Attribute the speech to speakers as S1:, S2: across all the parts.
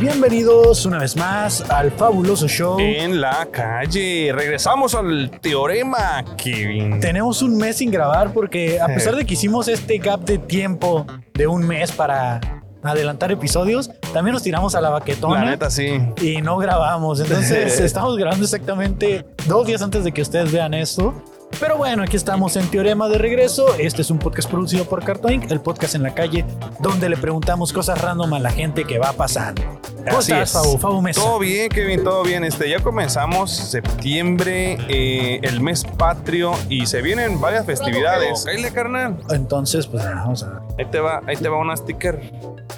S1: bienvenidos una vez más al fabuloso show.
S2: En la calle. Regresamos al teorema, Kevin.
S1: Tenemos un mes sin grabar porque a pesar de que hicimos este gap de tiempo de un mes para adelantar episodios, también nos tiramos a la baquetona.
S2: La neta, sí.
S1: Y no grabamos. Entonces estamos grabando exactamente dos días antes de que ustedes vean esto. Pero bueno, aquí estamos en Teorema de Regreso. Este es un podcast producido por Cartoon Inc., el podcast en la calle, donde le preguntamos cosas random a la gente que va pasando. ¿Cómo
S2: Así
S1: estás,
S2: es.
S1: Fabu? Fabu Mesa.
S2: Todo bien, Kevin, todo bien. Este, ya comenzamos septiembre, eh, el mes patrio, y se vienen varias festividades. Cáile, carnal.
S1: Entonces, pues nada, vamos a ver.
S2: Ahí te va, ahí te va una sticker.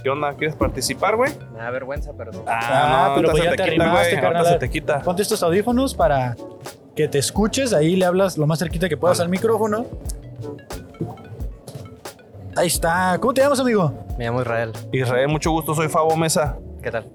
S2: ¿Qué onda? ¿Quieres participar, güey?
S3: Me da vergüenza, pero sí.
S1: Ah, pero
S2: ahorita
S1: pues
S2: se
S1: ya
S2: te
S1: te
S2: quita,
S1: arrimaste,
S2: güey, ahorita
S1: carnal.
S2: se te quita.
S1: Ponte estos audífonos para que te escuches. Ahí le hablas lo más cerquita que puedas al micrófono. Ahí está. ¿Cómo te llamas, amigo?
S3: me llamo Israel.
S2: Israel, mucho gusto, soy Fabo Mesa.
S3: ¿Qué tal?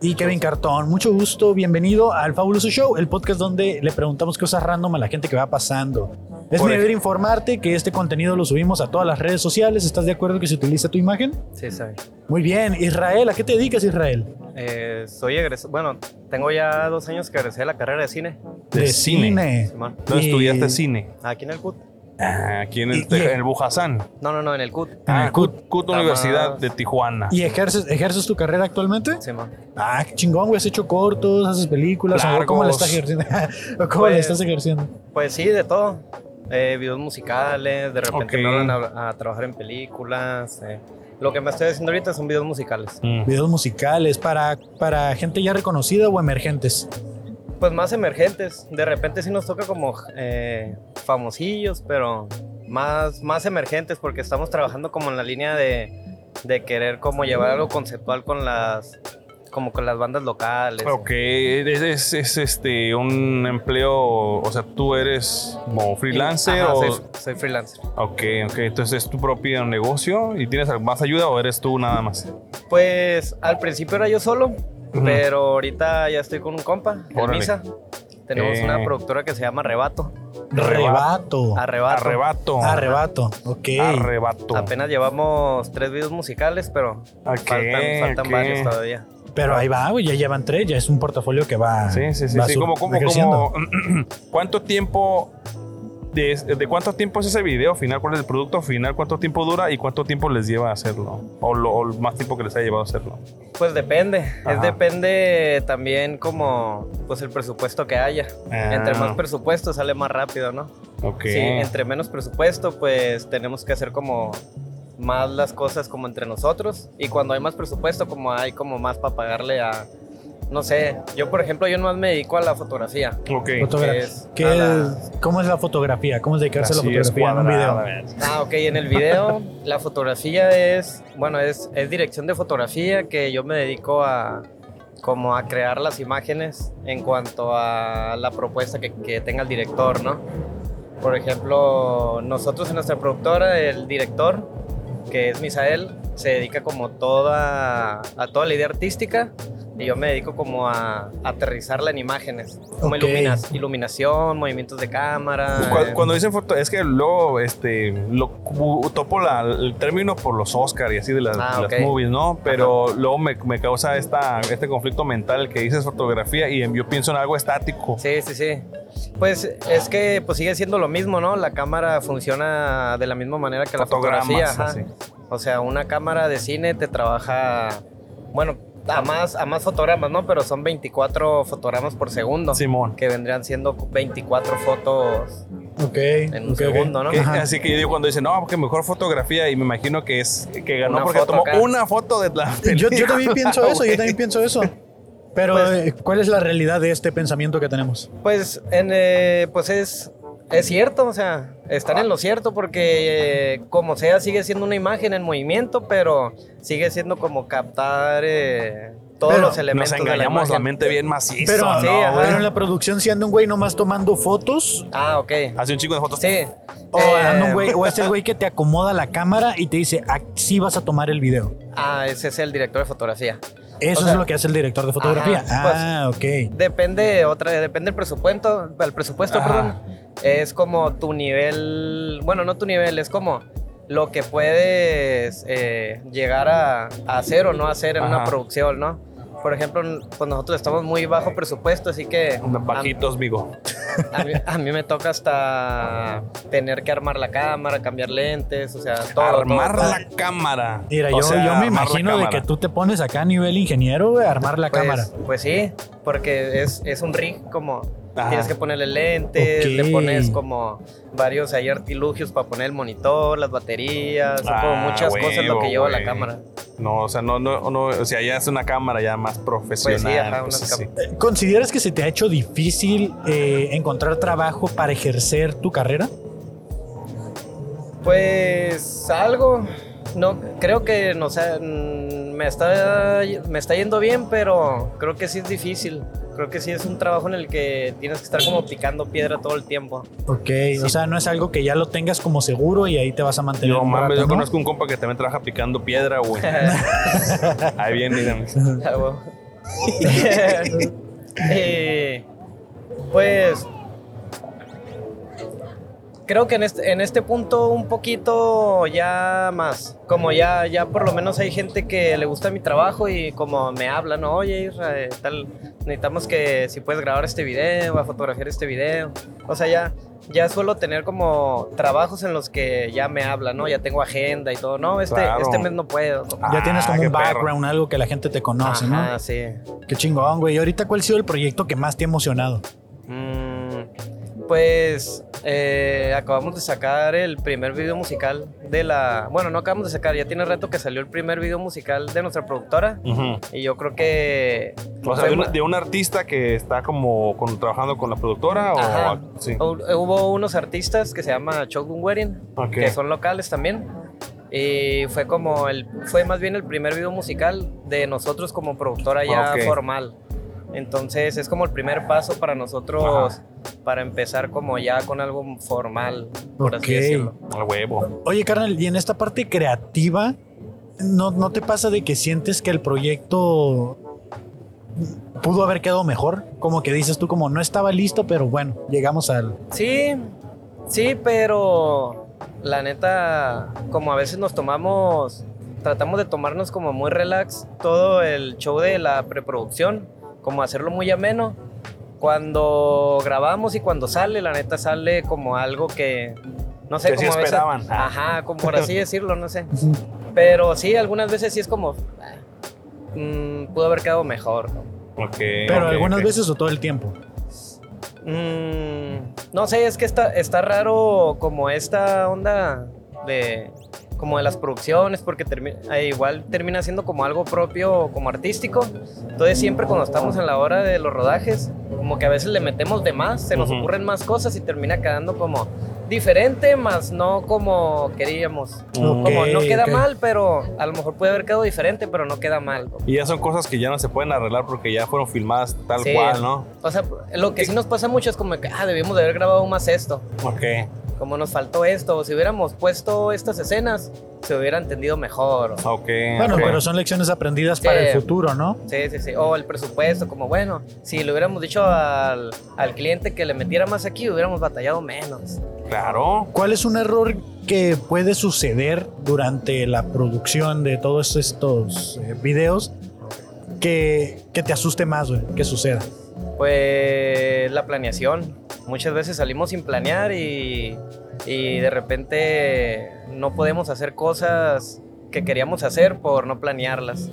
S1: Y Kevin Cartón, mucho gusto, bienvenido al Fabuloso Show, el podcast donde le preguntamos cosas random a la gente que va pasando. Es
S2: Por
S1: mi
S2: ej-
S1: deber informarte que este contenido lo subimos a todas las redes sociales. ¿Estás de acuerdo que se utiliza tu imagen?
S3: Sí, soy.
S1: Muy bien, Israel, ¿a qué te dedicas, Israel?
S3: Eh, soy egresado. Bueno, tengo ya dos años que egresé de la carrera de cine.
S2: De cine.
S3: Simón.
S2: No
S1: Y-
S2: estudiaste cine.
S3: Aquí en el CUT.
S2: Ah, aquí en
S1: Y-
S2: el,
S1: y-
S2: en el Bujasán.
S3: No, no, no, en el CUT.
S1: En el
S2: Ah, CUT, CUT
S3: Ah,
S2: Universidad
S3: más.
S2: de Tijuana.
S1: ¿Y ejerces, ejerces tu carrera actualmente?
S3: Simón.
S1: Ah, qué chingón, güey, has hecho cortos, haces películas, o ¿cómo la
S2: Largos.
S1: estás ejerciendo? ¿O ¿Cómo la
S3: Pues-
S1: estás ejerciendo?
S3: Pues sí, de todo. Eh, videos musicales, de repente
S2: Ok.
S3: me hablan a, a trabajar en películas. eh. Lo que me estoy haciendo ahorita son videos musicales.
S2: Mm.
S1: Videos musicales para, para gente ya reconocida o emergentes.
S3: Pues más emergentes. De repente sí nos toca como eh, famosillos, pero más, más emergentes porque estamos trabajando como en la línea de, de querer como llevar algo conceptual con las como con las bandas locales.
S2: Ok, es, es- es, este un empleo, o sea, tú eres como freelancer
S3: Ajá,
S2: o...
S3: soy, soy freelancer.
S2: Ok, ok, entonces es tu propio negocio y tienes más ayuda o eres tú nada más.
S3: Pues al principio era yo solo, pero ahorita ya estoy con un compa, el
S2: Órale.
S3: Misa. Tenemos
S2: Eh.
S3: una productora que se llama Rebato.
S1: Rebato.
S3: Arrebato.
S2: Arrebato.
S1: Arrebato. Ok.
S2: Arrebato.
S3: Apenas llevamos tres videos musicales, pero
S2: Ok,
S3: faltan, faltan
S2: ok.
S3: varios todavía.
S1: Pero ahí va, güey, ya llevan tres, ya es un portafolio que va.
S2: Sí, sí, sí.
S1: va
S2: sí,
S1: su-
S2: como, como,
S1: va creciendo.
S2: como, ¿Cuánto tiempo... De, de cuánto tiempo es ese video final? ¿Cuál es el producto final? ¿Cuánto tiempo dura y cuánto tiempo les lleva a hacerlo? ¿O, lo, o más tiempo que les ha llevado a hacerlo?
S3: Pues depende,
S2: Ajá.
S3: es depende también como pues el presupuesto que haya.
S2: Ah.
S3: Entre más presupuesto sale más rápido, ¿no?
S2: Ok.
S3: Sí, entre menos presupuesto pues tenemos que hacer como más las cosas como entre nosotros y cuando hay más presupuesto como hay como más para pagarle a no sé, yo por ejemplo yo nomás me dedico a la fotografía.
S2: Ok.
S1: Fotogra-
S3: que es
S1: ¿Qué
S3: a
S1: es- ¿Cómo es la fotografía? ¿Cómo es dedicarse a la
S2: Así es,
S1: fotografía en un video?
S2: cuadrada.
S3: Ah, ok, en el video la fotografía es, bueno, es, es dirección de fotografía que yo me dedico a como a crear las imágenes en cuanto a la propuesta que, que tenga el director, ¿no? Por ejemplo, nosotros en nuestra productora, el director, que es Misael, se dedica como toda, a toda la idea artística y yo me dedico como a aterrizarla en imágenes, como
S1: Ok.
S3: iluminas- iluminación, movimientos de cámara.
S2: Cu- Cuando,
S3: eh,
S2: dicen foto, es que luego este, lo cu- topo la- el término por los Oscar y así de las,
S3: Ah,
S2: las
S3: ok.
S2: movies, ¿no? Pero luego me, me causa esta, este conflicto mental que dices fotografía y yo pienso en algo estático.
S3: Sí, sí, sí. Pues es que pues sigue siendo lo mismo, ¿no? La cámara funciona de la misma manera que la
S2: Fotogramas,
S3: fotografía. ajá.
S2: así.
S3: O sea, una cámara de cine te trabaja, bueno, a más, a más fotogramas, ¿no? Pero son 24 fotogramas por segundo.
S2: Simón.
S3: Que vendrían siendo 24 fotos.
S1: Ok. En
S3: un segundo, ¿no?
S2: Que-
S1: Ajá.
S2: así que yo digo cuando dicen, no, porque mejor fotografía y me imagino que es que ganó
S3: Una
S2: porque
S3: foto
S2: tomó
S3: acá.
S2: una foto de la
S1: Yo, yo
S2: película,
S1: también pienso eso, yo
S2: güey.
S1: también pienso eso. Pero,
S3: Pues-
S1: eh, ¿cuál es la realidad de este pensamiento que tenemos?
S3: Pues, en, eh, pues es, es cierto, o sea, están en lo cierto porque eh, como sea sigue siendo una imagen en movimiento, pero sigue siendo como captar eh, todos
S1: Pero
S3: los elementos
S2: Nos
S3: de la
S2: engañamos la,
S3: imagen.
S2: mente bien macizo,
S1: Pero,
S2: ¿no,
S3: sí, ajá.
S2: güey?
S1: pero en la producción, si anda un güey nomás tomando fotos,
S3: Ah, ok.
S2: Hace un chico de fotos.
S3: Sí.
S1: o,
S3: Eh,
S1: anda un oh, güey, o es el güey que te acomoda la cámara y te dice, así vas a tomar el video.
S3: Ah, ese es el director de fotografía.
S1: Eso
S3: O sea-
S1: es lo que hace el director de fotografía.
S2: pues.
S3: Ajá,
S1: ah, ok.
S3: Depende otra, depende el presupuesto, el presupuesto,
S2: Ajá.
S3: perdón. Es como tu nivel, bueno, no tu nivel, es como lo que puedes eh, llegar a, a hacer o no hacer en una
S2: Ajá.
S3: producción, ¿no? por ejemplo, pues nosotros estamos muy bajo presupuesto, así que
S2: Bajitos, amigo.
S3: a mí, a mí me toca hasta tener que armar la cámara, cambiar lentes, o sea, todo. todo,
S2: Armar
S3: todo.
S2: la cámara.
S1: Mira,
S2: O
S1: yo,
S2: sea,
S1: yo me
S2: armar la
S1: imagino de
S2: cámara.
S1: que tú te pones acá a nivel ingeniero, güey, a armar la
S3: Pues-
S1: cámara.
S3: Pues sí, porque es, es un rig como...
S2: Ajá.
S3: Tienes que ponerle lentes,
S1: Ok.
S3: le pones como varios ahí artilugios para poner el monitor, las baterías, son como
S2: Ah,
S3: muchas cosas lo
S2: huevo,
S3: que lleva la
S2: güey.
S3: cámara.
S2: No, o sea, no, no, no, o sea, ya es una cámara ya más profesional.
S3: Pues sí, ajá,
S2: pues
S3: unas
S2: así.
S1: Eh, ¿Consideras que se te ha hecho difícil eh, encontrar trabajo para ejercer tu carrera?
S3: Pues algo. No, creo que no sé, mm, me está, me está yendo bien, pero creo que sí es difícil. Creo que sí es un trabajo en el que tienes que estar como picando piedra todo el tiempo.
S1: Ok, o sea, no es algo que ya lo tengas como seguro y ahí te vas a mantener.
S2: Yo,
S1: un
S2: mames,
S1: rato,
S2: yo
S1: ¿no?
S2: conozco un compa que también trabaja picando piedra, güey. Ahí viene, dígame.
S3: Ah, bueno. Eh, pues creo que en este, en este punto un poquito ya más, como ya, ya por lo menos hay gente que le gusta mi trabajo y como me hablan, ¿no? oye, Isra, eh, tal, necesitamos que si puedes grabar este video, a fotografiar este video, o sea, ya, ya suelo tener como trabajos en los que ya me hablan, ¿no? Ya tengo agenda y todo, no, este,
S2: Claro.
S3: este mes no puedo.
S1: Ya tienes
S2: Ah,
S1: como
S2: qué
S1: un
S2: perro.
S1: background, algo que la gente te conoce,
S3: Ajá, sí.
S1: ¿no? Qué chingón, güey. ¿Y ahorita cuál ha sido el proyecto que más te ha emocionado?
S3: Mm, pues eh, acabamos de sacar el primer video musical de la... Bueno, no acabamos de sacar, ya tiene rato que salió el primer video musical de nuestra productora.
S2: Ujú.
S3: Y yo creo que...
S2: O
S3: Pues,
S2: sea, de un, de un artista que está como con- trabajando con la productora o
S3: Ajá.
S2: sí.
S3: hu- Hubo unos artistas que se llama Shogun Wedding,
S2: Ok.
S3: que son locales también. Y fue como el... Fue más bien el primer video musical de nosotros como productora ya
S2: Ah, Ok.
S3: formal. Entonces es como el primer paso para nosotros para empezar como ya con algo formal, por así
S1: Ok.
S3: decirlo.
S2: Al huevo.
S1: Oye, carnal, y en esta parte creativa, ¿no, ¿no te pasa de que sientes que el proyecto pudo haber quedado mejor? Como que dices tú, como no estaba listo, pero bueno, llegamos al.
S3: Sí, sí, pero la neta, como a veces nos tomamos, tratamos de tomarnos como muy relax todo el show de la preproducción, como hacerlo muy ameno. Cuando grabamos y cuando sale, la neta sale como algo que, no sé,
S2: Que sí
S3: como a veces-
S2: esperaban.
S3: ajá, como por así decirlo, no sé. Pero sí, algunas veces sí es como, ah, mm, pudo haber quedado mejor.
S2: Ok.
S1: Pero
S2: ok,
S1: algunas
S2: ok.
S1: veces o todo el tiempo.
S3: Mm, no sé, es que está, está raro como esta onda de como de las producciones, porque termi- eh, igual termina siendo como algo propio, como artístico. Entonces siempre cuando estamos en la hora de los rodajes, como que a veces le metemos de más, se nos
S2: Ujú.
S3: ocurren más cosas y termina quedando como diferente, más no como queríamos.
S2: Mm.
S3: Como no
S1: Ok,
S3: queda
S1: ok.
S3: mal, pero a lo mejor puede haber quedado diferente, pero no queda mal.
S2: Y ya son cosas que ya no se pueden arreglar porque ya fueron filmadas tal
S3: Sí.
S2: cual, ¿no?
S3: O sea, lo que sí nos pasa mucho es como que, ah, debimos de haber grabado más esto.
S2: Ok.
S3: como nos faltó esto, si hubiéramos puesto estas escenas, se hubiera entendido mejor. o-
S2: Ok.
S1: Bueno,
S2: ok.
S1: pero
S3: Pues,
S1: son lecciones aprendidas para el
S3: Sí.
S1: futuro, ¿no?
S3: Sí, sí, sí. O el presupuesto, como bueno, si le hubiéramos dicho al, al cliente que le metiera más aquí, hubiéramos batallado menos.
S2: Claro.
S1: ¿Cuál es un error que puede suceder durante la producción de todos estos eh, videos que, que te asuste más, güey? Que suceda.
S3: Pues la planeación. Muchas veces salimos sin planear y, y de repente no podemos hacer cosas que queríamos hacer por no planearlas.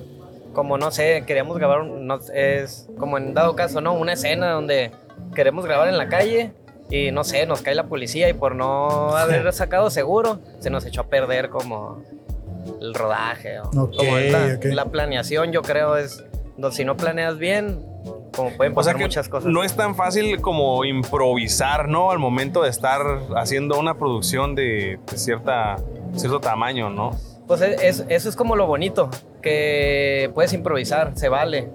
S3: Como no sé, queríamos grabar, un- no, es como en dado caso, ¿no? Una escena donde queremos grabar en la calle y no sé, nos cae la policía y por no haber sacado seguro, se nos echó a perder como el rodaje. o-
S1: Ok,
S3: como la,
S1: ok.
S3: la planeación, yo creo, es donde si no planeas bien, como pueden
S2: O sea
S3: pasar
S2: que
S3: muchas cosas.
S2: no es tan fácil como improvisar, ¿no? Al momento de estar haciendo una producción de, de cierta, cierto tamaño, ¿no?
S3: Pues es- es- eso es como lo bonito, que puedes improvisar, se vale.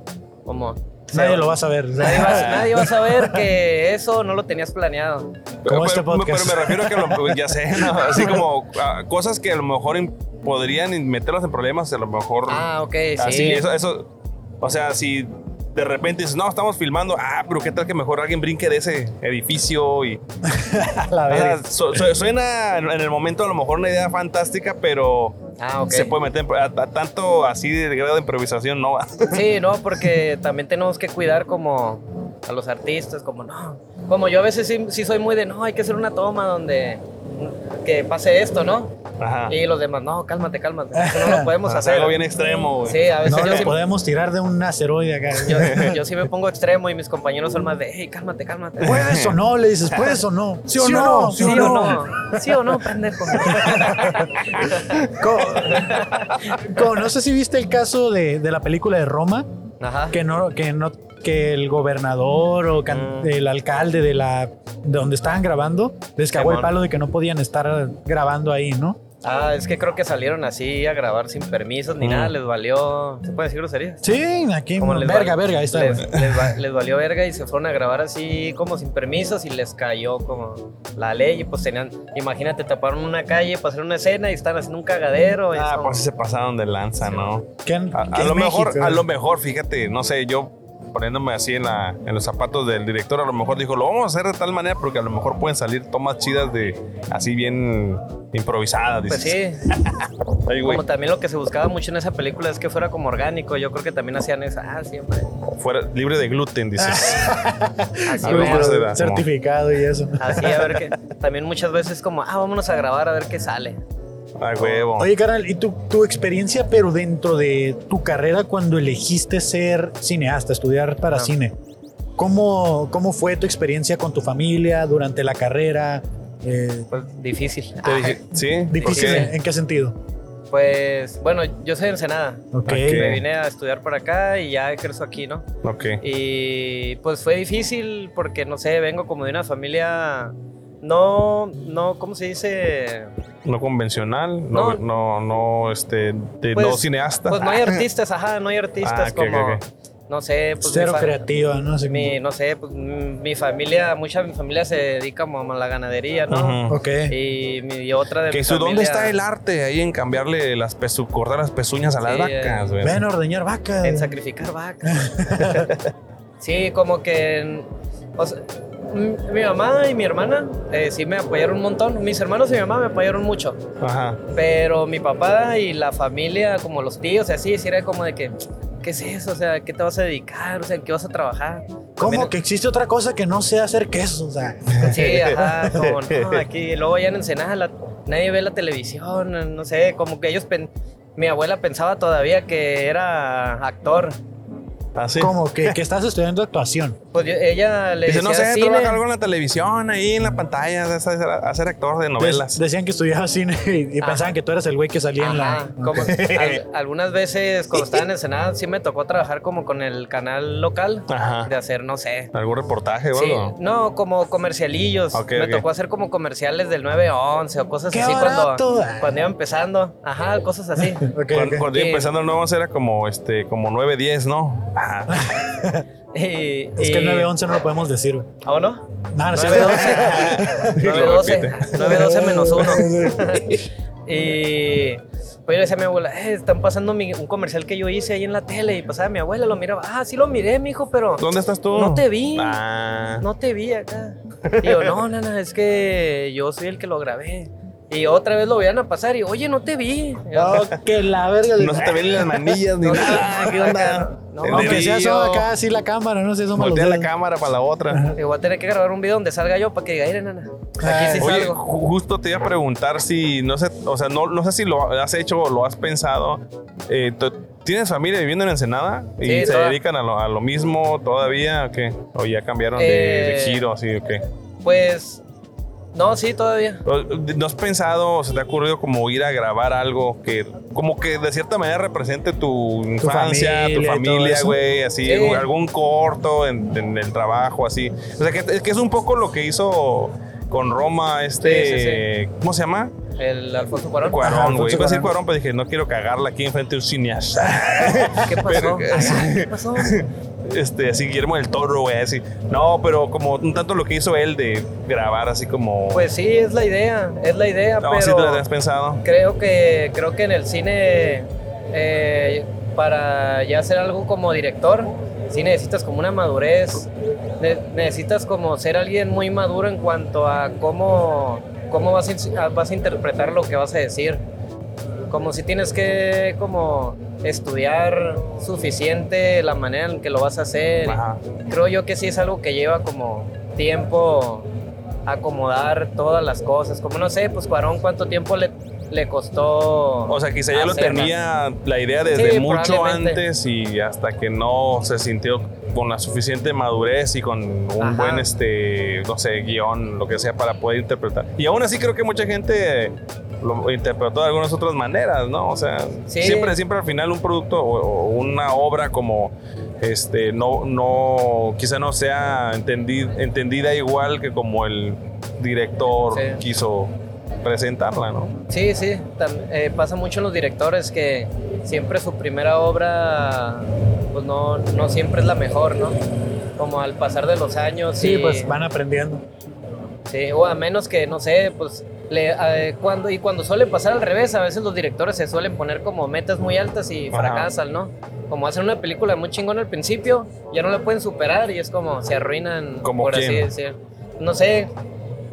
S3: Como,
S1: Nadie
S3: se-
S1: lo va a saber.
S3: Nadie va, nadie va a saber que eso no lo tenías planeado.
S1: Como
S2: pero,
S1: este
S2: pero-
S1: podcast.
S2: pero me refiero a que lo- pues, ya sé, ¿no? así como ah, cosas que a lo mejor im- podrían in- meterlos en problemas, a lo mejor.
S3: Ah, ok, sí.
S2: así, eso, eso. O sea, si de repente dices, no, estamos filmando, ah, pero qué tal que mejor alguien brinque de ese edificio y. ah,
S1: la
S2: O sea,
S1: verga.
S2: su- su- suena en el momento a lo mejor una idea fantástica, pero
S3: Ah, ok.
S2: Se puede meter en- a- a tanto así de grado de improvisación, no va.
S3: Sí, no, porque también tenemos que cuidar como a los artistas, como no. Como yo a veces sí, sí soy muy de, no, hay que hacer una toma donde que pase esto, ¿no?
S2: Ajá.
S3: Y los demás, no, cálmate, cálmate. eso no lo podemos
S2: Ajá,
S3: hacer.
S2: algo Ah. bien extremo, güey.
S3: Sí, a veces
S1: No
S3: yo,
S1: lo
S3: sí,
S1: podemos tirar de un asteroide acá.
S3: yo- yo sí me pongo extremo y mis compañeros son más de, hey, cálmate, cálmate.
S1: ¿Puedes o no? Le dices, ¿puedes o no? ¿Sí o no?
S3: ¿Sí o no? ¿Sí o no, pendejo?
S1: Co- co- no sé si viste el caso de, de la película de Roma,
S3: Ajá.
S1: que no, que no, que el gobernador o can-
S3: Mm.
S1: el alcalde de la de donde estaban grabando les cagó el
S3: Simón.
S1: palo de que no podían estar grabando ahí, ¿no?
S3: Ah, es que creo que salieron así a grabar sin permisos
S1: Ah.
S3: ni
S2: Mm.
S3: nada, les valió. ¿Se puede decir groserías?
S1: Sí, aquí
S3: Como les
S1: verga,
S3: vale-
S1: verga, ahí está.
S3: les,
S1: güey.
S3: les va- les valió verga y se fueron a grabar así como sin permisos y les cayó como la ley y pues tenían, imagínate, taparon una calle para hacer una escena y están haciendo un cagadero. y es
S2: Ah,
S3: como-
S2: pues sí se pasaron de lanza,
S3: Sí.
S2: ¿no?
S1: ¿Qué en-
S2: A,
S1: qué
S2: a
S1: en
S2: lo mejor,
S1: México? ¿eh?
S2: a lo mejor, fíjate, no sé, yo poniéndome así en, la, en los zapatos del director, a lo mejor dijo, lo vamos a hacer de tal manera porque a lo mejor pueden salir tomas chidas de así bien improvisadas.
S3: Pues
S2: dices.
S3: sí,
S2: Ay, güey,
S3: como también lo que se buscaba mucho en esa película es que fuera como orgánico. Yo creo que también hacían esa, ah, siempre.
S2: fuera libre de gluten, dices.
S3: Así,
S2: A
S1: Sí,
S2: ver,
S3: vean,
S2: más de
S1: pero
S2: edad,
S1: certificado y eso.
S3: así, a ver que también muchas veces como, ah, vámonos a grabar a ver qué sale. Ah.
S2: Ay, huevo.
S1: Oye, carnal, ¿y tu, tu experiencia, pero dentro de tu carrera cuando elegiste ser cineasta, estudiar para
S3: Ah.
S1: cine? ¿Cómo, ¿Cómo fue tu experiencia con tu familia durante la carrera? Eh,
S3: Pues difícil.
S2: Te dije- sí, ¿por
S1: ¿Difícil?
S2: qué?
S1: ¿En qué sentido?
S3: Pues bueno, yo soy de Ensenada.
S1: Ok.
S2: Ok.
S3: Me vine a estudiar para acá y ya ejerzo aquí, ¿no?
S2: Ok.
S3: Y pues fue difícil porque, no sé, vengo como de una familia no, no, ¿cómo se dice?
S2: No convencional, no,
S3: No.
S2: no, no, este, de
S3: Pues-
S2: no cineasta.
S3: Pues no hay artistas, ajá, no hay artistas
S2: Ah, ok,
S3: como,
S2: ok,
S3: no sé, pues
S1: Cero
S3: mi, fa-
S1: creativa, no sé.
S3: mi- no sé, pues mm, mi familia, mucha de mi familia se dedica como a la ganadería, ¿no?
S2: Ujú.
S1: Ok.
S3: Y, mi, y otra de
S2: Que
S3: mi
S2: su, ¿dónde
S3: familia-
S2: está el arte ahí en cambiarle las pezu, cortar las pezuñas a las
S3: Sí,
S2: vacas, güey?
S1: Ven a ordeñar vaca.
S3: pues, En sacrificar vacas. sí, como que. o sea, m- mi mamá y mi hermana eh, sí me apoyaron un montón. Mis hermanos y mi mamá me apoyaron mucho.
S2: Ajá.
S3: Pero mi papá y la familia, como los tíos y así, sí era como de que. ¿Qué es eso? O sea, ¿qué te vas a dedicar? O sea, ¿en qué vas a trabajar?
S1: ¿Cómo
S3: También-
S1: que existe otra cosa que no sea hacer queso? O sea,
S3: Sí, ajá, como no, aquí. y Luego allá en Ensenada la- nadie ve la televisión, no sé, como que ellos. pen- mi abuela pensaba todavía que era actor.
S2: Así.
S1: como que, que estás estudiando actuación.
S3: Pues yo- ella le
S2: Dice,
S3: decía
S2: no sé,
S3: cine.
S2: trabaja algo en la televisión, ahí en la pantalla, de esas- hacer actor de novelas.
S1: Des- decían que estudiabas cine y, y
S3: Ajá.
S1: pensaban que tú eras el güey que salía en
S3: Ajá,
S1: la...
S3: como- al- algunas veces cuando estaba en Ensenada sí me tocó trabajar como con el canal local
S2: Ajá.
S3: de hacer, no sé.
S2: ¿Algún reportaje o
S3: sí,
S2: algo?
S3: no, como comercialillos.
S2: Ok,
S3: me
S2: ok.
S3: tocó hacer como comerciales del 911 o cosas
S1: ¡Qué
S3: así cuando,
S1: barato!
S3: cuando iba empezando. Ajá, cosas así.
S1: Ok,
S2: Cuando,
S1: ok.
S2: cuando iba
S3: Sí.
S2: empezando el nuevo era como este, como 9, 10, ¿no? Ajá.
S3: Y,
S1: Es que el
S3: y-
S1: 911 no lo podemos decir. güey.
S3: ¿O no?
S1: No, no es cierto.
S3: 912.
S2: Lo repite.
S3: 912. 912 menos 1. y pues yo le decía a mi abuela, "Eh, están pasando mi- un comercial que yo hice ahí en la tele. Y pasaba mi abuela, lo miraba. Ah, sí lo miré, mijo, pero
S2: ¿Dónde estás tú?
S3: no te vi.
S2: Ah.
S3: No te vi acá. Y yo, no, nana, es que yo soy el que lo grabé. Y otra vez lo veían a pasar y, oye, no te vi. Y yo, "Ah,
S1: No, que la verga.
S2: No se te ven ni las manillas ni
S3: No,
S2: nada.
S3: no,
S2: ¿Qué onda?
S3: no,
S2: El
S1: Aunque
S2: dedillo.
S1: sea solo acá, así la cámara, no sé, somos los
S2: Voltea la
S1: dedos.
S2: cámara para la otra.
S3: "Y voy a tener que grabar un video donde salga yo para que diga, "Mira, nana, aquí sí
S2: Oye,
S3: salgo.
S2: ju- justo te iba a preguntar si, no sé, o sea, no, no sé si lo has hecho o lo has pensado. Eh, to- ¿Tienes familia viviendo en Ensenada? ¿Y
S3: Sí,
S2: se
S3: toda.
S2: dedican a lo, a lo mismo todavía o qué? ¿O ya cambiaron de, de
S3: Eh,
S2: giro así o qué?
S3: Pues, no, sí, todavía.
S2: ¿O- ¿No has pensado o se te ha ocurrido como ir a grabar algo que como que de cierta manera represente tu infancia,
S1: familia y
S2: tu
S1: todo
S2: familia,
S1: eso.
S2: güey? Así,
S3: Sí.
S2: algún- algún corto en, en el trabajo, así. O sea, que es que es un poco lo que hizo con Roma este... ¿Cómo se llama?
S3: El Alfonso Cuarón.
S1: Ajá,
S2: Cuarón, güey.
S1: Alfonso
S2: Iba a decir
S1: Cuarón.
S2: Cuarón, pero dije, no quiero cagarla aquí enfrente de un cineasta.
S3: ¿Qué pasó?
S2: Verga.
S3: Ajá, ¿Qué pasó?
S2: Este, así Guillermo del Toro, güey, así. No, pero como un tanto lo que hizo él de grabar así como...
S3: Pues sí, es la idea, es la idea,
S2: no,
S3: pero
S2: así te lo has pensado.
S3: creo que creo que en el cine eh, para ya ser algo como director, sí necesitas como una madurez, ne- necesitas como ser alguien muy maduro en cuanto a cómo cómo vas a, ins- a- vas a interpretar lo que vas a decir. como si tienes que como estudiar suficiente la manera en que lo vas a hacer.
S2: Ajá.
S3: Creo yo que sí es algo que lleva como tiempo acomodar todas las cosas. Como no sé, pues Cuarón, ¿cuánto tiempo le, le costó?
S2: O sea, quizá ya lo
S3: hacerlas?
S2: tenía la idea desde
S3: Sí,
S2: mucho
S3: probablemente.
S2: antes y hasta que no se sintió con la suficiente madurez y con un
S3: Ajá.
S2: buen, este, no sé, guión, lo que sea, para poder interpretar. Y aún así creo que mucha gente lo interpretó de algunas otras maneras, ¿no? O sea,
S3: Sí.
S2: siempre, siempre al final un producto o, o una obra como, este, no, no, quizá no sea entendi- entendida igual que como el director
S3: Sí.
S2: quiso presentarla, ¿no?
S3: Sí, sí, tam- eh, pasa mucho en los directores que siempre su primera obra pues no, no siempre es la mejor, ¿no? Como al pasar de los años.
S1: Sí,
S3: y-
S1: pues van aprendiendo.
S3: Sí, o a menos que, no sé, pues, le, eh, cuando, y cuando suele pasar al revés, a veces los directores se suelen poner como metas muy altas y
S2: Ajá.
S3: fracasan, ¿no? Como hacen una película muy chingona al principio, ya no la pueden superar y es como se arruinan,
S2: ¿Como
S3: por así
S2: quién?
S3: decir. No sé.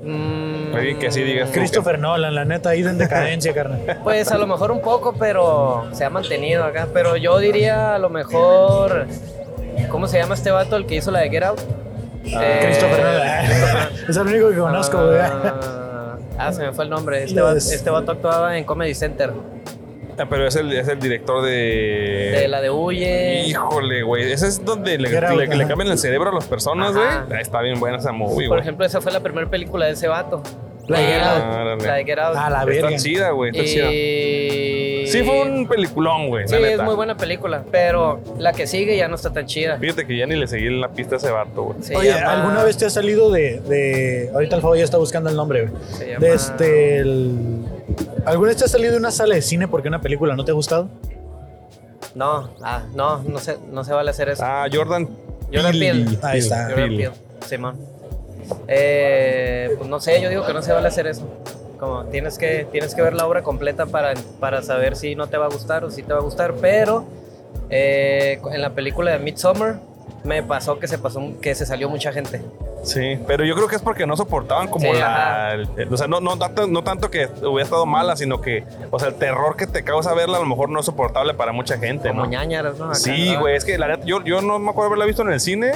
S3: mm,
S2: Alguien que sí digas, Cristo.
S1: Christopher Nolan, la neta, ahí en decadencia, carnal.
S3: Pues a lo mejor un poco, pero se ha mantenido acá. Pero yo diría a lo mejor. ¿Cómo se llama este vato el que hizo la de Get Out?
S2: Ah.
S3: Eh,
S1: Christopher Nolan. es el único que conozco, güey.
S3: Ah, ah, se me fue el nombre. Este,
S1: Los-
S3: vato, este vato actuaba en Comedy Center.
S2: Ah, pero es el, es el director de.
S3: De la de Huye.
S2: Híjole, güey. Ese es donde le,
S1: Get Out,
S2: le- le
S1: ajá.
S2: cambian el cerebro a las personas, güey.
S3: Ajá.
S2: Ah, Está bien buena esa movie,
S3: Por
S2: güey.
S3: ejemplo, esa fue la primera película de ese vato. Ah,
S1: La de Get Out.
S2: Órale.
S3: La de Get Out.
S1: A la verga.
S2: Está chida, güey. Está chida.
S3: y...
S2: Sí, fue un peliculón, güey.
S3: Eh, Sí,
S2: la
S3: es
S2: neta.
S3: muy buena película. Pero la que sigue ya no está tan chida.
S2: Fíjate que ya ni le seguí en la pista a ese vato, güey.
S3: Se
S1: Oye,
S3: llama-
S1: ¿alguna vez te has salido de, de- Ahorita el favor ya está buscando el nombre, güey.
S3: se llama-
S1: De este... el- ¿Alguna vez te has salido de una sala de cine porque una película no te ha gustado?
S3: No, ah, no, no se, no se vale hacer eso.
S2: Ah, Jordan.
S3: Jordan Peele.
S1: Ahí está.
S3: Jordan
S2: Peele.
S3: Peele, Simón. Eh, pues no sé, yo digo que no se vale hacer eso. Como tienes que, tienes que ver la obra completa para, para saber si no te va a gustar o si te va a gustar. Pero eh, en la película de Midsommar me pasó que se pasó que se salió mucha gente.
S2: Sí, pero yo creo que es porque no soportaban como
S3: Sí,
S2: la.
S3: ajá.
S2: el- o sea, no, no, tanto, no tanto que hubiera estado mala, sino que, o sea, el terror que te causa verla a lo mejor no es soportable para mucha gente.
S3: Como
S2: ¿no?
S3: ñañaras, ¿no? Acá,
S2: Sí,
S3: ¿verdad?
S2: güey, es que la neta, yo, yo no me acuerdo haberla visto en el cine,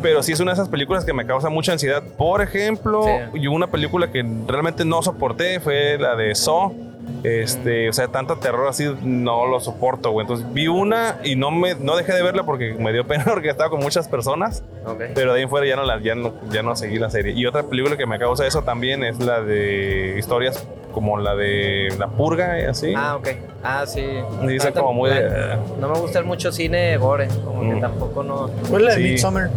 S2: pero sí es una de esas películas que me causa mucha ansiedad. Por ejemplo,
S3: Sí.
S2: y una película que realmente no soporté fue la de Saw.
S3: Mm.
S2: Este, o sea, tanto terror así no lo soporto, güey. Entonces vi una y no me no dejé de verla porque me dio pena porque estaba con muchas personas,
S3: Ok.
S2: pero de ahí en fuera ya no la ya no, ya no seguí la serie. Y otra película que me causa eso también es la de historias como la de La Purga y así.
S3: Ah, ok. Ah, sí.
S2: y esa
S3: Tanto-
S2: como muy de-
S3: No me gusta el mucho cine gore, como
S2: Mm.
S3: que tampoco no.
S1: ¿Cuál es Pues la de
S2: Sí.
S1: Midsommar?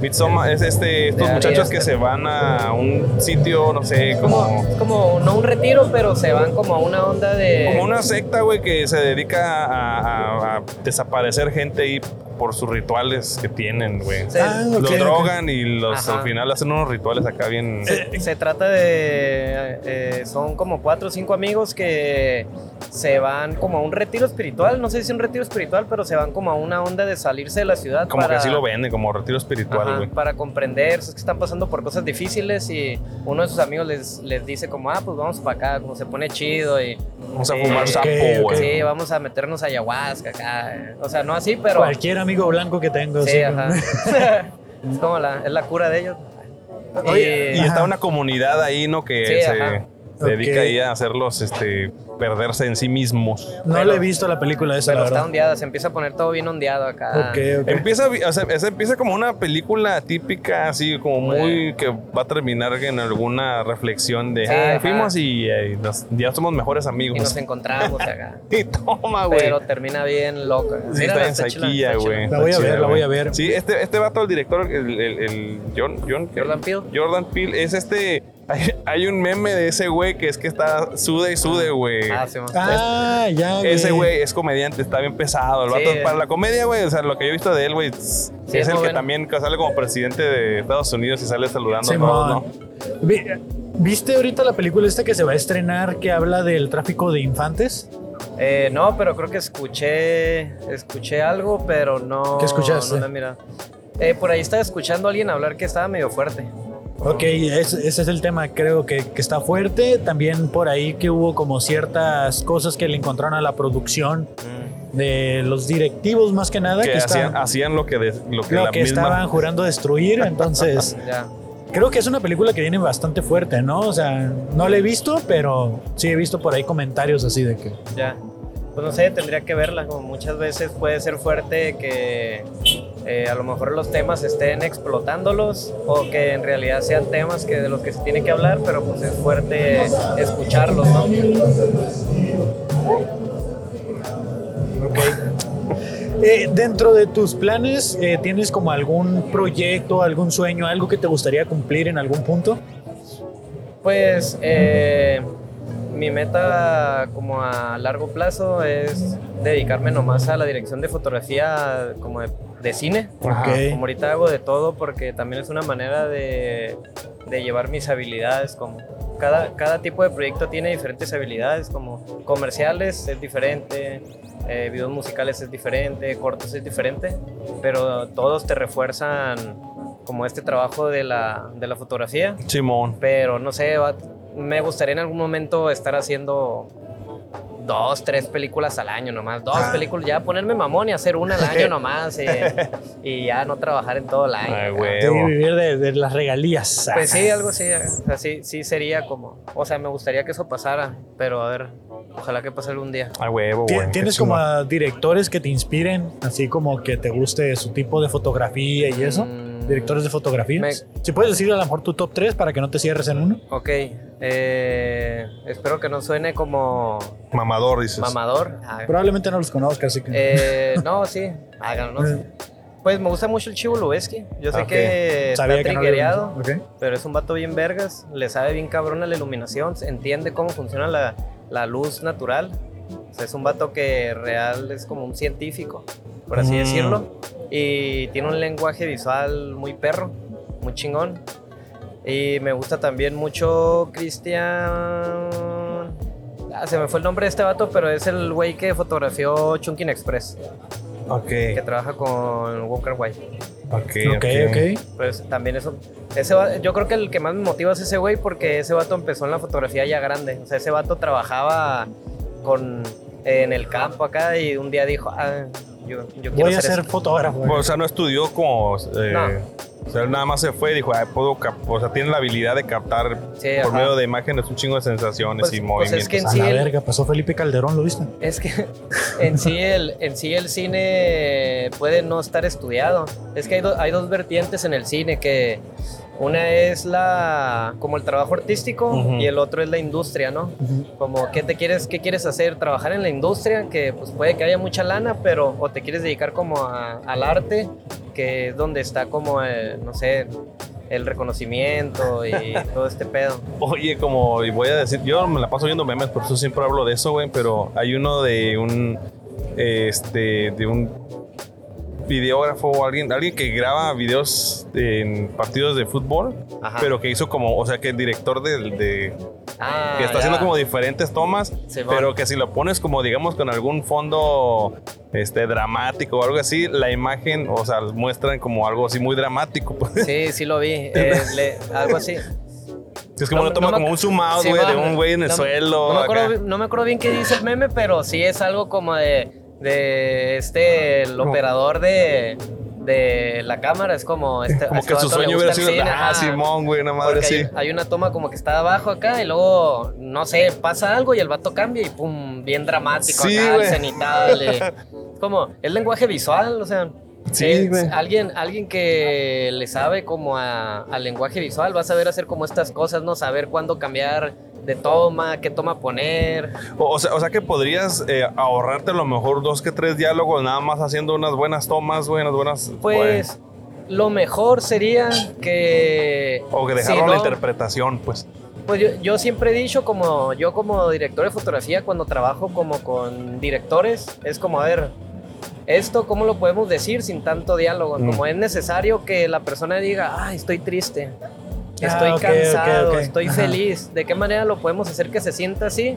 S2: Midsommar es este, estos
S3: De
S2: muchachos
S3: Arias.
S2: que se van a un sitio, no sé,
S3: Como,
S2: como,
S3: es como, no un retiro, pero se van como a una onda de.
S2: como una secta, güey, que se dedica a, a- a desaparecer gente y por sus rituales que tienen, güey.
S3: Se,
S1: Ah, ok,
S2: Los
S1: ok.
S2: drogan y los
S3: Ajá.
S2: al final hacen unos rituales acá bien.
S3: se- se trata de. eh, son como cuatro o cinco amigos que se van como a un retiro espiritual. No sé si es un retiro espiritual, pero se van como a una onda de salirse de la ciudad.
S2: como
S3: para-
S2: que así lo venden, como retiro espiritual,
S3: Ajá,
S2: güey.
S3: para comprender, es que están pasando por cosas difíciles y uno de sus amigos les, les dice como, ah, pues vamos para acá, como se pone chido y...
S2: Vamos a
S3: Sí,
S2: fumar
S1: ok,
S2: sapo,
S1: ok.
S2: güey.
S3: Sí, vamos a meternos a ayahuasca acá. eh. O sea, no así, pero...
S1: Cualquier amigo blanco que tengo.
S3: Sí,
S1: sí.
S3: ajá. es como la, es la cura de ellos.
S1: Oye,
S2: Y
S3: Y-
S1: Ajá.
S2: está una comunidad ahí, ¿no? Que
S3: Sí,
S2: se
S3: ajá.
S2: dedica
S1: Ok.
S2: ahí a hacerlos este, perderse en sí mismos.
S1: No
S3: Pero-
S1: le he visto la película esa,
S3: pero
S1: la
S3: está
S1: verdad.
S3: ondeada, se empieza a poner todo bien ondeado acá.
S1: Ok, ok.
S2: Empieza, o sea, esa empieza como una película típica, así como muy que va a terminar en alguna reflexión de,
S3: Sí,
S2: "Ah,
S3: ajá.
S2: fuimos y, eh, nos- ya somos mejores
S3: Y nos
S2: amigos.
S3: encontramos acá.
S2: Y toma, Ah, güey.
S3: pero termina bien loca.
S2: Sí,
S3: Mírala,
S2: está en
S3: chila,
S2: saquilla,
S3: está chila.
S2: güey.
S1: La voy
S2: Está
S1: a ver,
S2: chida,
S1: la
S2: güey.
S1: voy a ver.
S2: Sí, este, este vato, el director, el, el- el John, John-
S3: Jordan Peele.
S2: Jordan Peele, es este, hay, hay un meme de ese güey que es que está sude y sude, güey.
S3: Ah, sí, man.
S1: Ah,
S3: este.
S1: ya, güey.
S2: Ese güey es comediante, está bien pesado. El
S3: Sí.
S2: vato, para la comedia, güey, o sea, lo que yo he visto de él, güey, es
S3: es
S2: el
S3: muy
S2: que
S3: bueno.
S2: también sale como presidente de Estados Unidos y sale saludando a todos,
S1: Simón.
S2: ¿no?
S1: Vi- ¿Viste ahorita la película esta que se va a estrenar que habla del tráfico de infantes?
S3: Eh, no, pero creo que escuché, escuché algo, pero no.
S1: ¿Qué escuchaste?
S3: No la he mirado. Eh, por ahí estaba escuchando a alguien hablar que estaba medio fuerte.
S1: Ok, es- ese es el tema, creo que, que está fuerte. También por ahí que hubo como ciertas cosas que le encontraron a la producción
S3: Mm,
S1: de los directivos más que nada,
S2: que
S1: que,
S2: hacían,
S1: estaban,
S2: hacían lo que, de- lo que
S1: lo
S2: la
S1: que
S2: misma.
S1: estaban jurando destruir. Entonces,
S3: Ya.
S1: creo que es una película que viene bastante fuerte, ¿no? O sea, no la he visto, pero sí he visto por ahí comentarios así de que...
S3: Ya. Pues no sé, tendría que verla, como muchas veces puede ser fuerte que eh, a lo mejor los temas estén explotándolos o que en realidad sean temas que de los que se tiene que hablar, pero pues es fuerte escucharlos, ¿no?
S1: Eh, dentro de tus planes, eh, ¿tienes como algún proyecto, algún sueño, algo que te gustaría cumplir en algún punto?
S3: Pues eh, mi meta como a largo plazo es dedicarme nomás a la dirección de fotografía como de, de cine.
S2: Ajá.
S1: Ok.
S3: Como ahorita hago de todo porque también es una manera de, de llevar mis habilidades como... Cada, cada tipo de proyecto tiene diferentes habilidades, como comerciales es diferente, eh, videos musicales es diferente, cortos es diferente, pero todos te refuerzan como este trabajo de la, de la fotografía
S2: Simón.
S3: pero no sé, va- me gustaría en algún momento estar haciendo dos, tres películas al año nomás, dos
S1: Ah.
S3: películas, ya ponerme mamón y hacer una al año nomás y, y ya no trabajar en todo el año.
S2: Ay,
S3: acá.
S1: De
S2: huevo.
S1: vivir de, de las regalías.
S3: Pues sí, algo así, así, sí sería como, o sea, me gustaría que eso pasara, pero a ver, ojalá que pase algún día.
S2: Ay, huevo,
S1: Ti-
S2: güey.
S1: ¿Tienes
S2: Qué
S1: como
S2: chingón.
S1: a directores que te inspiren, así como que te guste su tipo de fotografía y eso?
S3: Mm,
S1: Directores de fotografía.
S3: Me-
S1: Si puedes decir a lo mejor tu top 3 para que no te cierres en uno.
S3: Ok, eh, espero que no suene como
S2: Mamador, dices.
S3: mamador. Ah,
S1: Probablemente no los conozcas, así que... eh,
S3: Eh, no, sí, háganlo. no sé. Eh, Pues me gusta mucho el Chivo Lubeski. Yo sé
S2: Ok.
S3: que
S1: Sabía
S3: está
S1: que no lo habías
S3: triguereado,
S1: visto. Ok.
S3: pero es un vato bien vergas. Le sabe bien cabrón a la iluminación, entiende cómo funciona la, la luz natural. O sea, es un vato que real es como un científico, por así
S2: Mm.
S3: decirlo. Y tiene un lenguaje visual muy perro, muy chingón. Y me gusta también mucho Cristian... Ah, se me fue el nombre de este vato, pero es el güey que fotografió Chunkin Express
S2: Ok,
S3: que trabaja con Walker White.
S2: ok,
S1: Ok, ok.
S3: Pues también eso. Ese, va- yo creo que el que más me motiva es ese güey porque ese vato empezó en la fotografía ya grande. O sea, ese vato trabajaba con, en el campo acá y un día dijo, ah, yo, yo quiero
S1: Voy a
S3: hacer
S1: ser
S3: esto".
S1: fotógrafo.
S2: Pues, O sea, no estudió como. eh, O sea, él nada más se fue y dijo, "Ay, puedo cap- o sea, tiene la habilidad de captar
S3: Sí,
S2: por
S3: ajá.
S2: medio de imágenes un chingo de sensaciones
S3: Pues-
S2: y
S3: pues
S2: movimientos.
S3: es que en
S1: a
S3: sí
S1: la
S3: el-
S1: verga, pasó Felipe Calderón, ¿lo viste?
S3: Es que en sí, el, en sí el cine puede no estar estudiado. Es que hay, do- hay dos vertientes en el cine, que una es la como el trabajo artístico
S2: Ujú.
S3: y el otro es la industria, ¿no? Como qué te quieres, qué quieres hacer, trabajar en la industria, que pues puede que haya mucha lana, pero o te quieres dedicar como a- al arte, que es donde está como, eh, no sé, el reconocimiento y todo este pedo.
S2: Oye, como, y voy a decir, yo me la paso viendo memes, por eso siempre hablo de eso, güey, pero hay uno de un, este, de un videógrafo o alguien, alguien que graba videos en partidos de fútbol,
S3: Ajá.
S2: pero que hizo como, o sea, que el director del- de,
S3: Ah,
S2: que está
S3: ya.
S2: haciendo como diferentes tomas,
S3: Simón.
S2: pero que si lo pones como, digamos, con algún fondo, este, dramático o algo así, la imagen, o sea, muestran como algo así muy dramático, pues.
S3: Sí, sí lo vi, eh, le- algo así.
S2: Es como
S3: No,
S2: uno toma
S3: no me
S2: como
S3: ac-
S2: un zoom out,
S3: Sí,
S2: Ah, güey,
S3: va.
S2: de un güey en el
S3: No-
S2: suelo.
S3: No me,
S2: acá.
S3: acuerdo, bi- no me acuerdo bien qué dice el meme, pero sí es algo como de, de este, el
S2: Como-
S3: operador de, de la cámara. Es como, este,
S2: Como
S3: a este
S2: que su
S3: vato le
S2: sueño
S3: gusta
S2: hubiera
S3: el
S2: sido.
S3: cine,
S2: Ah,
S3: ajá,
S2: Simón, güey, una madre
S3: porque hay-
S2: así.
S3: Hay, una toma como que está abajo acá y luego, no sé, pasa algo y el vato cambia y pum, bien dramático
S2: Sí,
S3: acá, el
S2: güey.
S3: cenital. eh. Como, es lenguaje visual, o sea.
S2: Sí,
S3: es
S2: güey.
S3: alguien, alguien que le sabe como a- al lenguaje visual va a saber hacer como estas cosas, ¿no? Saber cuándo cambiar de toma, qué toma poner.
S2: O, o sea, o sea que podrías eh, ahorrarte a lo mejor dos que tres diálogos, nada más haciendo unas buenas tomas, güey, unas buenas.
S3: Pues lo mejor sería que...
S2: güey. O que dejarlo
S3: si
S2: a la
S3: no,
S2: interpretación, pues.
S3: Pues yo, yo siempre he dicho, como yo como director de fotografía, cuando trabajo como con directores, es como, a ver, esto cómo lo podemos decir sin tanto diálogo,
S2: Mm.
S3: como es necesario que la persona diga, ay, estoy triste, estoy
S1: Ah, ok,
S3: cansado,
S1: ok, ok.
S3: estoy
S1: Ajá.
S3: feliz, ¿de qué manera lo podemos hacer que se sienta así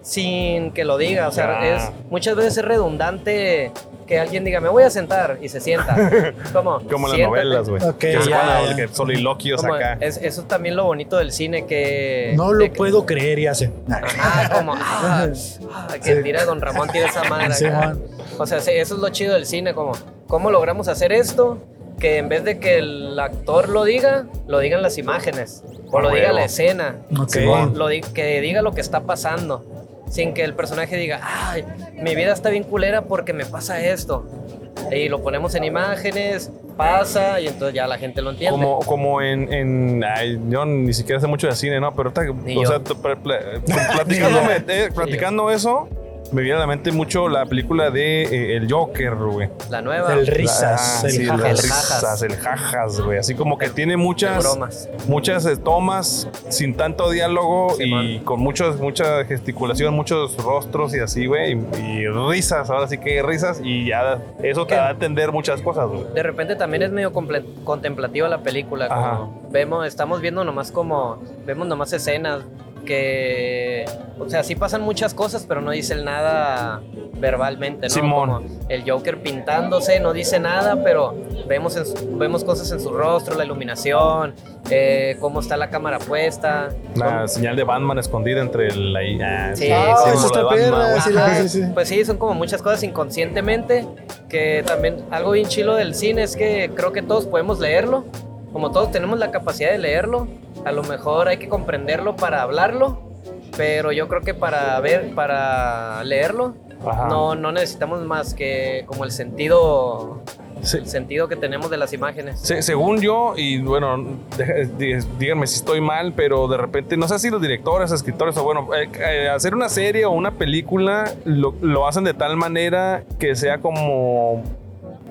S3: sin que lo diga? O sea,
S2: Ya.
S3: es, muchas veces es redundante que alguien diga, me voy a sentar y se sienta. Como,
S2: Como en las
S3: siéntate.
S2: novelas, güey.
S1: Ok,
S2: que se
S3: ya,
S2: ponen a-
S1: ya.
S2: que soliloquios
S3: Como,
S2: acá.
S3: es- eso es también lo bonito del cine que...
S1: No
S3: Eh, de
S1: lo
S3: que-
S1: puedo creer y hacen.
S3: Ah, como, ah, ah, que
S1: Sí.
S3: tira Don Ramón, tiene esa madre.
S1: Ah, Sí,
S3: acá.
S1: man.
S3: o sea, sí, eso es lo chido del cine, como, ¿cómo logramos hacer esto? Que en vez de que el actor lo diga, lo digan las imágenes, o lo
S2: Huevo.
S3: diga la escena,
S1: Ok.
S3: o lo di- que diga lo que está pasando, sin que el personaje diga, ay, mi vida está bien culera porque me pasa esto. Y lo ponemos en imágenes, pasa, y entonces ya la gente lo entiende.
S2: Como, como en, en- ay, yo ni siquiera sé mucho de cine, ¿no? Pero ahorita,
S3: Ni
S2: o
S3: yo.
S2: sea, tú- pl- pl- platicándome, eh, platicando eso, me viene a la mente mucho la película de eh, El Joker, güey.
S3: La nueva.
S1: El Risas,
S2: Ah,
S1: el
S2: sí,
S1: jajas.
S2: las
S3: El jajas.
S2: risas, el jajas, güey. Así como que tiene
S3: de
S2: muchas,
S3: bromas.
S2: muchas eh, tomas sin tanto diálogo
S3: Sí,
S2: y
S3: man.
S2: con muchas, mucha gesticulación, muchos rostros y así, güey. Y, y risas, ahora sí que risas y ya eso te
S3: ¿Qué?
S2: va a entender muchas cosas, güey.
S3: De repente también es medio comple- contemplativa la película.
S2: Ajá.
S3: como vemos, estamos viendo nomás como, vemos nomás escenas que, o sea, sí pasan muchas cosas, pero no dicen nada verbalmente, ¿no?
S2: Simón.
S3: Como el Joker pintándose, no dice nada, pero vemos, en su- vemos cosas en su rostro, la iluminación, eh, cómo está la cámara puesta.
S2: La
S3: Son-
S2: señal de Batman escondida entre la... ah,
S3: Sí,
S1: Ah,
S3: sí,
S1: eso
S2: símbolo de
S1: está
S2: Batman, güey.
S1: perra. Sí, la-
S3: Ajá,
S1: sí, sí.
S3: Pues sí, son como muchas cosas inconscientemente, que también algo bien chilo del cine es que creo que todos podemos leerlo, como todos tenemos la capacidad de leerlo, a lo mejor hay que comprenderlo para hablarlo, pero yo creo que para ver, para leerlo,
S1: Ah.
S2: Ajá.
S3: no, no necesitamos más que como el sentido,
S2: Sí.
S3: el sentido que tenemos de las imágenes.
S2: Se- según yo, y bueno, deja- dí- díganme si estoy mal, pero de repente, no sé si los directores, escritores o bueno, eh, eh, hacer una serie o una película lo, lo hacen de tal manera que sea como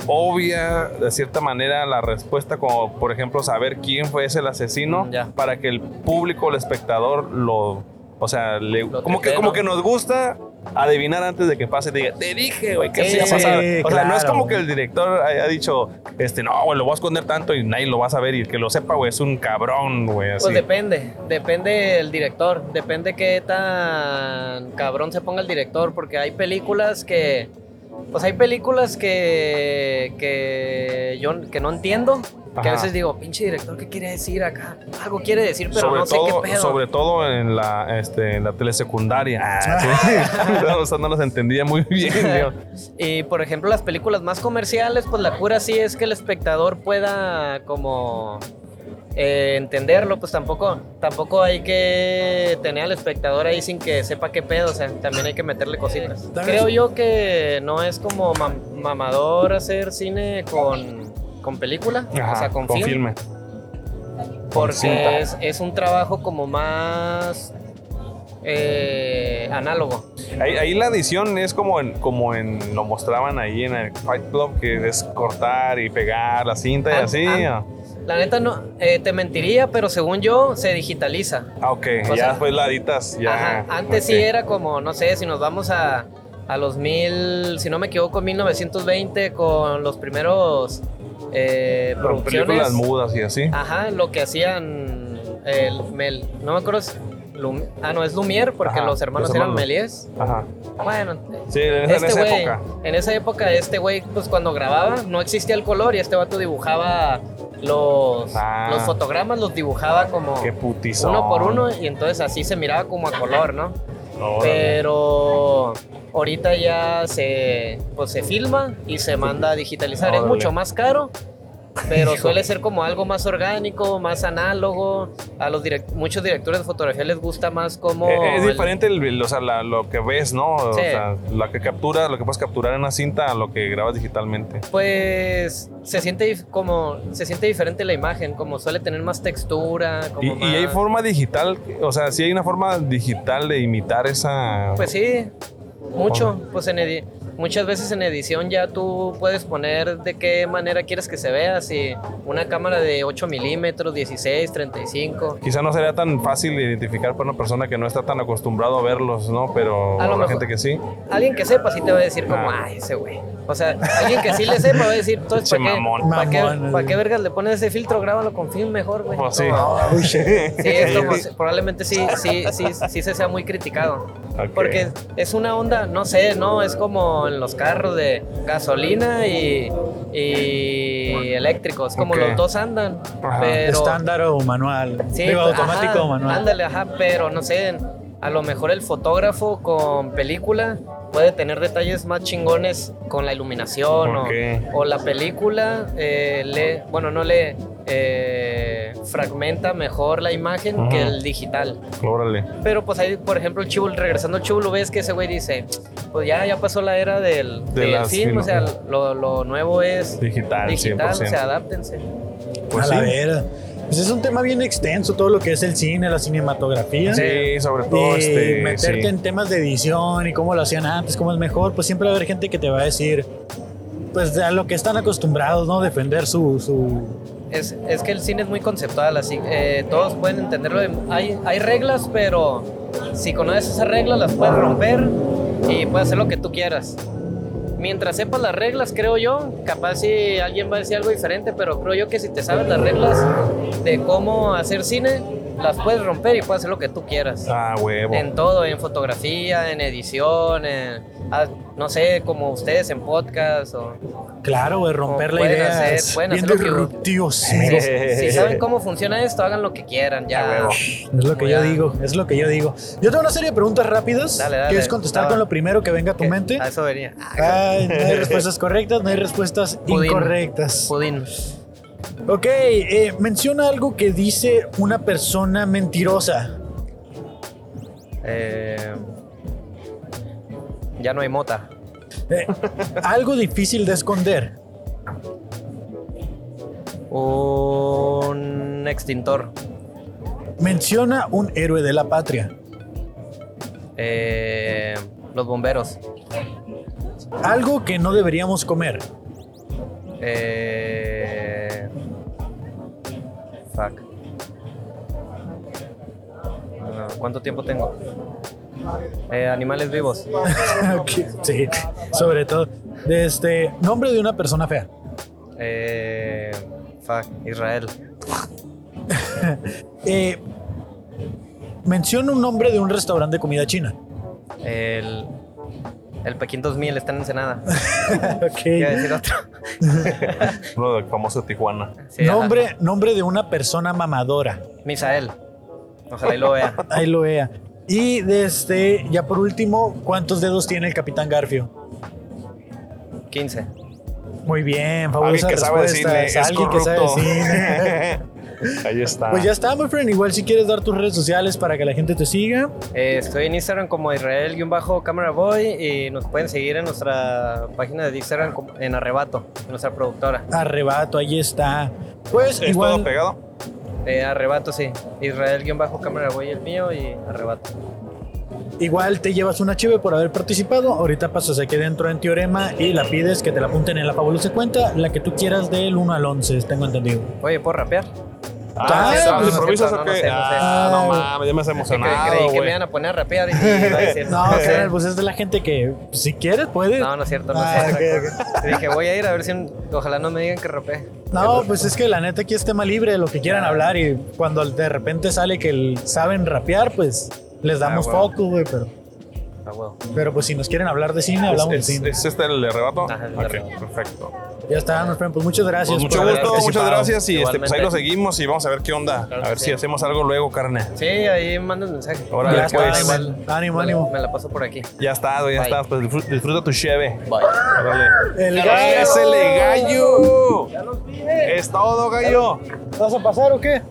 S2: obvia de cierta manera la respuesta como por ejemplo saber quién fue ese el asesino
S3: Mm, ya.
S2: para que el público el espectador lo o sea le-
S3: Lo
S2: como que
S3: tripe,
S2: como
S3: ¿no?
S2: que nos gusta adivinar antes de que pase te diga te dije güey que
S3: Sí,
S2: sí iba a pasar". o sea no es
S1: claro.
S2: como que el director haya dicho, este, no, güey, lo voy a esconder tanto y nadie lo va a saber y el que lo sepa, güey, es un cabrón, güey, así.
S3: Pues depende, depende el director, depende qué tan cabrón se ponga el director, porque hay películas que, pues hay películas que, que yo que no entiendo, que
S2: Ajá.
S3: a veces digo, pinche director, ¿qué quiere decir acá? Algo quiere decir, pero
S2: sobre
S3: no sé
S2: todo,
S3: qué pedo.
S2: sobre todo en la, este, en la telesecundaria. Ah, sí. no, o sea, no los entendía muy bien. digo.
S3: Y por ejemplo, las películas más comerciales, pues la cura sí es que el espectador pueda como eh, entenderlo, pues tampoco, tampoco hay que tener al espectador ahí sin que sepa qué pedo, o sea, también hay que meterle cositas.
S1: También-
S3: Creo yo que no es como mam- mamador hacer cine con, con película, o sea,
S2: Ajá,
S3: con, film,
S2: confirme. cinta.
S3: porque es, es un trabajo como más eh, análogo.
S2: Ahí, ahí la edición es como en, como en lo mostraban ahí en el Fight Club, que es cortar y pegar la cinta y
S3: Ah,
S2: así.
S3: ah. La neta no, eh, te mentiría, pero según yo se digitaliza.
S2: Ah, ok, ya
S3: sea-
S2: después la editas. Ya.
S3: Ajá, Antes
S2: Ok.
S3: sí era como, no sé, si nos vamos a, a los mil, si no me equivoco, 1920 con los primeros eh,
S2: Pero
S3: producciones.
S2: películas mudas y así.
S3: Ajá, lo que hacían el Mel, no me acuerdo, si Lum- ah no, es Lumière porque
S2: Ajá,
S3: los hermanos
S2: los
S3: eran
S2: hermanos.
S3: Méliès.
S2: Ajá.
S3: Bueno,
S2: Sí, en esa, en
S3: Ah. este
S2: esa
S3: güey,
S2: época.
S3: en esa época este güey, pues cuando grababa no existía el color y este vato dibujaba los,
S2: Ah.
S3: los fotogramas, los dibujaba como
S2: Qué putizo.
S3: uno por uno y entonces así se miraba como a color, ¿no?
S2: Órale.
S3: pero ahorita ya se, pues, se filma y se manda a digitalizar. Es
S2: Órale.
S3: mucho más caro, pero suele ser como algo más orgánico, más análogo. A los direc- muchos directores de fotografía les gusta más como...
S2: Eh, es
S3: el-
S2: diferente el- o sea, la- lo que ves, ¿no? O
S3: Sí.
S2: sea, lo que captura, lo que puedes capturar en una cinta a lo que grabas digitalmente.
S3: pues se siente dif- como se siente diferente la imagen, como suele tener más textura, como
S2: Y, y hay
S3: más-
S2: forma digital, o sea, sí hay una forma digital de imitar esa.
S3: Pues sí, mucho. Pues en edi- muchas veces en edición ya tú puedes poner de qué manera quieres que se vea, si una cámara de 8 milímetros, 16, 35.
S2: Quizá no sería tan fácil de identificar para una persona que no está tan acostumbrado a verlos, ¿no? Pero
S3: A lo
S2: la
S3: mejor.
S2: gente que sí.
S3: Alguien que sepa sí te va a decir como,
S2: Ah.
S3: ay, ese güey. O sea, alguien que sí le sepa va a decir, entonces,
S2: Che,
S3: ¿para qué,
S2: mamón.
S3: pa' qué-
S1: Mamón,
S3: pa'
S1: eh.
S3: qué vergas le pones ese filtro? Grábalo con film mejor, güey.
S2: Pues sí.
S3: Como-
S1: Uy, shit.
S3: Sí, es como- probablemente sí, sí, sí, sí se sea muy criticado.
S2: Ok.
S3: Porque es una onda, no sé, ¿no? Es como como en los carros de gasolina y, y eléctricos, como
S2: Ok.
S3: los dos andan.
S2: Ajá.
S3: Pero,
S1: estándar o manual.
S3: Sí,
S1: Digo, automático
S3: ajá,
S1: o manual.
S3: Ándale, ajá, pero no sé, a lo mejor el fotógrafo con película puede tener detalles más chingones con la iluminación o-
S2: Ok.
S3: o, la película eh, le, bueno, no le eh, fragmenta mejor la imagen
S2: Ajá.
S3: que el digital.
S2: Órale.
S3: Pero pues ahí, por ejemplo, el Chivo, regresando al Chivo, lo ves que ese güey dice, pues ya, ya pasó la era del,
S2: De
S3: del
S2: las
S3: film,
S2: film-
S3: o sea, lo, lo nuevo es
S2: Digital,
S3: digital, o
S2: 100%.
S3: sea, adáptense.
S2: pues
S1: a la
S2: sí.
S1: verga. Pues es un tema bien extenso, todo lo que es el cine, la cinematografía.
S2: Sí, sobre todo
S1: Y
S2: este.
S1: meterte
S2: sí.
S1: en temas de edición y cómo lo hacían antes, cómo es mejor, pues siempre va a haber gente que te va a decir, pues a lo que están acostumbrados, ¿no? Defender su... su...
S3: Es, es que el cine es muy conceptual, así eh, todos pueden entenderlo. Hay, hay reglas, pero si conoces esas reglas, las puedes romper y puedes hacer lo que tú quieras. Mientras sepas las reglas, creo yo, capaz si alguien va a decir algo diferente, pero creo yo que si te sabes las reglas de cómo hacer cine, las puedes romper y puedes hacer lo que tú quieras.
S2: Ah, huevo.
S3: En todo, en fotografía, en edición, en- ah, no sé, como ustedes en podcast o...
S1: Claro, güey, romper la
S3: pueden
S1: idea.
S3: hacer-
S1: es
S3: pueden
S1: bien
S3: hacer lo que-
S1: disruptivos.
S3: Si, si saben cómo funciona esto, hagan lo que quieran, ya.
S2: A huevo.
S1: Es lo que
S3: Muy
S1: yo
S3: bien.
S1: digo, es lo que yo digo. Yo tengo una serie de preguntas rápidas.
S3: Dale, dale,
S1: ¿Quieres contestar
S3: dale.
S1: con lo primero que venga a tu
S3: Que-
S1: mente?
S3: A eso venía. Ah,
S1: Ay, no hay respuestas correctas, no hay respuestas
S3: Pudín.
S1: incorrectas.
S3: Pudín.
S1: Ok, eh, menciona algo que dice una persona mentirosa.
S3: Eh, ya no hay mota.
S1: Eh, algo difícil de esconder.
S3: Un extintor.
S1: Menciona un héroe de la patria.
S3: Eh, los bomberos.
S1: Algo que no deberíamos comer.
S3: Eh, fuck. Ah, ¿Cuánto tiempo tengo? Eh, animales vivos.
S1: Ok, sí, sobre todo. De Este, nombre de una persona fea.
S3: Eh, fuck. Israel.
S1: Eh, menciona un nombre de un restaurante de comida china.
S3: El, el Pekín 2000 está en Ensenada. Iba a
S1: Ok.
S3: decir otro.
S2: Uno del famoso Tijuana.
S3: Sí, ajá.
S1: nombre, nombre de una persona mamadora.
S3: Misael. Ojalá y lo vea.
S1: Ahí lo vea. Y de este, ya por último, ¿cuántos dedos tiene el Capitán Garfio?
S3: 15.
S1: Muy bien,
S2: Alguien
S1: fabulosa
S2: que sabe
S1: respuesta.
S2: decirle, es
S1: Alguien que sabe
S2: corrupto.
S1: cine.
S2: Ahí está.
S1: Pues ya está, my friend. Igual si quieres dar tus redes sociales para que la gente te siga.
S3: Eh, estoy en Instagram como Israel-Camera Boy y nos pueden seguir en nuestra página de Instagram como- en Arrebato, nuestra productora.
S1: Arrebato, ahí está. Pues
S2: ¿Es todo
S1: igual.
S2: pegado?
S3: Eh, Arrebato, sí. Israel-Camera Boy el mío y Arrebato.
S1: Igual te llevas una chive por haber participado. Ahorita pasas aquí dentro en Teorema y la pides que te la apunten en la fabulosa cuenta, la que tú quieras del 1 al 11, tengo entendido.
S3: Oye, ¿puedo rapear?
S1: Ah,
S2: ¿sí?
S1: no, no,
S2: ¿Los
S1: no,
S2: improvisas
S3: no,
S2: o
S3: no
S2: qué?
S3: sé, no sé.
S2: Ah, no
S1: Ay.
S2: mames, ya me has
S3: Cre-
S2: emocionado.
S3: creí que me
S2: güey.
S3: iban a poner a rapear y iba a decir,
S1: No,
S3: no, sé.
S1: carnal, pues es de la gente que si quieres puedes.
S3: no, no es cierto, no
S1: Ah,
S3: es cierto.
S1: ok,
S3: Dije, voy a ir a ver si un- ojalá no me digan que rapee.
S1: No, pues es que la neta aquí es tema libre, lo que quieran hablar y cuando de repente sale que el- saben rapear, pues les damos
S3: Ah, bueno.
S1: foco, güey, pero,
S3: Ah, huevo.
S1: pero pues si nos quieren hablar de cine,
S2: ¿Es,
S1: hablamos de
S2: es-
S1: cine.
S2: es este el arrebato?
S3: Ajá, el
S2: Ok,
S3: arrebato.
S2: perfecto.
S1: Ya está, my friend, pues muchas gracias.
S2: Pues mucho
S1: por haber
S2: gusto, muchas
S1: participado.
S2: gracias y este, pues ahí
S3: Igualmente.
S2: lo seguimos y vamos a ver qué onda.
S3: Claro
S2: a
S3: que
S2: ver si
S3: sí.
S2: hacemos algo luego, carne.
S3: Sí, ahí mandan mensaje.
S2: Órale,
S3: Ya está,
S2: pues.
S3: igual.
S1: Ánimo,
S3: Me-
S1: ánimo.
S3: Me la paso por aquí.
S2: Ya está, güey, ya
S3: Bye.
S2: está. Pues disfrut- disfruta, tu cheve.
S3: Bye.
S2: Órale.
S1: El gallo.
S2: ¡Ésele, gallo! ¡Es todo, gallo!
S1: ¿Vas a pasar o qué?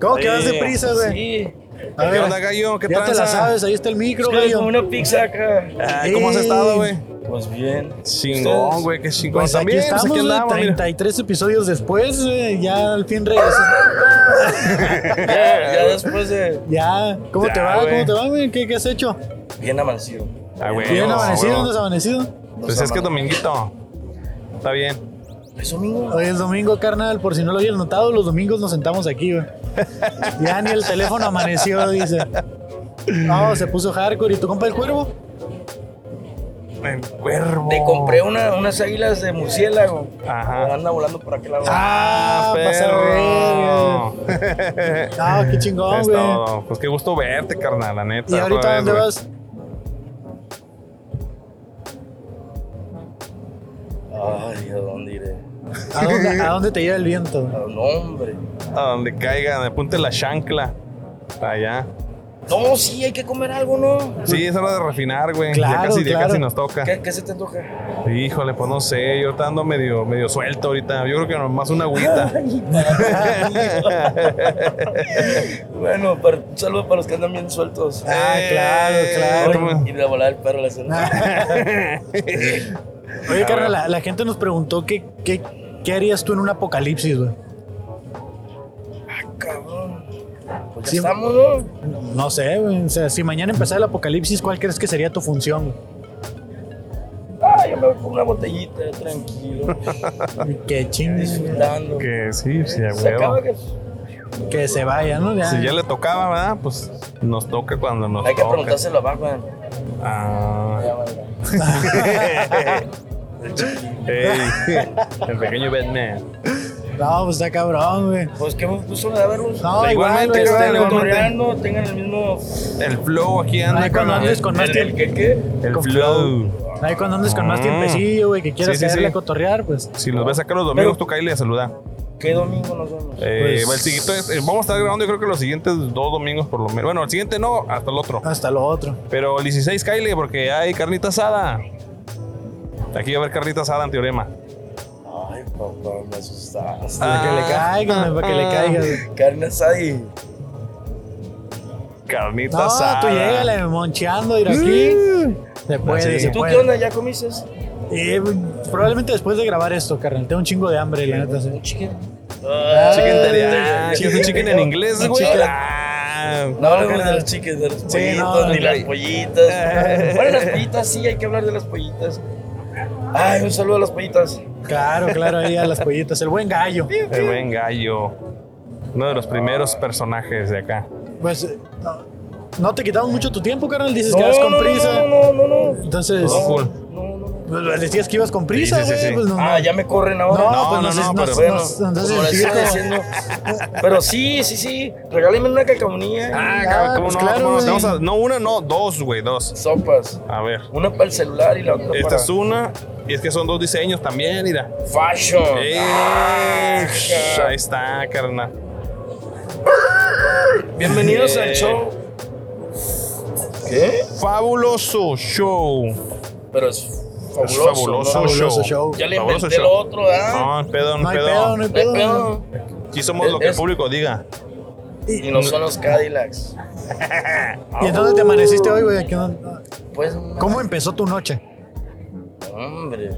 S1: ¿Cómo que vas
S2: Sí.
S1: deprisa, güey?
S4: Sí,
S1: A
S2: ¿Qué
S1: ver,
S2: onda, gallo? ¿Qué
S1: ya te la
S2: tranza?
S1: sabes, ahí está el
S4: es
S1: micro,
S4: que hay como
S1: gallo.
S4: una pizza acá.
S2: Ah, ¿Cómo has
S1: Ey.
S2: estado, güey?
S4: Pues bien.
S2: Chingón,
S4: ¿Ustedes?
S2: güey, qué chingón.
S1: Pues aquí
S2: También, pues,
S1: estamos,
S2: aquí
S1: güey,
S2: andamos, mira.
S1: 33 episodios después, güey, ya al fin regresas.
S4: Ya, ya después de.
S1: Ya, ¿cómo
S2: Ya,
S1: te va?
S2: güey.
S1: ¿Cómo te va, güey? ¿Qué, qué has hecho?
S4: Bien amanecido.
S2: Ah, güey.
S1: ¿Bien
S2: no,
S1: amanecido?
S2: huevo.
S1: ¿Dónde has amanecido?
S2: Pues es que es dominguito. Está bien.
S4: Es domingo.
S1: Hoy es domingo, carnal, por si no lo habías notado, los domingos nos sentamos aquí, güey. Ya ni el teléfono amaneció, dice. No, se puso hardcore. ¿Y tu compa el cuervo?
S2: El cuervo.
S4: Te compré una, unas águilas de murciélago.
S2: Ajá.
S4: Anda volando por aquel lado.
S1: Ah, pasa
S2: perro.
S1: Ah, qué chingón,
S2: es
S1: güey.
S2: todo. Pues qué gusto verte, carnal, la neta.
S1: ¿Y ahorita
S2: Otra vez,
S1: dónde
S2: güey.
S1: vas?
S4: Ay, ¿a dónde iré?
S1: ¿A dónde, a dónde te lleva el viento?
S4: Ah, No, hombre.
S2: A donde caiga, me apunte la chancla. Allá.
S4: No, sí, hay que comer algo, ¿no?
S2: Sí, es hora de refinar, güey. ya
S1: Claro,
S2: casi, ya
S1: claro.
S2: casi nos toca.
S4: ¿Qué, qué se te antoja?
S2: Híjole, pues no sé, yo te ando medio, medio suelto ahorita. Yo creo que nomás una agüita.
S1: Ah,
S4: Bueno, para- un saludo para los que andan bien sueltos.
S1: Ah, claro, claro.
S2: toma.
S4: Y de volar el perro a la Ah, cena.
S1: Oye,
S2: A
S1: carnal,
S2: ver.
S1: la, la gente nos preguntó que, que- qué harías tú en un apocalipsis, güey.
S4: Cabrón. Pues ya
S1: Sí.
S4: estamos, ¿no?
S1: No sé, güey. O sea, si mañana empezara el apocalipsis, ¿cuál crees que sería tu función?
S4: Ah, yo me voy con una botellita, tranquilo.
S1: güey? Que chingues.
S4: disfrutando.
S2: que sí, sí, a
S4: Se
S2: huevo.
S4: acaba que-
S1: Que se vaya, ¿no? Ya.
S2: Si ya le tocaba, ¿verdad? Pues nos toca cuando nos
S4: Hay que
S2: toca.
S4: preguntárselo ¿eh? a Batman.
S2: Ah.
S4: Ya, Batman.
S2: Ey, el pequeño Batman.
S1: No, pues está cabrón, güey.
S4: Pues qué gusto me da verlos.
S1: No, igual, güey. este,
S2: Igualmente, igual,
S4: que estén
S2: igualmente.
S4: cotorreando, tengan el mismo.
S2: El flow aquí anda.
S1: Ay, cuando
S2: con la-
S1: andes con más
S4: ¿El, el
S1: tiempo.
S4: qué qué?
S2: el
S1: con
S2: flow.
S1: Ahí cuando andes con más
S2: Mm.
S1: tiempecillo, güey, que quieras
S2: Sí, sí,
S1: hacerle
S2: sí.
S1: cotorrear, pues.
S2: Si los ves acá los domingos,
S4: Pero-
S2: tú caíle a saludar.
S4: ¿Qué domingo nos vemos?
S2: Eh,
S1: Pues-
S2: el siguiente es- eh, vamos a estar grabando, yo creo que los siguientes dos domingos por lo menos. Bueno, el siguiente no, hasta el otro.
S1: Hasta lo otro.
S2: Pero el 16, Kyle, porque hay carnita asada. Aquí va a haber carnita asada en teorema.
S4: Ay, papá, me asustaste.
S2: Ah.
S1: Para que le caiga, güey, para que le caiga. güey.
S4: Carne asada y.
S2: Carnita
S1: No,
S2: asada.
S1: tú llégale moncheando, ir aquí. Se puede,
S2: Mm. Así.
S1: se
S4: ¿Tú
S1: puede.
S4: qué onda? ¿Ya comiste?
S1: Eh, probablemente después de grabar esto, carnal. Tengo un chingo de hambre, la neta. sí.
S4: Un chicken.
S2: Chicken teriyaki.
S1: Ah,
S2: ¿Qué es un chicken en inglés, güey?
S1: chicken.
S2: Ah,
S4: No hablemos de los chickens, de los pollitos,
S1: no,
S4: ni
S1: no.
S4: las pollitas. Bueno, las pollitas sí, hay que hablar de las pollitas. Ay, un saludo a las pollitas.
S1: Claro, claro, ahí a las pollitas. El buen gallo.
S2: el buen gallo. Uno de los primeros personajes de acá.
S1: Pues eh, no, no te quitamos mucho tu tiempo, carnal. Dices que
S4: No,
S1: vas
S4: no,
S1: con
S4: no,
S1: prisa.
S4: No, no, no, no.
S1: Entonces,
S2: Todo cool.
S4: No, no, no.
S1: pues, decías que ibas con prisa,
S2: Sí, sí,
S1: güey.
S2: sí, sí.
S1: Pues no,
S4: Ah, ya me corren ahora.
S1: No,
S2: No,
S1: pues
S2: no,
S1: nos,
S2: no,
S1: nos-
S2: pero
S4: Bueno,
S1: nos- nos haces
S4: como les
S1: sentir
S4: estaba
S1: como-
S4: diciendo. Pero sí, sí, sí. Regálenme una cacamonía.
S2: Ah, cabrón, ¿cómo
S1: pues
S2: no?
S1: claro,
S2: ¿Cómo no?
S1: güey.
S2: Vamos a- no, una, no, dos, güey, dos.
S4: Sopas.
S2: A ver.
S4: Una para el celular y la otra
S2: Esta
S4: para
S2: es una. Y es que son dos diseños también, mira.
S4: fashion.
S2: ¡Ey!
S4: Ah,
S2: ahí está, carnal.
S4: Bienvenidos al show. ¿Qué?
S2: Fabuloso show.
S4: Pero es fabuloso.
S2: Es fabuloso,
S4: ¿no?
S1: Fabuloso
S2: show.
S1: show.
S4: Ya le
S2: Fabuloso
S4: inventé
S2: show.
S4: lo otro, ¿ah?
S2: No, pedo,
S1: No
S2: no,
S1: hay pedo, no hay
S4: ¿Qué
S1: pedo.
S4: pedo?
S2: Aquí somos lo que el
S4: Es-
S2: público diga.
S4: Y no son los Cadillacs.
S1: ¿Y entonces te amaneciste hoy, güey? ¿Qué onda?
S4: Pues, no,
S1: ¿Cómo empezó tu noche?
S4: hombre.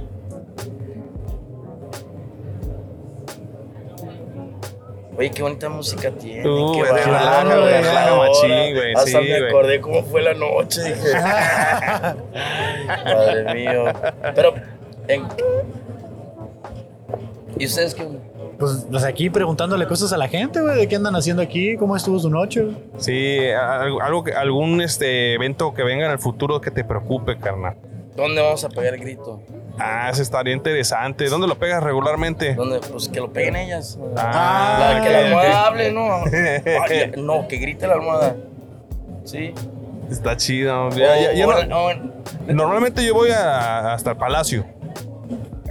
S4: Oye, qué bonita música tiene.
S2: Uh,
S4: qué
S2: güey,
S4: bárbaro,
S1: relaja, güey, relaja
S4: ahora.
S2: machín, güey,
S4: Hasta
S2: sí,
S4: me
S2: güey.
S4: acordé cómo fue la noche. Dije, madre mío. Pero, en- ¿y ustedes qué?
S1: Pues, pues aquí preguntándole cosas a la gente, güey, de qué andan haciendo aquí, cómo estuvo su noche. güey.
S2: Sí, algo, algo que- algún este evento que venga en el futuro que te preocupe, carnal.
S4: ¿Dónde vamos a pegar el grito?
S2: Ah, eso estaría interesante. ¿Dónde lo pegas regularmente?
S4: ¿Dónde? Pues que lo peguen ellas.
S2: Ah,
S4: La- que
S2: ok,
S4: la
S2: ok.
S4: almohada hable, ¿no? Ay, no, que grite la almohada. Sí.
S2: Está chido. Ya- ya- ya
S4: O-
S2: no-
S4: o- o-
S2: normalmente yo voy a- hasta el palacio.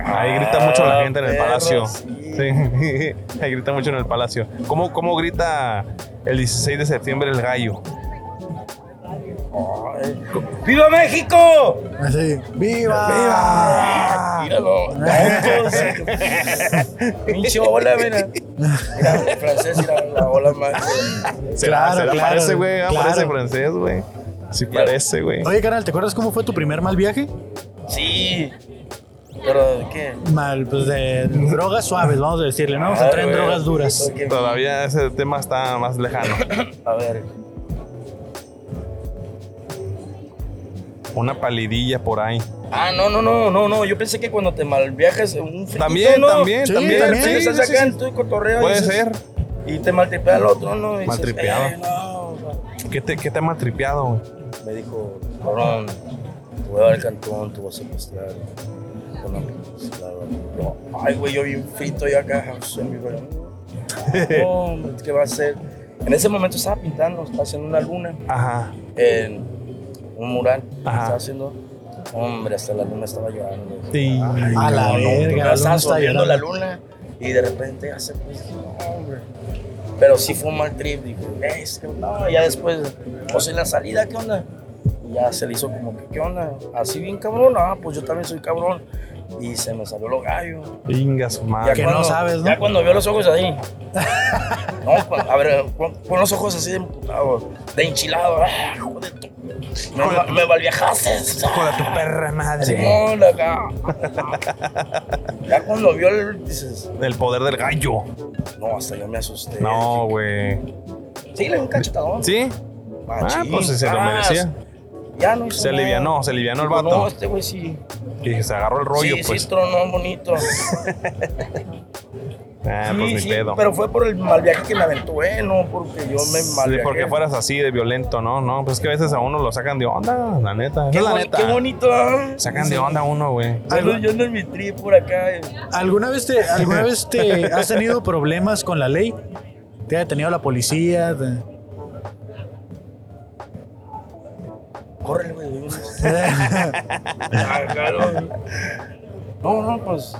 S2: Ahí grita mucho la gente en el
S4: perro,
S2: palacio.
S4: sí.
S2: Sí. Ahí grita mucho en el palacio. ¿Cómo, ¿Cómo grita el 16 de septiembre el gallo?
S4: Ay. ¡Viva México!
S1: Así, ¡viva! ¡Viva!
S4: Míralo. Tontos. Pinche ola, mira. Mira, el francés, mira, la ola más.
S2: Se
S1: Claro,
S2: se
S1: claro,
S2: parece, güey. ah,
S1: claro.
S2: Parece francés, güey. Sí parece, güey.
S1: Oye, carnal, ¿te acuerdas cómo fue tu primer mal viaje?
S4: Sí. Pero, ¿qué?
S1: Mal, pues de drogas suaves, vamos a decirle, ¿no? Se
S4: Ay,
S1: traen
S4: Ah, güey.
S1: drogas duras.
S4: Porque-
S2: Todavía ese tema está más lejano.
S4: A ver.
S2: Una palidilla por ahí.
S4: Ah, no, no, no, no, no. Yo pensé que cuando te malviajas un frijito,
S2: También,
S4: ¿no?
S2: también,
S1: Sí,
S2: también.
S1: también,
S2: sí,
S4: estás
S2: sí, sí,
S4: acá
S2: sí.
S4: en tu cotorreo. y
S2: Puede
S4: dices-
S2: ser.
S4: Y te maltripea el otro, ¿no? Y dices,
S2: Maltripeado.
S4: "Eh, no, o sea,
S2: ¿Qué te, qué te ha maltripeado, güey?
S4: Me dijo, cabrón, te voy a dar el cantón, te voy a secuestrar. Con la pistola. Yo, Ay, güey, yo bien frito yo acá. soy mi güey. No, hombre, ¿qué va a hacer? En ese momento estaba pintando, estaba haciendo una luna
S2: Ajá.
S4: en un mural.
S2: Ajá.
S4: Estaba haciendo. Hombre, hasta la luna estaba llorando.
S1: Sí.
S4: Ay,
S1: A la verga, la
S4: no,
S1: luna
S4: estaba
S1: estaba
S4: sonriendo la
S1: llorando.
S4: luna y de repente ya se puso, no, hombre. Pero sí fue un mal trip, digo, es que no, ya después, pues en la salida, ¿qué onda? Y ya se le hizo como que, ¿qué onda? Así bien cabrón, ah, pues yo también soy cabrón. Y se me salió lo gallo.
S2: Pinga su madre.
S1: Ah, que no sabes, ¿no?
S4: Ya cuando vio los ojos ahí. no, cu- a ver, pon, pon los ojos así de emputado, de enchilado. ah, hijo de tu- Me, va- me malviajaste.
S2: Hijo de tu perra madre.
S4: Simón, acá. Ya cuando vio el. Dices,
S2: El poder del gallo.
S4: no, hasta yo me asusté.
S2: No, güey.
S4: Sí, le di un cachetadón.
S2: ¿Sí, Ah, pues, sí, se lo
S4: Machín.
S2: merecía.
S4: Ya no hizo
S2: se
S4: nada.
S2: alivianó, se alivianó el
S4: Digo, No,
S2: vato.
S4: este güey sí.
S2: Que se agarró el rollo,
S4: sí,
S2: pues.
S4: sí, tronó bonito.
S2: Ah, pues
S4: Sí,
S2: ni
S4: sí,
S2: pedo.
S4: Pero fue por el mal viaje que me aventó, eh, no porque yo me
S2: Sí,
S4: mal
S2: porque fueras así de violento, ¿no? No, pues es que a veces a uno lo sacan de onda, la neta.
S4: Qué,
S2: es la
S4: bon-
S2: neta.
S4: qué bonito. ¿ah?
S2: Sacan de onda a uno, güey.
S4: Algo yo no mi trip por acá. eh.
S1: ¿Alguna vez te, alguna vez te has tenido problemas con la ley? ¿Te ha detenido la policía? Te-
S4: Córrele, güey. güey. Ah, claro. No, no, pues.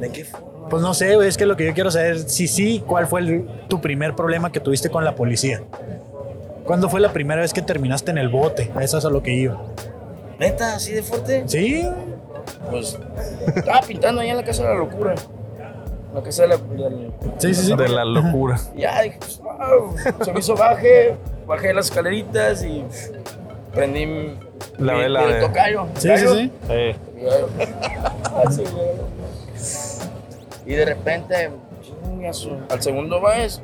S4: ¿De qué forma?
S1: Pues no sé, güey, es que lo que yo quiero saber, es si sí, ¿cuál fue el- tu primer problema que tuviste con la policía? ¿Cuándo fue la primera vez que terminaste en el bote? A eso es a lo que iba.
S4: ¿Neta? ¿Así de fuerte?
S1: ¿Sí?
S4: Pues. Estaba pintando allá en la casa de la locura. La casa de la. de la-
S1: Sí, sí, sí.
S2: De la locura.
S4: Ya, dije, pues, wow. Se me hizo baje, bajé las escaleritas y. Prendí. mi-
S2: La
S4: mi-
S2: vela
S4: mi
S2: de-
S4: tocayo.
S1: Sí, sí,
S4: Tocayo.
S1: sí.
S2: Eh,
S4: Así, güey. Y de repente, chingazo, al segundo mes,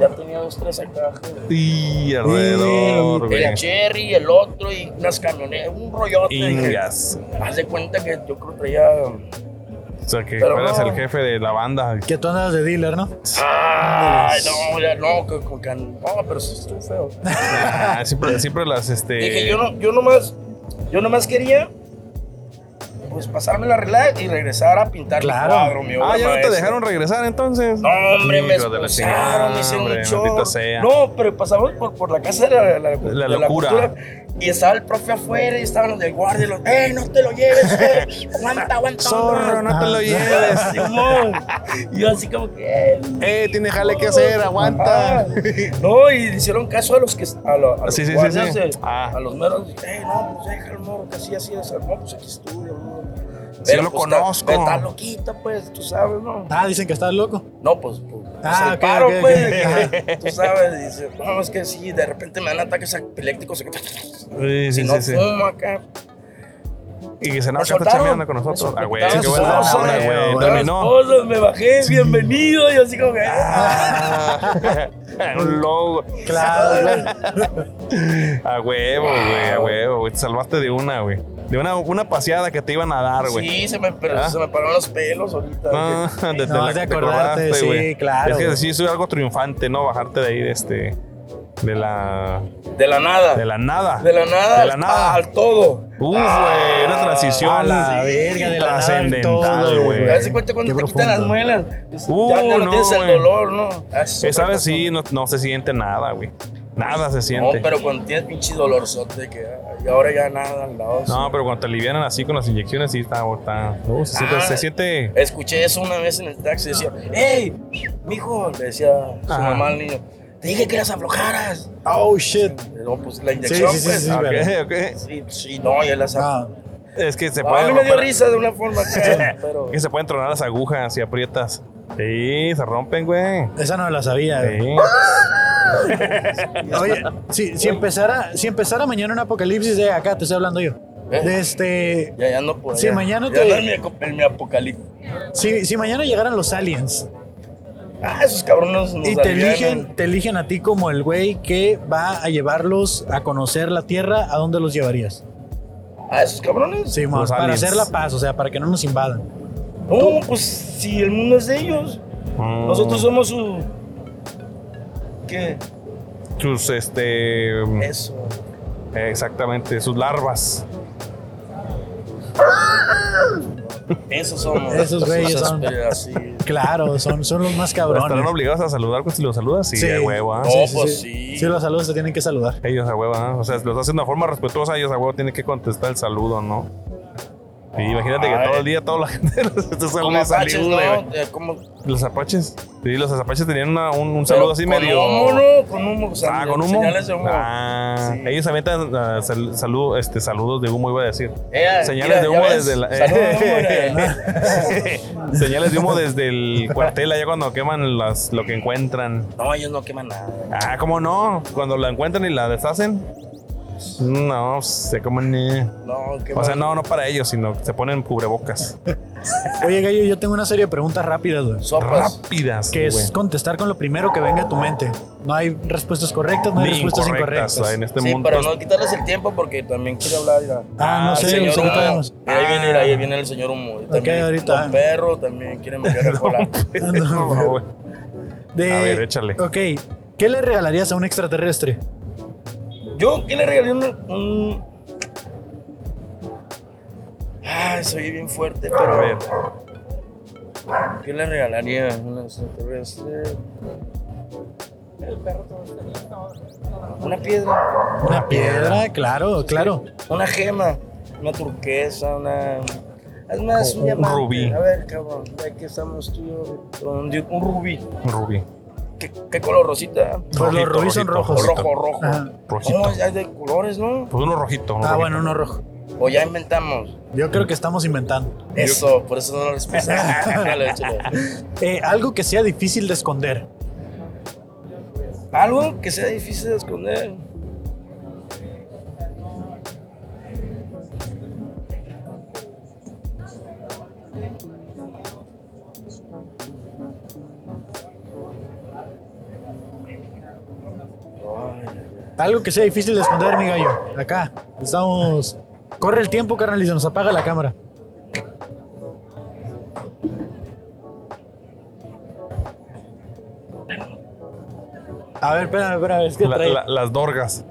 S4: ya tenía dos, tres acá.
S2: Y alrededor,
S4: El
S2: güey.
S4: Cherry, el otro, y unas camionetas, un rollote. dije,
S2: Ingas.
S4: Haz de cuenta que yo creo que traía.
S2: O sea, que
S4: Pero
S2: fueras
S4: no.
S2: el jefe de la banda.
S1: Que tú andabas de dealer, ¿no?
S4: Ay, no, ya no, que- con can... No, pero sí estuvo feo.
S2: Ah, siempre, siempre las, este...
S4: Dije, yo, no, yo, nomás, yo nomás quería. Pues pasarme la regla y regresar a pintar
S1: Claro.
S4: mi cuadro, mi obra
S2: Ah, ya no te
S4: maestra.
S2: dejaron regresar entonces.
S4: No, hombre, me
S2: Hijo de la chingada,
S4: expulsaron, me hicieron
S2: hombre,
S4: un show.
S2: maldita sea.
S4: No, pero pasamos por, por la casa de la, la- de la
S2: locura.
S4: cultura, y estaba el profe afuera y estaban los del guardia y los, ¡eh, no te lo lleves! eh! ¡Aguanta, aguanta!
S2: Zorro, no te lo
S1: Ah.
S2: lleves.
S4: Simón. Y yo así como que... "Eh,
S2: Eh, tiene jale que hacer, aguanta.
S4: ah". No, y le hicieron caso a los que... A, lo- a los
S2: Sí, sí, sí,
S4: guardias,
S2: sí.
S4: eh,
S2: Ah.
S4: A los meros. ¡Eh, no, pues deja el morro que así, así es. No, pues aquí estudio, no".
S2: Sí,
S4: Pero,
S2: lo
S4: pues,
S2: conozco.
S4: Está, está loquito, pues, tú sabes, ¿no?
S1: Ah, dicen que estás loco.
S4: No, pues, pues
S1: Ah,
S4: el
S1: ok,
S4: paro,
S1: ok,
S4: pues.
S1: ok.
S4: que- Tú sabes, dice, no, es que sí, de repente me dan ataques epilépticos. Si
S2: Sí, sí,
S4: no
S2: sí, sí.
S4: fumo acá.
S2: Y que se nos
S4: Nos
S2: está
S4: soltaron.
S2: chambeando con nosotros.
S4: Nos
S2: Ah, güey,
S4: soltaron
S2: qué
S1: sus
S2: buena
S1: cosas,
S2: onda, güey.
S1: güey.
S2: Terminó.
S4: Cosas, me bajé, bienvenido. Y así como que.
S2: Ah. Un logo.
S1: Claro.
S2: A huevo, güey, a huevo, güey. Te salvaste de una, güey. De una, una paseada que te iban a dar, güey.
S4: sí, se me, pero
S2: Ah.
S4: se me pararon los pelos ahorita.
S2: No, de, de
S1: No,
S2: la
S1: es de
S2: que te
S1: acordarte,
S2: acordaste,
S1: sí,
S2: güey.
S1: claro,
S2: Es que
S1: güey.
S2: sí, soy algo triunfante, ¿no? Bajarte de ahí de este. De la.
S4: que- De la nada.
S2: De la nada.
S4: De la nada.
S2: De la nada.
S4: Al Ah, todo.
S2: Uf, güey. Una transición.
S1: A la verga, de la nada al
S2: Trascendental,
S1: todo,
S2: güey.
S1: güey.
S4: Te se cuenta cuando
S1: Qué
S4: te quitan
S1: profundo.
S4: las muelas.
S2: Uh,
S4: ya, ya no,
S2: no,
S4: tienes el
S2: güey.
S4: dolor, ¿no? Ah, es
S2: Esa
S4: otra
S2: vez
S4: cosa.
S2: sí, no, no se siente nada, güey. Nada se
S4: No,
S2: siente.
S4: pero cuando tienes pinche dolorzote que ay, y ahora ya nada al lado.
S2: No, pero cuando te alivianan así con las inyecciones, sí está. está uh, se, siente,
S4: Ah.
S2: se siente.
S4: Escuché eso una vez en el taxi, decía, ¡Ey! Mijo, le decía su
S2: Ajá.
S4: mamá al niño, te dije que las aflojaras.
S1: Oh, shit.
S4: Pero pues la inyección,
S1: Sí, sí, sí,
S4: pues.
S1: sí,
S4: ah,
S2: Ok,
S1: vale.
S2: ok.
S4: Sí, sí, no, ya las aflojó.
S1: Ah,
S2: Es que se
S4: a
S2: puede.
S4: mí me dio
S2: romper-
S4: risa de una forma que, pero...
S2: que se pueden tronar las agujas y aprietas. Sí, se rompen, güey.
S1: esa no me la sabía. güey.
S2: Sí.
S1: Oye, si, si, empezara, si empezara mañana un apocalipsis, de acá te estoy hablando yo.
S4: ¿Eh?
S1: De este,
S4: Ya, ya no puedo.
S1: Sí, mañana
S4: ya
S1: te-
S4: no es mi, aco- en mi apocalipsis.
S1: si, si mañana llegaran los aliens
S4: Ah, esos cabrones nos
S1: y te
S4: alivianan.
S1: eligen, te eligen a ti como el güey que va a llevarlos a conocer la Tierra, ¿a dónde los llevarías?
S4: Ah, esos cabrones.
S1: Sí, mon,
S2: Los
S1: para
S2: aliens.
S1: hacer la paz, o sea, para que no nos invadan.
S4: No, pues si el mundo es de ellos,
S2: Mm.
S4: nosotros somos su... ¿Qué?
S2: Mm, sus este mm,
S4: Eso.
S2: exactamente sus larvas
S4: Esos somos.
S1: Esos güeyes
S4: Esas
S1: son-
S4: peleas, sí.
S1: Claro, son, son los más
S2: Estarán
S1: cabrones.
S2: obligados a saludar pues, si los saludas. Sí,
S1: Sí.
S2: a huevo. ah.
S4: No, pues sí.
S1: Sí, los saludos se tienen que saludar.
S2: Ellos a huevo. ah. O sea, los hacen de una forma respetuosa. Ellos a huevo tienen que contestar el saludo, ¿no? Sí, imagínate que
S4: Ay.
S2: todo el día toda la gente los esté
S4: Como
S2: saludando.
S4: apaches,
S2: saludos, güey.
S4: ¿no? Eh, Como,
S2: Los apaches. Sí, los apaches tenían una- un, un saludo así
S4: con
S2: medio.
S4: humo, ¿no? Con humo. o sea,
S2: Ah, con humo.
S4: Señales de humo.
S2: Ah,
S4: Sí.
S2: ellos aventan ah, sal- salu- este, saludos de humo, iba a decir.
S4: Eh,
S2: Señales
S4: mira,
S2: de
S4: ya
S2: humo
S4: ves,
S2: desde la- eh,
S4: saludos de humo, mira.
S2: Señales de humo desde el cuartel, allá cuando queman las, lo que encuentran.
S4: No, ellos no queman nada.
S2: Ah, ¿cómo no? Cuando la encuentran y la deshacen. No, se comen. eh.
S4: No, queman.
S2: O sea, no, no para ellos, sino que se ponen cubrebocas.
S1: Oye, Gallo, yo tengo una serie de preguntas rápidas, güey.
S4: Sopas.
S2: Rápidas.
S1: pues, Que
S2: güey.
S1: es contestar con lo primero que venga a tu mente. No hay respuestas correctas, no hay
S2: Ni
S1: respuestas
S2: incorrectas,
S1: incorrectas.
S2: o sea, en este
S4: Sí,
S2: mundo.
S4: pero no quitarles el tiempo porque también quiere hablar. mira.
S1: Ah, no
S2: Ah,
S1: sé,
S4: El
S1: ahorita
S4: señor humo.
S1: vemos.
S4: Mira, Ahí viene, ahí viene el señor humo. Y También
S1: ahorita.
S4: Don perro también quiere meter el cola.
S1: No,
S2: No, güey.
S1: de-
S2: A ver, échale.
S1: Ok, ¿qué le regalarías a un extraterrestre?
S4: Yo, ¿qué le regalé? Un, un- Ay, soy bien fuerte, pero.
S2: A ver.
S4: ¿Qué le regalaría? Una extraterrestre. Una piedra.
S1: Una piedra, claro, claro.
S4: Una gema. Una turquesa, una. Es más, un,
S2: Un
S4: diamante.
S2: rubí.
S4: A ver, cabrón. Aquí estamos tú. y yo, Un, di- un rubí.
S2: Rubí.
S4: ¿Qué, qué color? ¿Rosita?
S1: Pues los
S2: Rojito,
S1: rubíes son
S2: rojito,
S1: rojos.
S2: rojito.
S4: Rojo, rojo.
S1: Ajá.
S2: Rojito.
S4: No, hay de colores, ¿no?
S2: Pues uno rojito. uno
S1: Ah,
S2: rojito.
S1: bueno, uno rojo.
S4: O ya inventamos.
S1: Yo creo que estamos inventando.
S4: Eso, por eso no lo Ah, expresé. Échale, échale.
S1: Eh, algo que sea difícil de esconder.
S4: Algo que sea difícil de esconder.
S1: Algo que sea difícil de esconder, mi gallo. Acá, estamos... Corre el tiempo, carnal, y se nos apaga la cámara. A ver, espérame, espérame, es que
S2: La-
S1: trae-
S2: la- las dorgas.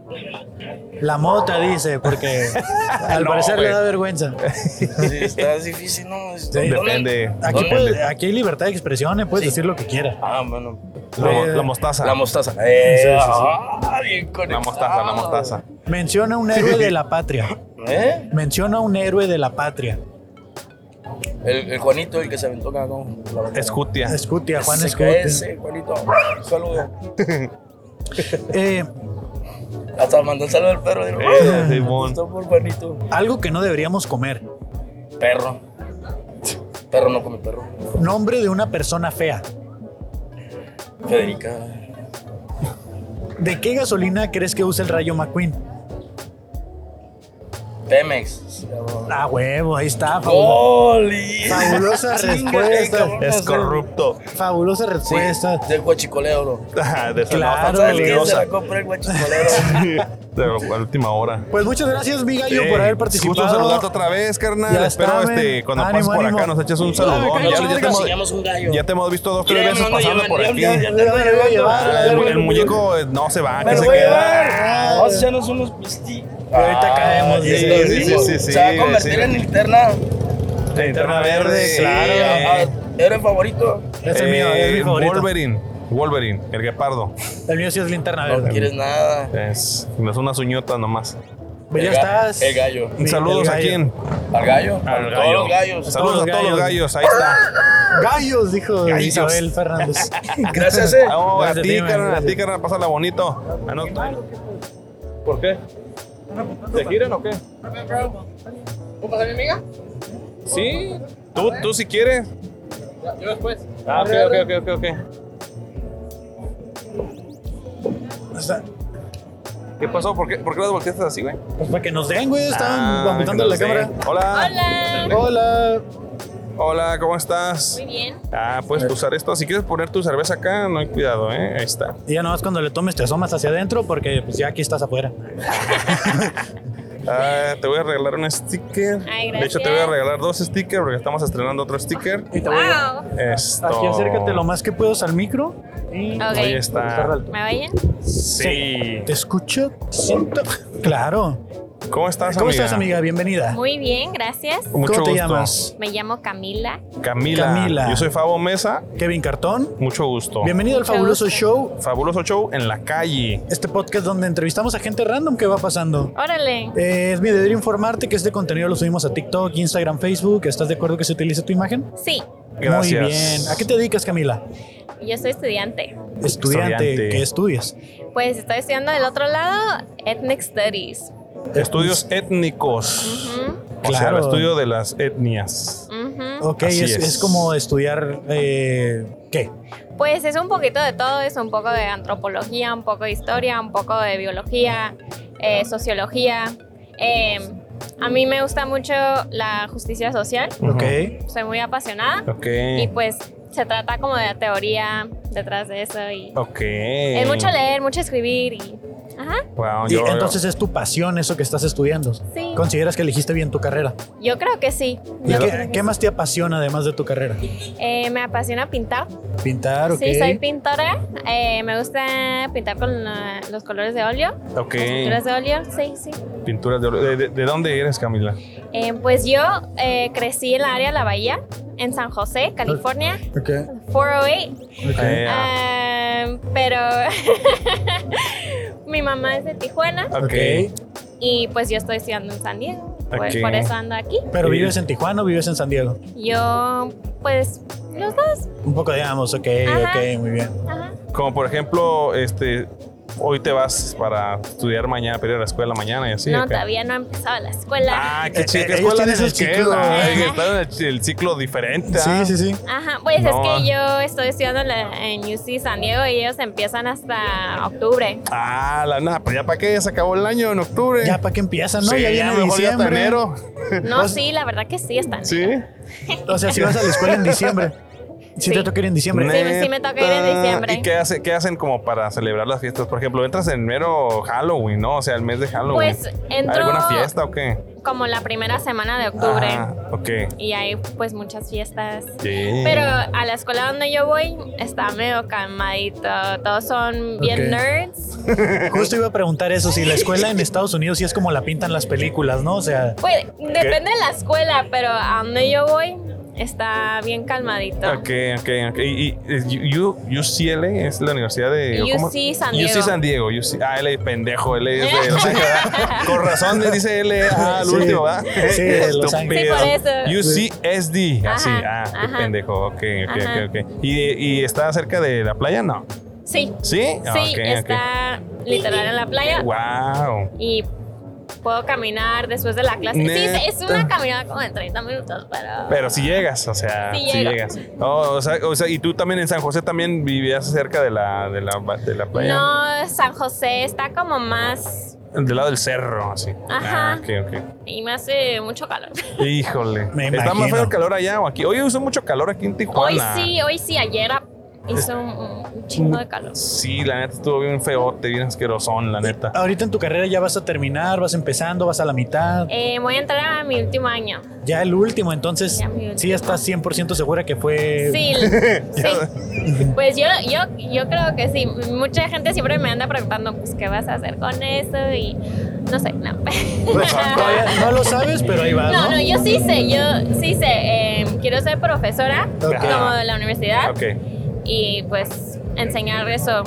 S1: La mota dice, porque al
S2: No,
S1: parecer le
S2: güey.
S1: da vergüenza.
S4: Sí, está difícil, ¿no? Es-
S1: Sí.
S4: ¿dónde-
S2: Depende.
S1: Aquí,
S2: depende.
S1: puede- aquí hay libertad de expresión, eh, puedes decir lo que quieras.
S4: Ah, bueno.
S2: La, mo-
S1: Eh,
S2: la mostaza.
S4: La Ah. mostaza. Eh,
S1: Sí, sí, sí.
S4: ah, bien
S2: La
S4: conectado.
S2: mostaza, la mostaza.
S1: Menciona un héroe de la patria.
S4: ¿Eh?
S1: Menciona un héroe de la patria.
S4: El, el Juanito, el que se aventó cagón.
S2: Escutia.
S1: Escutia, Juan
S4: Ese-
S1: Escutia.
S2: eh.
S4: Ese, Juanito. Saludo.
S1: Eh,
S4: Hasta mandó un saludo al perro. digo,
S2: Eh,
S4: "Ah,
S2: Simón.
S4: Está por Juanito.
S1: algo que no deberíamos comer.
S4: Perro. Perro no come perro.
S1: Nombre de una persona fea.
S4: Federica.
S1: ¿De qué gasolina crees que usa el rayo McQueen?
S4: Pemex.
S1: Ah, huevo, ahí está. fabulo-
S4: Oh. ¡Oli!
S1: Fabulosa respuesta.
S2: Es corrupto.
S1: Fabulosa
S4: Sí,
S1: respuesta.
S4: del guachicoleo, bro.
S2: Ah, De esa
S1: Claro.
S2: no, está
S4: ¿Sabes quién se
S2: peligrosa.
S4: la compra el guachicoleo?
S2: De la última hora.
S1: Pues muchas gracias, mi gallo, por
S2: Ey,
S1: haber participado.
S2: Gusto saludarte otra vez, carnal.
S1: Ya
S2: Espero
S1: está, men.
S2: este, cuando
S1: Ánimo,
S2: pases por
S1: ánimo.
S2: acá nos eches un
S1: Ya,
S2: saludón.
S1: que
S2: Ya,
S1: la
S2: ya te
S1: verga,
S2: hemos,
S4: sigamos un gallo.
S2: ya te hemos visto dos, tres
S4: Ya,
S2: veces
S4: me lo ando
S2: pasando por aquí.
S4: llevando, ya, ya,
S1: Ya me lo voy a llevar,
S2: Ah,
S1: ya
S2: El,
S1: me lo
S2: el
S1: voy a
S2: muñeco eh, no se va,
S4: Me
S2: que
S4: lo
S2: se
S4: voy a
S2: queda.
S4: llevar. Vamos a echarnos unos pistis.
S1: ahorita caemos, sí,
S4: sí, sí, sí,
S2: sí, sí,
S4: Se va a
S2: sí,
S4: convertir
S2: sí.
S4: en linterna.
S2: La Linterna verde.
S1: Claro.
S4: Ah,
S2: eh,
S4: Héroe favorito.
S1: Es el mío, es mi
S2: eh,
S1: favorito.
S2: Wolverine. Wolverine, el guepardo.
S1: El mío sí es linterna
S4: No
S1: verde.
S4: quieres nada.
S2: Es, es una suñota nomás.
S1: Pues ya
S4: El ga-
S1: estás.
S4: El gallo.
S1: Sí,
S2: Saludos
S1: el
S2: a
S1: gallo.
S2: quién?
S4: Al gallo. A todos los gallos.
S1: Todos
S2: Saludos
S1: los
S2: a todos
S1: gallos.
S2: los gallos. Ahí está.
S1: Gallos, dijo
S2: Gallos.
S1: Isabel Fernández.
S4: Gracias, eh.
S2: Ah, oh, a
S1: Gracias,
S2: ti,
S1: dime,
S2: carnal, a
S1: gracias.
S2: ti, carnal, pásala bonito. Ah, no. ¿Por qué? ¿Te giran o qué?
S5: ¿Puedo pasar mi amiga?
S2: Sí. Tú, tú si quieres.
S5: Yo después.
S2: Ah, ok, ok, ok, ok, ok.
S1: O sea,
S2: ¿Qué pasó? ¿Por qué, ¿Por qué las volteaste así, güey?
S1: pues para que nos den, güey. Estaban
S2: Ah,
S1: apuntando la
S2: sí.
S1: cámara.
S2: Hola.
S5: Hola.
S1: Hola.
S2: Hola, ¿cómo estás?
S5: Muy bien.
S2: Ah, puedes usar esto. Si quieres poner tu cerveza acá, no hay cuidado, ¿eh? Ahí está.
S1: Y ya nomás cuando le tomes te asomas hacia adentro porque pues ya aquí estás afuera.
S2: Ah, te voy a regalar un sticker.
S5: Ay,
S2: De hecho, te voy a
S5: gracias.
S2: regalar dos stickers porque estamos estrenando otro sticker.
S1: Y te voy a-
S5: Wow.
S2: Esto.
S1: Aquí acércate lo más que puedas al micro. Y
S5: Ok.
S2: Ahí está.
S5: ¿Me vayan?
S2: Sí.
S1: te escucho. Siento. Claro.
S2: ¿Cómo estás,
S1: ¿Cómo
S2: amiga?
S1: estás, amiga? Bienvenida.
S6: Muy bien, gracias.
S2: Mucho
S1: ¿Cómo te
S2: gusto.
S1: llamas?
S6: Me llamo Camila.
S2: Camila.
S1: Camila.
S2: Yo soy Fabo Mesa.
S1: Kevin Cartón.
S2: Mucho gusto.
S1: Bienvenido al
S6: Mucho
S1: fabuloso
S6: gusto.
S1: show.
S2: Fabuloso show en la calle.
S1: Este podcast donde entrevistamos a gente random que va pasando.
S6: Órale.
S1: Eh, es mi deber informarte que este contenido lo subimos a TikTok, Instagram, Facebook. ¿Estás de acuerdo que se utilice tu imagen?
S6: Sí,
S2: Gracias.
S1: Muy bien. ¿A qué te dedicas, Camila?
S6: yo soy estudiante.
S1: Estudiante.
S2: Estudiante.
S1: ¿Qué estudias?
S6: Pues estoy estudiando del otro lado, Ethnic Studies.
S2: Estudios étnicos.
S6: Ujú,
S2: O sea, el
S1: Claro.
S2: estudio de las etnias.
S6: ujú.
S1: Ok,
S2: Así
S1: es,
S2: es.
S1: es como estudiar... eh, ¿Qué?
S6: Pues es un poquito de todo, es un poco de antropología, un poco de historia, un poco de biología, eh, sociología. Eh, a mí me gusta mucho la justicia social,
S1: Ok.
S6: soy muy apasionada
S2: Ok.
S6: y pues se trata como de la teoría detrás de eso y
S2: Ok.
S6: es mucho leer, mucho escribir y... Ajá,
S2: Wow,
S1: Y
S2: yo-
S1: entonces es tu pasión eso que estás estudiando.
S6: sí.
S1: ¿Consideras que elegiste bien tu carrera?
S6: Yo creo que sí.
S1: ¿Y
S6: Yo creo
S1: qué,
S6: que
S1: qué
S6: sí.
S1: más te apasiona además de tu carrera?
S6: Eh, me apasiona pintar.
S1: Pintar, ok.
S6: Sí, soy pintora. Eh, me gusta pintar con eh, los colores de óleo.
S2: Ok.
S6: Pinturas de óleo, sí, sí.
S2: Pinturas de óleo. ¿De, de- de dónde eres, Camila?
S6: Eh, pues yo eh, crecí en la área de la bahía, en San José, California,
S1: Ok,
S6: 408.
S1: ok.
S2: Eh,
S6: Ah, pero mi mamá es de Tijuana
S2: ok.
S1: ok.
S6: y pues yo estoy estudiando en San Diego. Pues
S2: Ok.
S6: por eso ando aquí.
S1: ¿Pero vives en Tijuana o vives en San Diego?
S6: Yo, pues, los dos.
S1: Un poco de ambos, ok,
S6: Ajá.
S1: ok, muy bien.
S6: Ajá.
S2: Como por ejemplo, este, hoy te vas para estudiar mañana, para ir a la escuela mañana y así.
S6: no,
S2: ¿o qué?
S6: todavía no he empezado la escuela.
S2: Ah, qué
S1: Eh,
S2: chido.
S1: eh,
S2: ¿Qué
S1: ellos
S2: escuela
S1: tienen
S2: dices
S1: el
S2: que
S1: ciclo.
S2: es? Ay, que está en el, el ciclo diferente. ah.
S1: Sí, sí, sí.
S6: Ajá, pues
S2: No,
S6: es
S2: ah.
S6: que yo estoy estudiando en la- en UC San Diego y ellos empiezan hasta octubre.
S2: Ah, la nada, pues ya para qué, se acabó el año en octubre.
S1: Ya para que empiezan, ¿no?
S2: Sí,
S1: ya viene
S2: mejor ya hasta
S1: diciembre.
S2: enero.
S6: No, sí, la verdad que sí están. Sí,
S2: Sí.
S1: O sea, si vas a la escuela en diciembre. Si
S6: Sí.
S1: te toca ir en diciembre.
S6: Sí. me- me toca ir en
S2: Neta.
S6: diciembre.
S2: ¿Y qué, hace- qué hacen como para celebrar las fiestas? Por ejemplo, entras en mero Halloween, ¿no? O sea, el mes de Halloween.
S6: Pues
S2: ¿Hay
S6: entro
S2: ¿Alguna fiesta o qué?
S6: como la primera semana de octubre
S2: Ah, ok.
S6: y hay pues muchas fiestas.
S2: Sí.
S6: Pero a la escuela donde yo voy está medio calmadito. Todos son bien
S1: Ok.
S6: nerds.
S1: Justo iba a preguntar eso, si la escuela en Estados Unidos sí es como la pintan las películas, ¿no? O sea,
S6: Pues depende de la escuela, pero a donde yo voy está bien calmadito.
S2: Ok, ok, ok. Y, y- es U- U- UCLA es la universidad de.
S6: UC San Diego.
S2: UC San Diego. UC, ah, L, pendejo. L es de Los Ángeles. ¿verdad? Con razón le dice L ah, al
S1: Sí.
S2: último, ¿verdad?
S1: Sí, de Los
S2: Estúpido.
S6: Ángeles. Sí, por eso.
S2: UCSD. Así,
S6: Ajá,
S2: ah, qué
S6: ajá.
S2: pendejo. Ok, ok,
S6: Ajá.
S2: ok. ok. ¿Y, ¿Y está cerca de la playa? No.
S6: Sí,
S2: ¿Sí? Ah,
S6: sí,
S2: ok, ok.
S6: está literal en la playa.
S2: Wow.
S6: y puedo caminar después de la clase. Sí,
S2: Neta.
S6: es una caminada como de 30 minutos, pero...
S2: Pero si llegas, o sea,
S6: Sí
S2: si
S6: llego.
S2: llegas. Oh, o, sea, o sea, y tú también en San José también vivías cerca de la, de la, de la playa.
S6: No, San José está como más...
S2: Del lado del cerro, así.
S6: Ajá.
S2: Ah, ok, ok.
S6: Y me hace mucho calor.
S2: Híjole.
S1: Me
S2: ¿Está más feo
S1: imagino.
S2: el calor allá o aquí? Hoy hizo mucho calor aquí en
S6: Hoy
S2: Tijuana.
S6: sí, hoy sí, ayer a- hizo un, un chingo de calor.
S2: Sí, la neta estuvo bien feote, bien asquerosón, la neta.
S1: ahorita en tu carrera ya vas a terminar, vas empezando, vas a la mitad,
S6: Eh, voy a entrar a mi último año.
S1: ya el último, entonces
S6: Ya mi último.
S1: sí estás 100% segura que
S2: Eh.
S1: fue...
S6: Sí, sí. Pues yo, yo, yo creo que sí. Mucha gente siempre me anda preguntando, pues, ¿qué vas a hacer con eso? Y no sé, no.
S1: Pues, todavía no lo sabes, pero ahí va,
S6: No,
S1: ¿no?
S6: no, yo sí sé, yo sí sé. eh, quiero ser profesora,
S1: Ok.
S6: como de la universidad,
S2: Ok,
S6: y pues enseñar eso.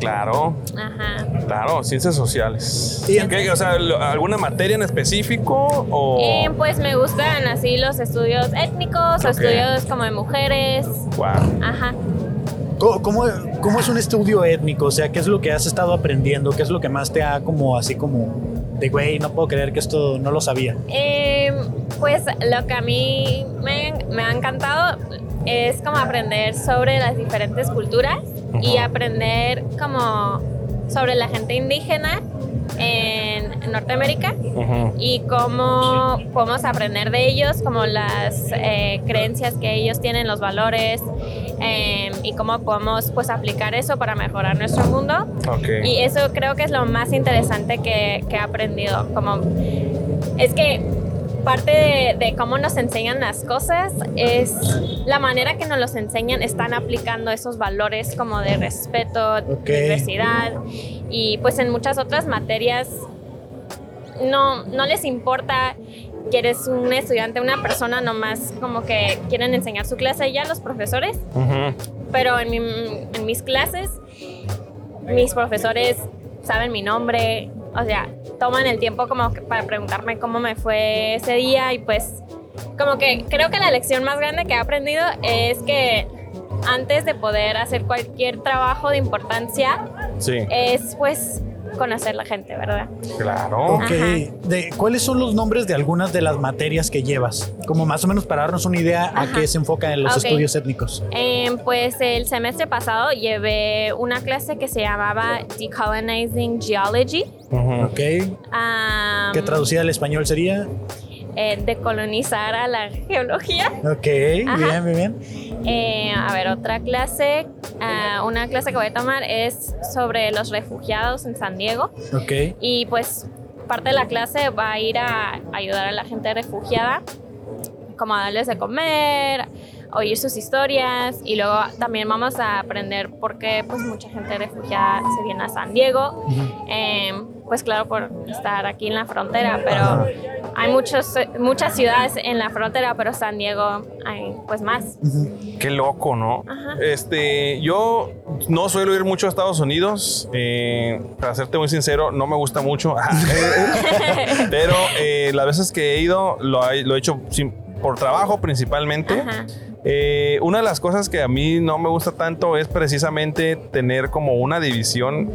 S2: claro,
S6: Ajá.
S2: claro, ciencias sociales.
S1: Y
S2: Ok, o sea, lo- ¿alguna materia en específico o...?
S6: Eh, pues me gustan así los estudios étnicos, o
S2: Ok.
S6: estudios como de mujeres.
S2: Wow.
S6: Ajá.
S1: ¿Cómo, cómo, cómo es un estudio étnico? O sea, ¿qué es lo que has estado aprendiendo? ¿Qué es lo que más te ha como así como de güey, no puedo creer que esto no lo sabía?
S6: Eh, pues lo que a mí me, me ha encantado es como aprender sobre las diferentes culturas y
S2: Ujú.
S6: aprender como sobre la gente indígena en Norteamérica.
S2: Ujú.
S6: y cómo podemos aprender de ellos, como las eh, creencias que ellos tienen, los valores, eh, y cómo podemos pues aplicar eso para mejorar nuestro mundo.
S2: Ok.
S6: Y eso creo que es lo más interesante que, que he aprendido. Como, es que parte de, de cómo nos enseñan las cosas es la manera que nos los enseñan, están aplicando esos valores como de respeto,
S1: Ok.
S6: diversidad y pues en muchas otras materias no, no les importa que eres un estudiante, una persona nomás como que quieren enseñar su clase ya los profesores,
S2: Ujú.
S6: pero en, mi- en mis clases mis profesores saben mi nombre, o sea, toman el tiempo como que para preguntarme cómo me fue ese día y pues como que creo que la lección más grande que he aprendido es que antes de poder hacer cualquier trabajo de importancia
S2: Sí,
S6: es pues conocer la gente, ¿verdad?
S2: claro.
S6: Ah.
S1: Ok,
S6: Ajá.
S1: de, ¿cuáles son los nombres de algunas de las materias que llevas? Como más o menos para darnos una idea a
S6: Ajá.
S1: qué se enfocan en los
S6: Ok.
S1: estudios étnicos.
S6: Em, pues el semestre pasado llevé una clase que se llamaba Decolonizing Geology.
S2: Ujú.
S1: Ok,
S6: am,
S1: que traducida al español sería.
S6: eh, decolonizar a la geología.
S1: Ok,
S6: Ajá.
S1: bien, bien, bien.
S6: Eh, a ver, otra clase, ah, una clase que voy a tomar es sobre los refugiados en San Diego.
S1: Ok,
S6: Y pues parte de la clase va a ir a ayudar a la gente refugiada, como a darles de comer, oír sus historias y luego también vamos a aprender por qué pues mucha gente refugiada se viene a San Diego. Eh, pues claro, por estar aquí en la frontera,
S1: Ajá.
S6: pero hay muchos, muchas ciudades en la frontera, pero San Diego hay pues más.
S1: Ujú.
S2: Qué loco, ¿no?
S6: Ajá.
S2: Este, yo no suelo ir mucho a Estados Unidos. eh, para serte muy sincero, no me gusta mucho. Pero eh, las veces que he ido, lo, he- lo he hecho sin- por trabajo principalmente.
S6: Ajá.
S2: Eh, una de las cosas que a mí no me gusta tanto es precisamente tener como una división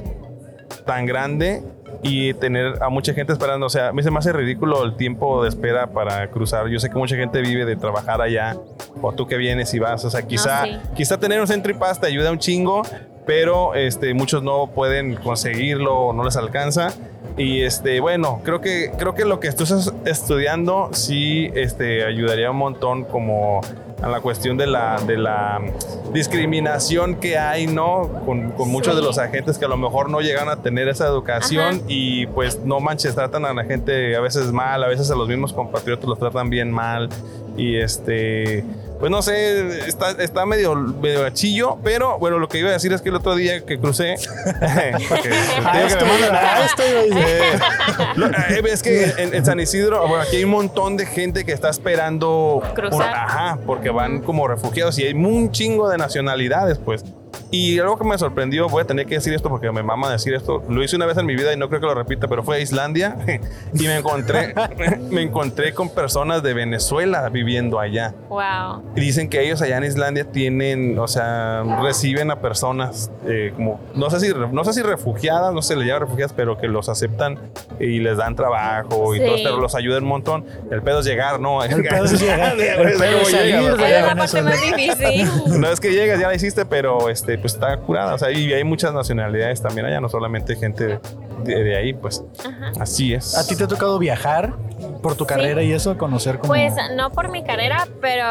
S2: tan grande y tener a mucha gente esperando. O sea, a mí se me hace ridículo el tiempo de espera para cruzar. Yo sé que mucha gente vive de trabajar allá o tú que vienes y vas. O sea, quizá,
S6: sí.
S2: quizá tener un centro y paz te ayuda un chingo, pero este, muchos no pueden conseguirlo o no les alcanza. Y este, bueno, creo que, creo que lo que tú estás estudiando sí este, ayudaría un montón como a la cuestión de la, de la discriminación que hay, ¿no? Con, con muchos
S6: Sí.
S2: de los agentes que a lo mejor no llegan a tener esa educación
S6: Ajá.
S2: y pues no manches, tratan a la gente a veces mal, a veces a los mismos compatriotas los tratan bien mal y este... Pues no sé, está, está medio, medio gachillo, pero bueno, lo que iba a decir es que el otro día que crucé. porque
S1: A
S2: tengo que
S1: esto,
S2: me mandan a-
S1: a esto iba a decir.
S2: eh, lo- eh, es que en, en San Isidro, bueno, aquí hay un montón de gente que está esperando
S6: Cruzar.
S2: por- ajá, porque van como refugiados y hay un chingo de nacionalidades, pues. Y algo que me sorprendió, voy a tener que decir esto porque me mama decir esto. Lo hice una vez en mi vida y no creo que lo repita, pero fue a Islandia y me encontré, me encontré con personas de Venezuela viviendo allá.
S6: Wow.
S2: Y dicen que ellos allá en Islandia tienen, o sea, reciben a personas eh, como, no sé si, no sé si refugiadas, no se les llama refugiadas, pero que los aceptan y les dan trabajo y
S6: Sí.
S2: todo, pero los ayudan un montón. El pedo es llegar, ¿no?
S1: El pedo es llegar, el pedo es salir de
S6: Esa es la
S1: allá,
S6: parte
S1: Venezuela.
S6: más difícil.
S2: Una vez que llegas ya la hiciste, pero este, pues está curada. O sea, y hay muchas nacionalidades también allá, no solamente gente de, de ahí, pues
S6: Ajá.
S2: así es.
S1: ¿A ti te ha tocado viajar por tu carrera y eso, conocer como.
S6: Pues no por mi carrera, pero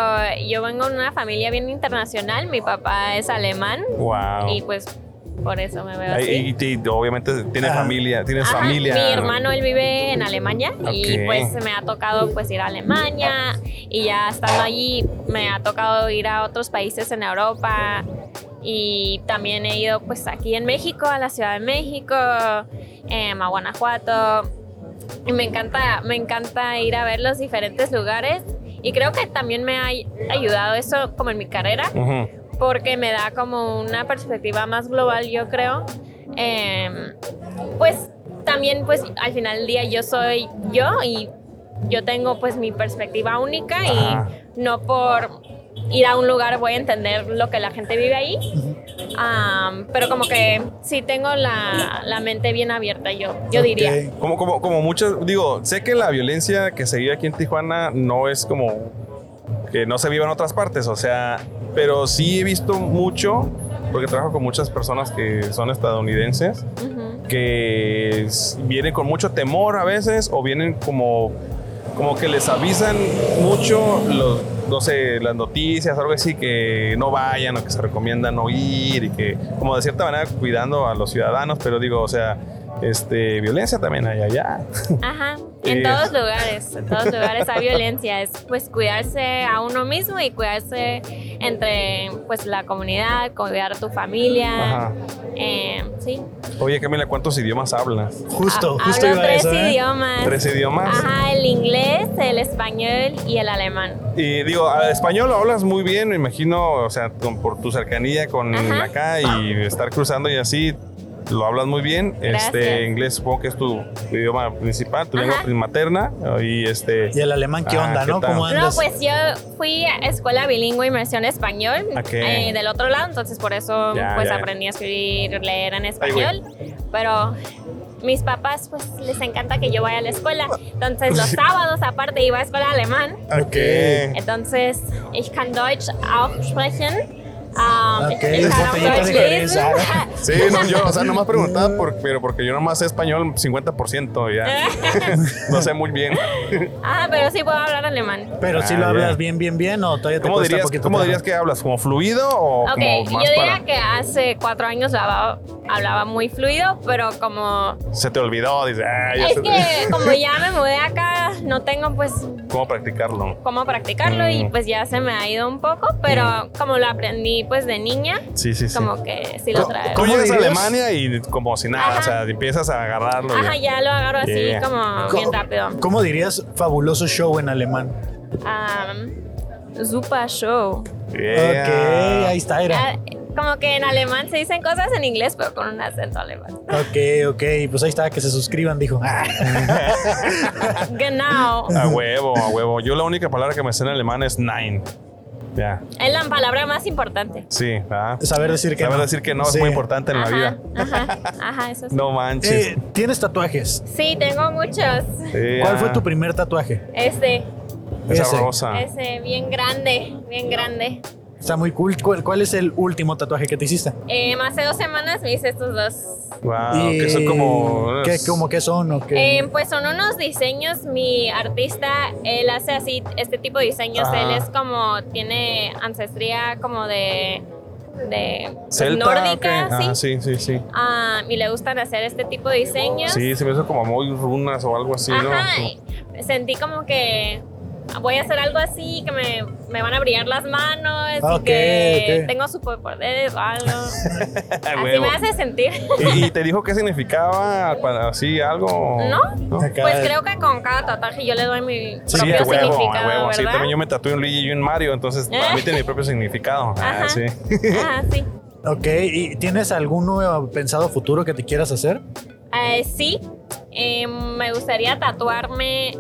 S6: yo vengo de una familia bien internacional. Mi papá es alemán
S2: Wow.
S6: y pues por eso me veo
S2: Ah. Ay,
S6: así.
S2: Y, y- obviamente tienes
S1: Ajá.
S2: familia, tienes
S6: Ajá,
S2: familia.
S6: Mi hermano, él vive en Alemania
S2: Ok.
S6: y pues me ha tocado pues ir a Alemania y ya estando allí me ha tocado ir a otros países en Europa y también he ido pues aquí en México, a la Ciudad de México, em, a Guanajuato y me encanta, me encanta ir a ver los diferentes lugares y creo que también me ha ayudado eso como en mi carrera
S2: Ujú.
S6: porque me da como una perspectiva más global, yo creo. Em, pues también, pues al final del día yo soy yo y yo tengo pues mi perspectiva única y
S2: Ajá.
S6: no por ir a un lugar voy a entender lo que la gente vive ahí, Am, pero como que sí tengo la, la mente bien abierta, yo, yo diría.
S1: Ok.
S2: Como, como, como muchas, digo, sé que la violencia que se vive aquí en Tijuana no es como que no se vive en otras partes, o sea, pero sí he visto mucho, porque trabajo con muchas personas que son estadounidenses,
S6: Ujú.
S2: que s- vienen con mucho temor a veces o vienen como como que les avisan mucho los no sé las noticias algo así que no vayan o que se recomienda no ir y que como de cierta manera cuidando a los ciudadanos pero digo o sea este violencia también hay allá
S6: Ajá,
S2: Y
S6: en
S2: es-
S6: todos lugares, en todos lugares hay violencia, es pues cuidarse a uno mismo y cuidarse en entre pues la comunidad, cuidar a tu familia.
S2: Ajá.
S6: eh, sí.
S2: Oye, Camila, ¿cuántos idiomas hablas?
S1: Justo,
S6: Ha-
S1: justo
S6: hablo
S1: iba a
S6: tres
S1: eso. ¿eh?
S6: idiomas.
S2: ¿Tres idiomas?
S6: Ajá, el inglés, el español y el alemán.
S2: Y digo, al español lo hablas muy bien, me imagino, o sea, con- por tu cercanía con
S6: Ajá.
S2: acá y estar cruzando y así, lo hablas muy bien.
S6: Gracias.
S2: Este, inglés supongo que es tu idioma principal, tu
S6: Ajá.
S2: lengua materna y este...
S1: Y el alemán, ¿qué
S2: Ah,
S1: onda,
S2: ¿qué
S1: no?
S2: tal?
S1: ¿Cómo
S6: No,
S1: andas?
S6: pues yo fui a escuela bilingüe inmersión español
S2: Ok.
S6: eh, del otro lado, entonces por eso
S2: Ya,
S6: pues
S2: ya, ya.
S6: aprendí a escribir, leer en
S2: Ay, güey.
S6: español, pero mis papás pues les encanta que yo vaya a la escuela, entonces los sábados aparte iba a escuela alemán,
S2: Ok.
S6: entonces ich kann Deutsch auch sprechen. Um,
S1: Ok,
S6: ich kann auch
S1: botellita
S6: Deutsch
S1: de cerveza.
S6: lesen.
S2: Sí, no, yo, o sea, nomás preguntaba, por- pero porque yo nomás sé español 50%, ya. No sé muy bien.
S6: ah, pero sí puedo hablar alemán.
S1: Pero si
S2: Ah,
S1: lo
S2: ya.
S1: hablas bien, bien, bien, o todavía te
S2: ¿Cómo
S1: cuesta
S2: dirías,
S1: poquito.
S2: ¿cómo
S1: trabajo?
S2: dirías que hablas? ¿Como fluido o
S6: Ok,
S2: Oh, como
S6: yo
S2: más
S6: diría
S2: para...?
S6: que hace cuatro años la hablaba, hablaba muy fluido, pero como...
S2: Se te olvidó, dice, ah, ya
S6: Es
S2: se-
S6: que como ya me mudé acá, no tengo pues
S2: ¿Cómo practicarlo?
S6: cómo practicarlo y
S2: Mm.
S6: pues ya se me ha ido un poco, pero como lo aprendí pues de niña,
S2: Sí, sí, sí.
S6: como que sí lo traigo.
S2: Tú
S1: ¿Cómo
S2: llegas a
S1: dirías?
S2: Alemania y como si nada,
S6: Ajá.
S2: o sea, empiezas a agarrarlo. y-
S6: Ajá, ya lo agarro así
S2: Yeah.
S6: como
S1: Co-
S6: bien rápido.
S1: ¿Cómo dirías fabuloso show en alemán?
S6: Um, super show.
S2: Yeah.
S1: Ok, ahí está, era.
S6: Ah, Como que en alemán se dicen cosas en inglés, pero con un acento alemán.
S1: Ok, ok, pues ahí está, que se suscriban, dijo.
S2: Ah.
S6: Genau.
S2: A huevo, a huevo. Yo la única palabra que me sé en alemán es nine. Ya,
S6: Es la palabra más importante.
S2: sí, ¿verdad?
S1: Saber decir que
S2: Saber
S1: no.
S2: decir que no
S1: Sí.
S2: es muy importante en la vida.
S6: Ajá, ajá, eso sí.
S2: No manches.
S1: Eh, ¿Tienes tatuajes?
S6: Sí, tengo muchos.
S2: Yeah.
S1: ¿Cuál fue tu primer tatuaje?
S6: Este,
S2: Esa
S1: Ese.
S2: rosa.
S6: ese, bien grande, bien grande.
S1: Está muy cool. ¿Cuál, cuál es el último tatuaje que te hiciste?
S6: Eh, más de dos semanas me hice estos dos.
S2: Wow, que Ah, son como.
S1: Eh, ¿Qué, como que son o qué?
S6: Eh, pues son unos diseños. Mi artista, él hace así, este tipo de diseños.
S2: Ajá.
S6: Él es como, tiene ancestría como de, de pues,
S2: celta, ¿o qué?
S6: nórdica, sí.
S2: Ah, sí, sí, sí.
S6: Ah, y le gustan hacer este tipo de diseños.
S2: Sí, se me hizo como muy runas o algo así, ¿no?
S6: Ajá, y sentí como que voy a hacer algo así, que me, me van a brillar las manos
S1: Ok,
S6: y que
S1: ok.
S6: tengo superpoderes o algo. así
S2: A huevo.
S6: me hace sentir.
S2: ¿Y, y te dijo qué significaba? para- ¿Así algo?
S6: No.
S1: Acá-
S6: Pues creo que con cada tatuaje yo le doy mi
S1: Sí,
S2: Sí, a
S6: propio
S2: huevo, a
S6: significado,
S2: huevo. Sí,
S6: ¿verdad?
S2: también yo me tatué un Luigi y un Mario, entonces para mí tiene mi propio significado. Ah,
S6: Ajá.
S2: sí.
S6: Ajá, sí.
S1: Ok, ¿y tienes alguno pensado futuro que te quieras hacer?
S6: Eh, sí, eh, me gustaría tatuarme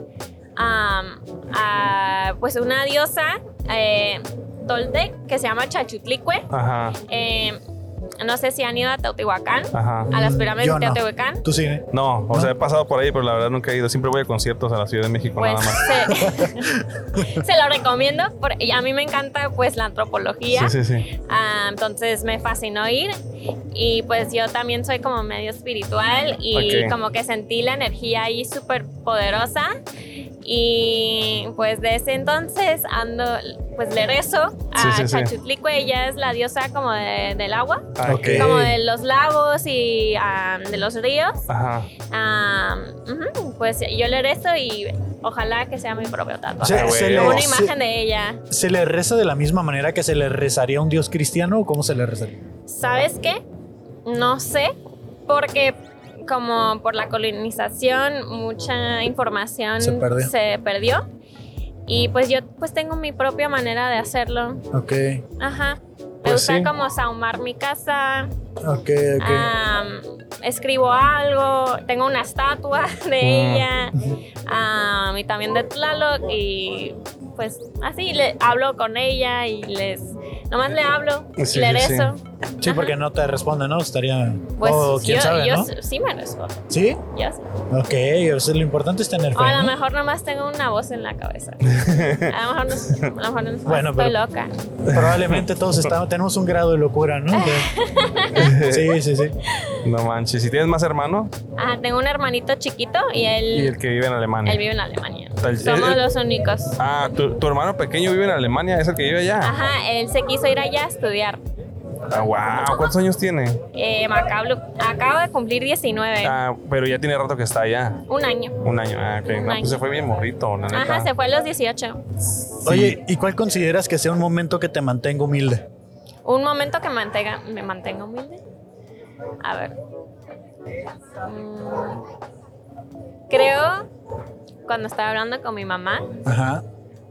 S6: am, a pues una diosa eh, toltec que se llama Chachutlicue.
S2: Ajá,
S6: Eh, no sé si han ido a Teotihuacán,
S2: ajá.
S6: a las pirámides
S1: Yo
S6: de
S1: no.
S6: Teotihuacán.
S1: Tú sí. ¿eh?
S2: No, o
S1: ¿No?
S2: sea, he pasado por ahí, pero la verdad nunca he ido. Siempre voy a conciertos a la Ciudad de México
S6: Pues
S2: nada más.
S6: se, se lo recomiendo, por- y a mí me encanta pues la antropología,
S2: Sí, sí, sí.
S6: Ah, entonces me fascinó ir y pues yo también soy como medio espiritual y
S2: Ok.
S6: como que sentí la energía ahí súper poderosa y pues desde entonces ando, pues le rezo a
S2: Sí, sí, sí.
S6: Chachutlicue, ella es la diosa como de- del agua,
S2: Ah,
S1: Ok.
S2: que-
S6: como de los lagos y ah, de los ríos.
S2: Ajá.
S6: Ah, ujú, pues yo le rezo y ojalá que sea mi propio tatuaje.
S2: sea,
S1: ¿Se,
S2: Ah, güey.
S1: le,
S2: Como
S6: una
S1: se-
S6: imagen de ella.
S1: se le reza de la misma manera que se le rezaría a un dios cristiano o cómo se le rezaría?
S6: ¿Sabes qué? No sé, porque como por la colonización mucha información
S1: Se perdió.
S6: se perdió. y pues yo pues tengo mi propia manera de hacerlo.
S1: Ok,
S6: Ajá.
S2: Pues
S6: Me gusta
S2: sí.
S6: como sahumar mi casa,
S1: ok, ok.
S6: Ah, am, escribo algo, tengo una estatua de
S2: Mm.
S6: ella. Am, y también de Tlaloc y pues así le hablo con ella y les nomás le hablo y
S2: Sí,
S6: le
S2: sí, sí.
S6: rezo
S1: sí, porque no te responde, ¿no? Estaría...
S6: pues
S1: o quién
S6: yo,
S1: sabe,
S6: yo
S1: ¿no?
S6: s- sí me rezo
S1: ¿Sí.
S6: yo sí.
S1: Ok, o sea, lo importante es tener fe.
S6: o a lo
S1: ¿no?
S6: mejor nomás tengo una voz en la cabeza a lo mejor, no- a lo mejor no-
S1: Bueno,
S6: estoy
S1: pero-
S6: loca
S1: Probablemente todos estamos, tenemos un grado de locura, ¿no? De- sí, sí, sí.
S2: No manches. ¿Y tienes más hermanos?
S6: Ajá, tengo un hermanito chiquito y
S2: Y
S6: él,
S2: el que vive en Alemania.
S6: él vive en Alemania
S2: Tal-
S6: somos
S2: él-
S6: los únicos
S2: Ah, tu, tu hermano pequeño vive en Alemania, es el que vive allá.
S6: Ajá, él se quiso ir allá a estudiar
S2: Ah, wow. ¿Cuántos años tiene?
S6: Eh, Macabro acaba de cumplir 19.
S2: Ah, pero ya tiene rato que está allá.
S6: Un año.
S2: Un año. Ah, ok.
S6: Un
S2: No,
S6: año.
S2: pues se fue bien morrito, la neta.
S6: Ajá, se fue a los 18.
S1: Oye, ¿y cuál consideras que sea un momento que te mantenga humilde?
S6: Un momento que mantenga, me mantenga humilde. A ver. Mm, creo, cuando estaba hablando con mi mamá,
S1: Ajá,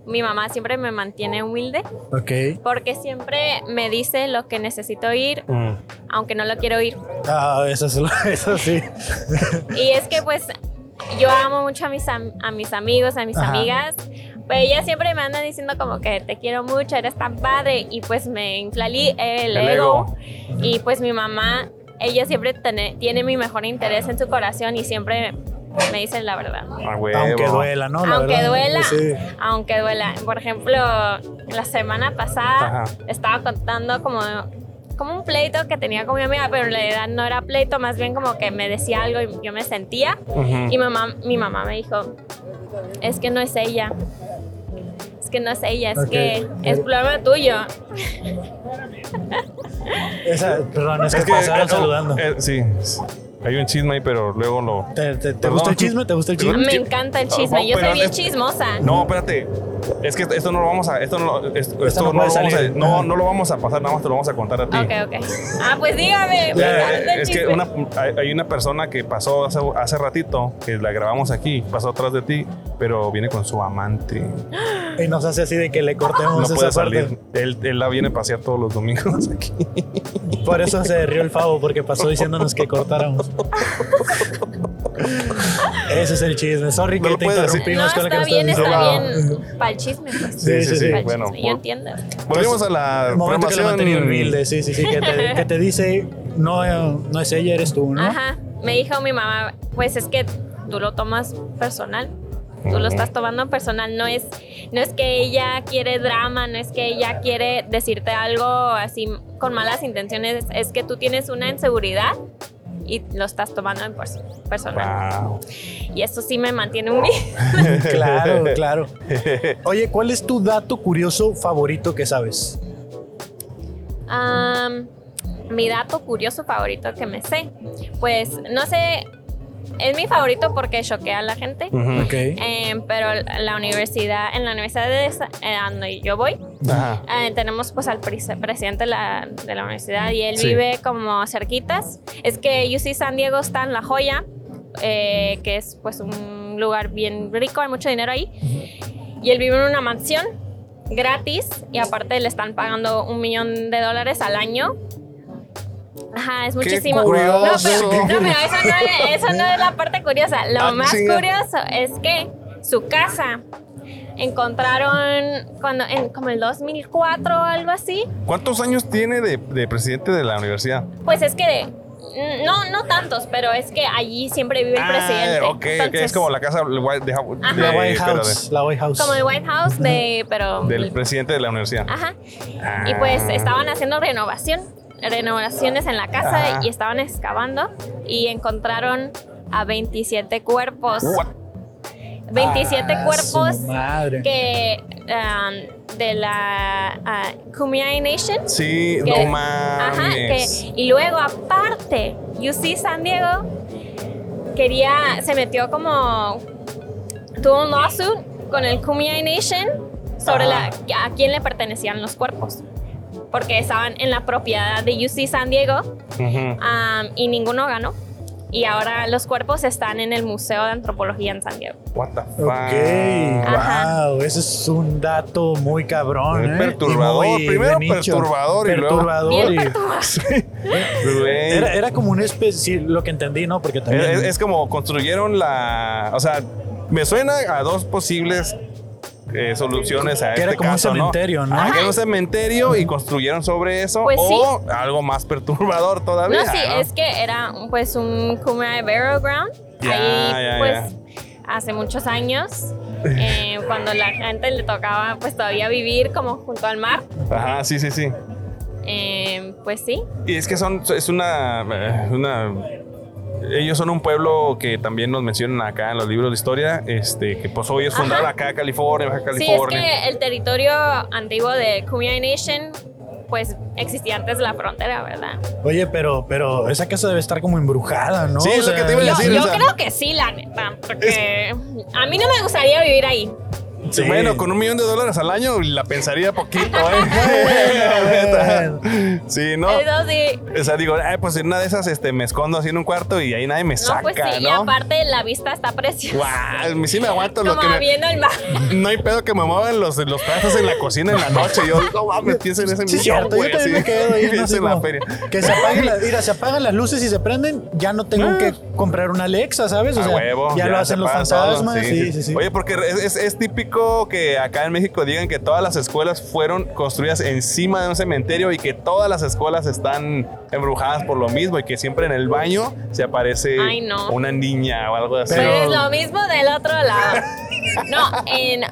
S6: mi mamá siempre me mantiene humilde
S1: ok.
S6: porque siempre me dice lo que necesito oír,
S2: Mm.
S6: aunque no lo quiero oír.
S1: Ah, eso, es, eso sí.
S6: Y es que pues yo amo mucho a mis, am- a mis amigos, a mis
S1: Ajá.
S6: amigas. Pues ellas siempre me andan diciendo como que te quiero mucho, eres tan padre. Y pues me infla li- el,
S2: El
S6: ego. Y pues mi mamá, ella siempre tiene, tiene mi mejor interés en su corazón y siempre me dicen la verdad.
S2: Ah, huevo.
S1: Aunque duela, ¿no? La
S6: Aunque
S1: verdad,
S6: duela.
S1: Sí.
S6: Aunque duela. Por ejemplo, la semana
S2: Ajá.
S6: pasada estaba contando como, como un pleito que tenía con mi amiga, pero en realidad no era pleito, más bien como que me decía algo y yo me sentía.
S2: Ujú.
S6: Y mamá, mi mamá me dijo, es que no es ella. Es que no es ella, es
S1: Ok.
S6: que es problema tuyo.
S1: Esa, perdón, es que, pasaron
S2: eh,
S1: saludando.
S2: eh, sí. Hay un chisme ahí, pero luego lo.
S1: ¿Te, te- te
S2: perdón.
S1: gusta el chisme? ¿Te gusta el chisme?
S2: Perdón.
S6: Me
S2: chi-
S6: encanta el
S2: Ah,
S6: chisme,
S2: no,
S6: yo soy
S2: pero
S6: bien
S2: es-
S6: chismosa.
S2: No, espérate. Es que esto no lo vamos a. Esto no, lo- esto, esto
S1: no
S2: no,
S1: puede
S2: lo vamos a,
S1: salir.
S2: no, no lo vamos a pasar, nada más te lo vamos a contar a ti.
S6: Ok, ok. Ah, pues dígame. me
S2: Eh,
S6: encanta el
S2: es que
S6: chisme.
S2: una, hay, hay una persona que pasó hace, hace ratito, que la grabamos aquí, pasó atrás de ti, pero viene con su amante.
S1: Y nos hace así de que le cortemos
S2: No
S1: esa
S2: puede
S1: parte.
S2: salir. Él, él la viene a pasear todos los domingos aquí.
S1: Por eso se rió el favo, porque pasó diciéndonos que cortáramos. Ese es el chisme. Sorry
S2: No
S1: que
S2: lo
S1: te
S2: puedes decir.
S1: interrumpimos
S6: No,
S1: con lo que
S6: está
S1: nos
S6: bien,
S1: estás
S6: está
S2: diciendo. "Ah".
S6: bien. Para el chisme, pues.
S1: Sí, sí, sí.
S6: Pa'l
S2: Bueno,
S6: chisme, yo
S2: vol-
S6: entiendo.
S2: volvemos a la
S1: Momento que lo mantenía humilde, sí, sí, sí, que te, que te dice, no, eh, no es ella, eres tú, ¿no?
S6: Ajá. Me dijo mi mamá, pues es que tú lo tomas personal. Tú lo estás tomando personal, no es, no es que ella quiere drama, no es que ella quiere decirte algo así con malas intenciones, es que tú tienes una inseguridad y lo estás tomando en pers- personal.
S2: Wow.
S6: Y eso sí me mantiene un
S1: Claro, claro. Oye, ¿cuál es tu dato curioso favorito que sabes?
S6: Am, mi dato curioso favorito que me sé, pues no sé, es mi favorito porque choquea a la gente,
S2: Ujú.
S1: Ok.
S6: em, pero la universidad, en la universidad de esa- eh, a donde yo voy,
S2: Ajá.
S6: eh, tenemos pues al pres- presidente de la, de la universidad y él
S2: Sí.
S6: vive como cerquitas. Es que UC San Diego está en La Joya, eh, que es pues un lugar bien rico, hay mucho dinero ahí. Y él vive en una mansión gratis y aparte le están pagando un millón de dólares al año. Ajá, es muchísimo.
S2: curioso.
S6: No, pero, no, pero eso, no es, eso no es la parte curiosa. Lo
S2: Ah,
S6: más
S2: chinga.
S6: curioso es que su casa encontraron cuando en como el 2004 o algo así.
S2: ¿Cuántos años tiene de, de presidente de la universidad?
S6: Pues es que no no tantos, pero es que allí siempre vive el presidente.
S2: Ah, ok, ok,
S6: Entonces,
S2: es como la casa el White- de, de-
S1: La White
S2: pero
S1: House. La White House.
S6: como el White House de pero
S2: de- del presidente de la universidad.
S6: ajá. Y pues
S2: Ah.
S6: estaban haciendo renovación, renovaciones en la casa
S2: Ajá.
S6: y estaban excavando y encontraron a 27 cuerpos.
S2: What?
S6: 27
S1: Ah,
S6: cuerpos
S1: su madre.
S6: que um, de la ah, Kumeyaay Nation.
S2: Sí,
S6: que-
S2: no mames.
S6: Ajá, que- y luego aparte, UC San Diego quería, se metió como, tuvo un lawsuit con el Kumeyaay Nation sobre la,
S2: Ajá.
S6: a quién le pertenecían los cuerpos, porque estaban en la propiedad de UC San Diego
S2: Ujú.
S6: am, y ninguno ganó. Y ahora los cuerpos están en el Museo de Antropología en San Diego.
S2: What the fuck.
S1: Ok,
S6: Ajá.
S1: wow, ese es un dato muy cabrón.
S2: Muy
S1: ¿eh?
S2: perturbador.
S1: Y muy de
S2: Primero
S1: nicho.
S2: perturbador y luego-
S1: Perturbador
S6: Bien
S1: y-
S6: perturbador.
S2: Güey.
S1: Era, era como una especie, sí, lo que entendí, ¿no? Porque también.
S2: Es, es como construyeron la. O sea, me suena a dos posibles eh, soluciones a
S1: que
S2: este
S1: era como un
S2: caso, ¿no?
S1: cementerio, ¿no?
S2: Ah, que era un cementerio y construyeron sobre eso
S6: Pues
S2: o algo más perturbador todavía.
S6: No, sí, es que era pues un Kumeyaay Burial Ground.
S2: Ya,
S6: Ahí
S2: ya,
S6: pues hace muchos años, eh, cuando la gente le tocaba pues todavía vivir como junto al mar,
S2: Ajá, sí, sí, sí.
S6: eh, pues sí.
S2: Y es que son, es una, eh, una- ellos son un pueblo que también nos mencionan acá en los libros de historia, este, que pues ellos fundaron acá California, Baja
S6: Sí, es
S2: California.
S6: que el territorio antiguo de Kumeyaay Nation pues existía antes la frontera, ¿verdad?
S1: Oye, pero, pero esa casa debe estar como embrujada, ¿no?
S2: Sí, es lo que te iba a
S6: Yo,
S2: decir,
S6: yo
S2: o sea-
S6: creo que sí, la neta, porque a mí no me gustaría vivir ahí.
S1: Sí.
S2: Bueno, con un millón de dólares al año la pensaría poquito, ¿eh? sí, ¿no?
S6: Entonces, sí.
S2: O sea, digo, "Ah, pues en una de esas este, me escondo así en un cuarto y ahí nadie me
S6: No,
S2: saca,
S6: pues sí, y
S2: ¿no?
S6: aparte la vista está preciosa.
S2: Guau, sí me aguanto lo
S6: Como
S2: que me-
S6: viendo el mar.
S2: No hay pedo que me muevan los, los platos en la cocina en la noche. Yo, no mames, pienso en ese
S1: Sí,
S2: millón,
S1: cierto, yo
S2: güey,
S1: también
S2: así.
S1: me quedo ahí. ¿no?
S2: Pienso
S1: Así
S2: en la
S1: como
S2: feria.
S1: Que se apaguen, las, mira, se apagan las luces y se prenden, ya no tengo
S2: Ah.
S1: que comprar una Alexa, ¿sabes? O
S2: A
S1: sea,
S2: huevo,
S1: ya, lo hacen
S2: se
S1: los
S2: pagan todos,
S1: fantasmas. sí, sí, sí.
S2: Oye, porque es, es- es típico que acá en México digan que todas las escuelas fueron construidas encima de un cementerio y que todas las escuelas están embrujadas por lo mismo y que siempre en el baño se aparece
S6: Ay, no.
S2: una niña o algo así.
S6: Pero...
S1: Pero-
S6: es Pues lo mismo del otro lado. No, en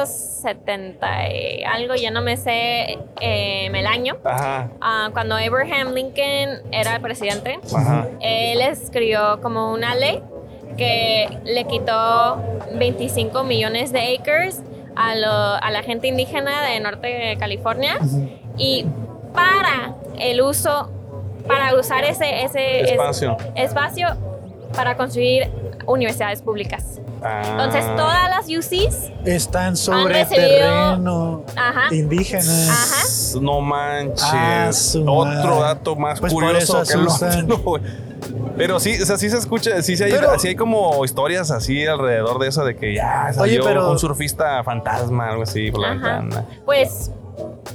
S6: 1870 y algo, ya no me sé eh, el año,
S2: Ajá,
S6: ah, cuando Abraham Lincoln era el presidente,
S2: ajá.
S6: él escribió como una ley que le quitó 25 millones de acres a, lo- a la gente indígena de norte de California y para el uso, para usar ese, ese es-
S2: Espacio.
S6: espacio para construir universidades públicas.
S2: Ah.
S6: Entonces todas las UCs,
S1: Están sobre
S6: Han recibido-
S1: terreno
S6: ajá,
S1: indígena.
S6: Ajá.
S2: No manches.
S1: Ah, su
S2: Otro
S1: madre.
S2: dato más
S1: Pues por
S2: curioso
S1: eso
S2: que el
S1: asustan.
S2: otro, güey. Pero sí, o sea, sí se escucha, sí, se hay,
S1: Pero-
S2: sí hay como historias así alrededor de eso de que ya salió
S1: Oye, pero-
S2: un surfista fantasma, algo así por la
S6: Ajá.
S2: ventana.
S6: pues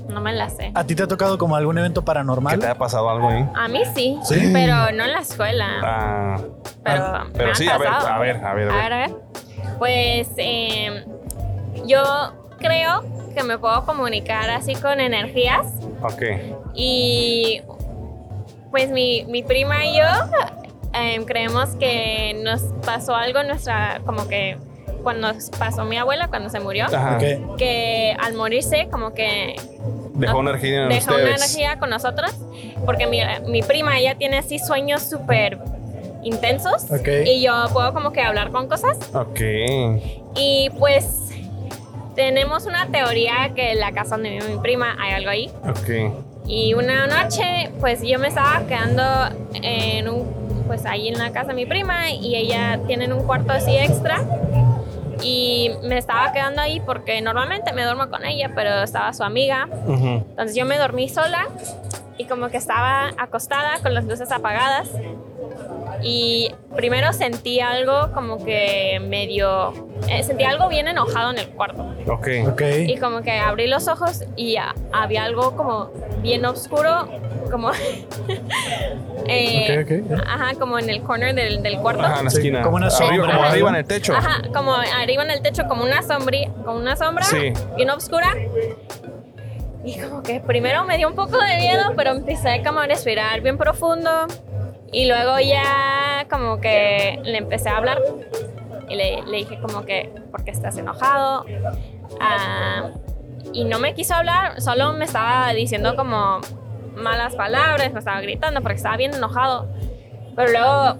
S6: no me las sé.
S1: ¿A ti te ha tocado como algún evento
S2: ¿Que te
S1: paranormal?
S2: haya pasado algo ahí?
S6: A mí sí,
S1: Sí.
S6: pero no en la escuela.
S2: Ah,
S6: Pero, me
S2: pero
S6: han
S2: sí, a ver,
S6: pasado.
S2: a ver, a ver, a
S6: A
S2: ver.
S6: ver, a ver. Pues eh, yo creo que me puedo comunicar así con energías
S2: Ok.
S6: y pues mi, mi prima y yo em, creemos que nos pasó algo en nuestra, como que cuando nos pasó mi abuela, cuando se murió,
S2: Ajá.
S1: Ok.
S6: que al morirse como que
S2: Dejó energía en
S6: dejó una
S2: ustedes.
S6: energía con nosotros, porque mi, mi prima, ella tiene así sueños súper intensos
S1: Ok.
S6: y yo puedo como que hablar con cosas
S2: Ok.
S6: y pues tenemos una teoría que en la casa donde vive mi prima hay algo ahí.
S2: Ok.
S6: Y una noche, pues yo me estaba quedando en un, pues ahí en la casa de mi prima y ella tiene un cuarto así extra. Y me estaba quedando ahí porque normalmente me duermo con ella, pero estaba su amiga.
S2: Ujú.
S6: Entonces yo me dormí sola y como que estaba acostada con las luces apagadas. Y primero sentí algo como que medio... eh, sentí algo bien enojado en el cuarto.
S2: Ok.
S1: Ok.
S6: Y como que abrí los ojos y a- había algo como bien oscuro, como... eh,
S1: Ok, ok.
S6: Ajá, como en el corner del, del cuarto.
S2: Ajá, en la
S1: Sí,
S2: esquina.
S1: como una
S2: arriba,
S1: sombra,
S2: como
S1: ¿no?
S2: arriba en el techo.
S6: Ajá, como arriba en el techo, como una, sombrí, como una sombra
S2: Sí.
S6: bien oscura. Y como que primero me dio un poco de miedo, pero empecé como a respirar bien profundo. Y luego ya como que le empecé a hablar. Y le, le dije como que, ¿por qué estás enojado? Ah, y no me quiso hablar, solo me estaba diciendo como malas palabras, me estaba gritando porque estaba bien enojado. Pero luego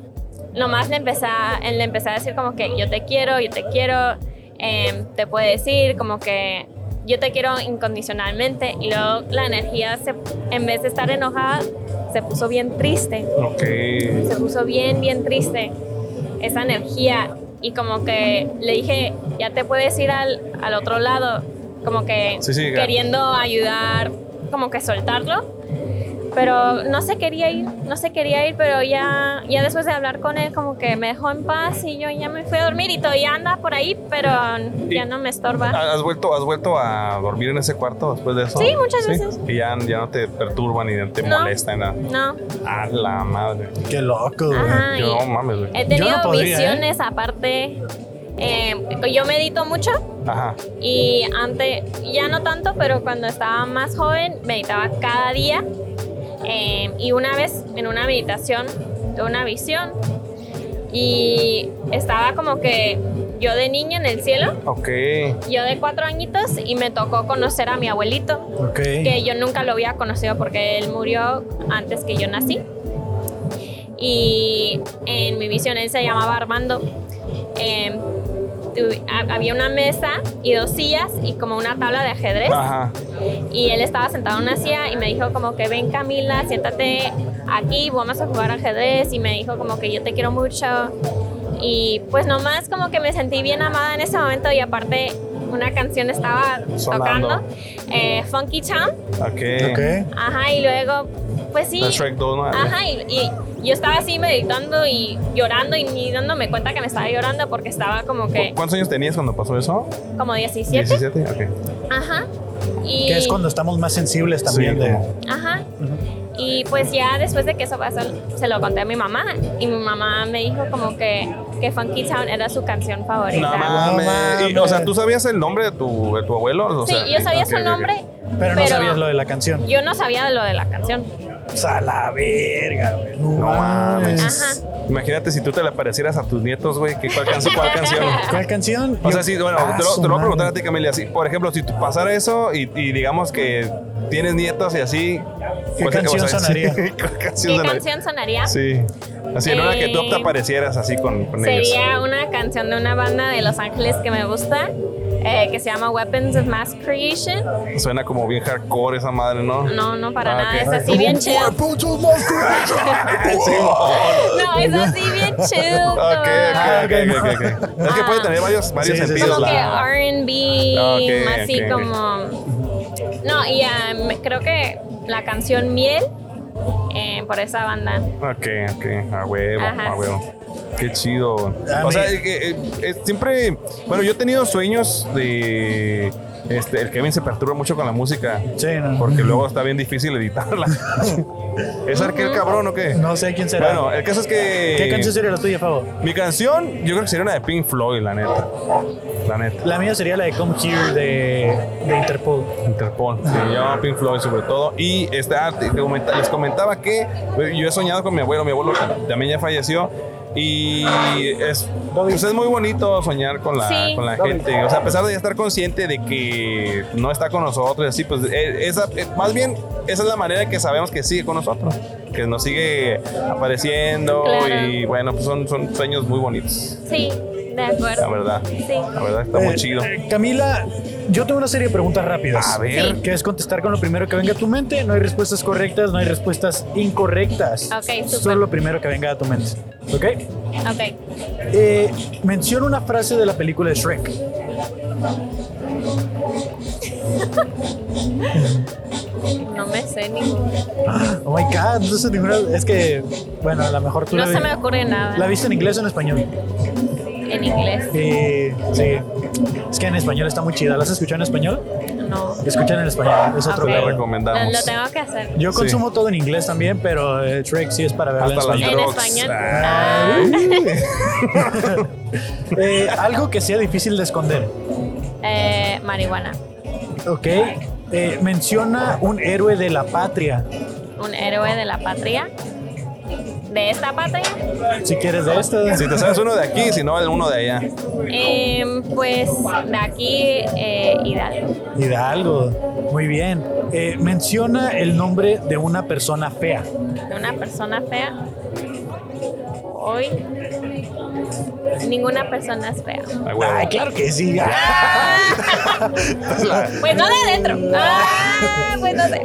S6: nomás le empecé, a, le empecé a decir como que yo te quiero, yo te quiero, em, te puedo decir como que yo te quiero incondicionalmente y luego la energía se, en vez de estar enojada se puso bien triste,
S2: Ok.
S6: se puso bien, bien triste esa energía y como que le dije ya te puedes ir al, al otro lado como que
S2: Sí, sí, ya.
S6: queriendo ayudar como que soltarlo pero no se quería ir no se quería ir pero ya ya después de hablar con él como que me dejó en paz y yo ya me fui a dormir y todavía anda por ahí pero ya no me estorba
S2: ¿Has vuelto, ¿Has vuelto a dormir en ese cuarto después de eso?
S6: ¿Ah? Sí, muchas veces.
S2: Y ya, ya no te perturban y no te
S6: No.
S2: molestan. nada.
S6: no
S2: A la madre.
S1: Qué loco, güey.
S6: Ajá. Ay.
S2: Yo no mames, güey.
S6: he tenido
S1: no podría, ¿eh?
S6: visiones aparte eh, yo medito mucho
S2: Ajá.
S6: Y antes, ya no tanto, pero cuando estaba más joven, meditaba cada día. Eh, y una vez en una meditación, tuve una visión. Y estaba como que yo de niña en el cielo,
S2: Ok.
S6: yo de cuatro añitos, y me tocó conocer a mi abuelito,
S1: Ok.
S6: que yo nunca lo había conocido porque él murió antes que yo nací. Y en mi visión él se llamaba Armando. Eh, tu- ha- había una mesa y dos sillas y como una tabla de ajedrez
S2: Ajá.
S6: y él estaba sentado en una silla y me dijo como que ven Camila, siéntate aquí, vamos a jugar ajedrez y me dijo como que yo te quiero mucho y pues nomás como que me sentí bien amada en ese momento y aparte una canción estaba
S2: Sonando.
S6: tocando, eh, Funky Town,
S2: Ok.
S1: Ok.
S6: ajá, y luego pues sí,
S2: La Shrek 2, ¿no?
S6: Ajá, y, y yo estaba así meditando y llorando y ni dándome cuenta que me estaba llorando porque estaba como que,
S2: ¿Cu- ¿Cuántos años tenías cuando pasó eso?
S6: como 17.
S2: 17. Ok.
S6: Ajá. Y,
S1: Que es cuando estamos más sensibles también.
S2: Sí,
S1: de-
S2: como-
S6: Ajá. Y pues ya después de que eso pasó, se lo conté a mi mamá y mi mamá me dijo como que, que Funky Town era su canción favorita.
S2: No mames.
S1: mames.
S2: Y, o sea, ¿tú sabías el nombre de tu, de tu abuelo? O
S6: sí,
S2: sea,
S6: yo sabía
S2: ok,
S6: su
S2: ok, ok.
S6: nombre,
S1: pero no
S6: Pero-
S1: sabías lo de la canción.
S6: yo no sabía de lo de la canción.
S1: O sea, la verga, güey. No,
S2: No mames.
S1: mames.
S2: Imagínate si tú te la parecieras a tus nietos, güey. que ¿Cuál, canción- cuál canción?
S1: ¿Cuál canción?
S2: O sea, sí, bueno, te lo, te lo voy a preguntar a
S1: ti.
S2: ti, Camila. Si, por ejemplo, si tú pasara eso y, y digamos que tienes nietos y así. pues,
S1: ¿Qué canción sonaría?
S2: ¿Cuál canción
S6: ¿Qué
S2: sonaría?
S6: canción sonaría?
S2: Sí. Así, en una que tú
S6: Eh,
S2: te aparecieras así con, con ellos.
S6: Sería una canción de una banda de Los Ángeles que me gusta, eh, que se llama Weapons of Mass Creation.
S2: Suena como bien hardcore esa madre, ¿no?
S6: No, no para
S2: Ah,
S6: nada,
S2: ok.
S6: es así bien chill.
S2: Sí, mo-
S6: No, es así bien chill.
S2: Ok, Ah, ok, ok, ok, ok. Es que
S6: Ah.
S2: puede tener varios, varios
S1: Sí, sí, sí.
S2: sentidos.
S6: Como que
S2: la-
S6: RB,
S2: Ok,
S6: así
S2: ok, ok.
S6: como. No, y ah, me- creo que la canción Miel, eh, por esa banda.
S2: Ah, Ok, ok, a huevo,
S6: Ajá.
S2: a huevo. Qué chido.
S1: A
S2: o
S1: mí-
S2: sea, eh, eh, eh, siempre, bueno, yo he tenido sueños de... Este, el Kevin se perturba mucho con la música.
S1: Sí, no.
S2: Porque luego está bien difícil editarla. ¿Es arquero cabrón o qué?
S1: No sé quién será.
S2: Bueno, eh, el caso es que...
S1: ¿Qué canción sería la tuya, Fabo?
S2: Mi canción, yo creo que sería una de Pink Floyd, la neta. La neta.
S1: La mía sería la de Come Here de, de Interpol.
S2: Interpol, sí, yo Pink Floyd sobre todo. Y este, ah, te- te comenta- les comentaba que eh, yo he soñado con mi abuelo, mi abuelo tam- también ya falleció. Y es, pues es muy bonito soñar con la,
S6: Sí.
S2: con la gente. O sea, a pesar de ya estar consciente de que no está con nosotros y así, pues eh, esa, eh, más bien esa es la manera que sabemos que sigue con nosotros. Que nos sigue apareciendo
S6: Claro.
S2: y bueno, pues son, son sueños muy bonitos.
S6: Sí, de acuerdo.
S2: La verdad.
S6: Sí.
S2: La verdad está muy
S1: Eh,
S2: chido.
S1: eh, Camila, yo tengo una serie de preguntas rápidas.
S2: A ver.
S1: Que es contestar con lo primero que venga a tu mente. No hay respuestas correctas, no hay respuestas incorrectas.
S6: Ok, súper.
S1: Solo lo primero que venga a tu mente. ¿Ok?
S6: Ok.
S1: Eh, menciona una frase de la película de Shrek.
S6: No me sé ninguna.
S1: Oh my god, no sé ninguna. Es que, bueno, a lo mejor tú
S6: No
S1: la,
S6: se
S1: vi-
S6: me ocurre nada.
S1: la viste en inglés o en español.
S6: En inglés.
S1: Eh, sí. Es que en español está muy chida. ¿La has escuchado en español?
S6: No.
S1: Escuchan en español. Es otro
S6: Ok.
S2: La
S1: pedo.
S2: recomendamos.
S6: Lo, lo tengo que hacer.
S1: Yo
S2: Sí.
S1: consumo todo en inglés también, pero eh, Shrek sí es para verla en
S2: Hasta las
S1: español.
S6: En
S2: drogas.
S6: español.
S2: Ah.
S1: Eh, algo que sea difícil de esconder.
S6: Eh, marihuana.
S1: Ok. Eh, menciona un héroe de la patria.
S6: Un héroe de la patria. ¿De esta patria?
S1: Si quieres de esta.
S2: Si te sabes uno de aquí, si no, el uno de allá.
S6: Em, pues de aquí, eh, Hidalgo.
S1: Hidalgo. Muy bien. Eh, menciona el nombre de una persona fea.
S6: De una persona fea. Hoy. Ninguna persona es fea.
S2: A huevo.
S1: Ay, claro que sí.
S6: Pues no de adentro. Ah, pues no sé.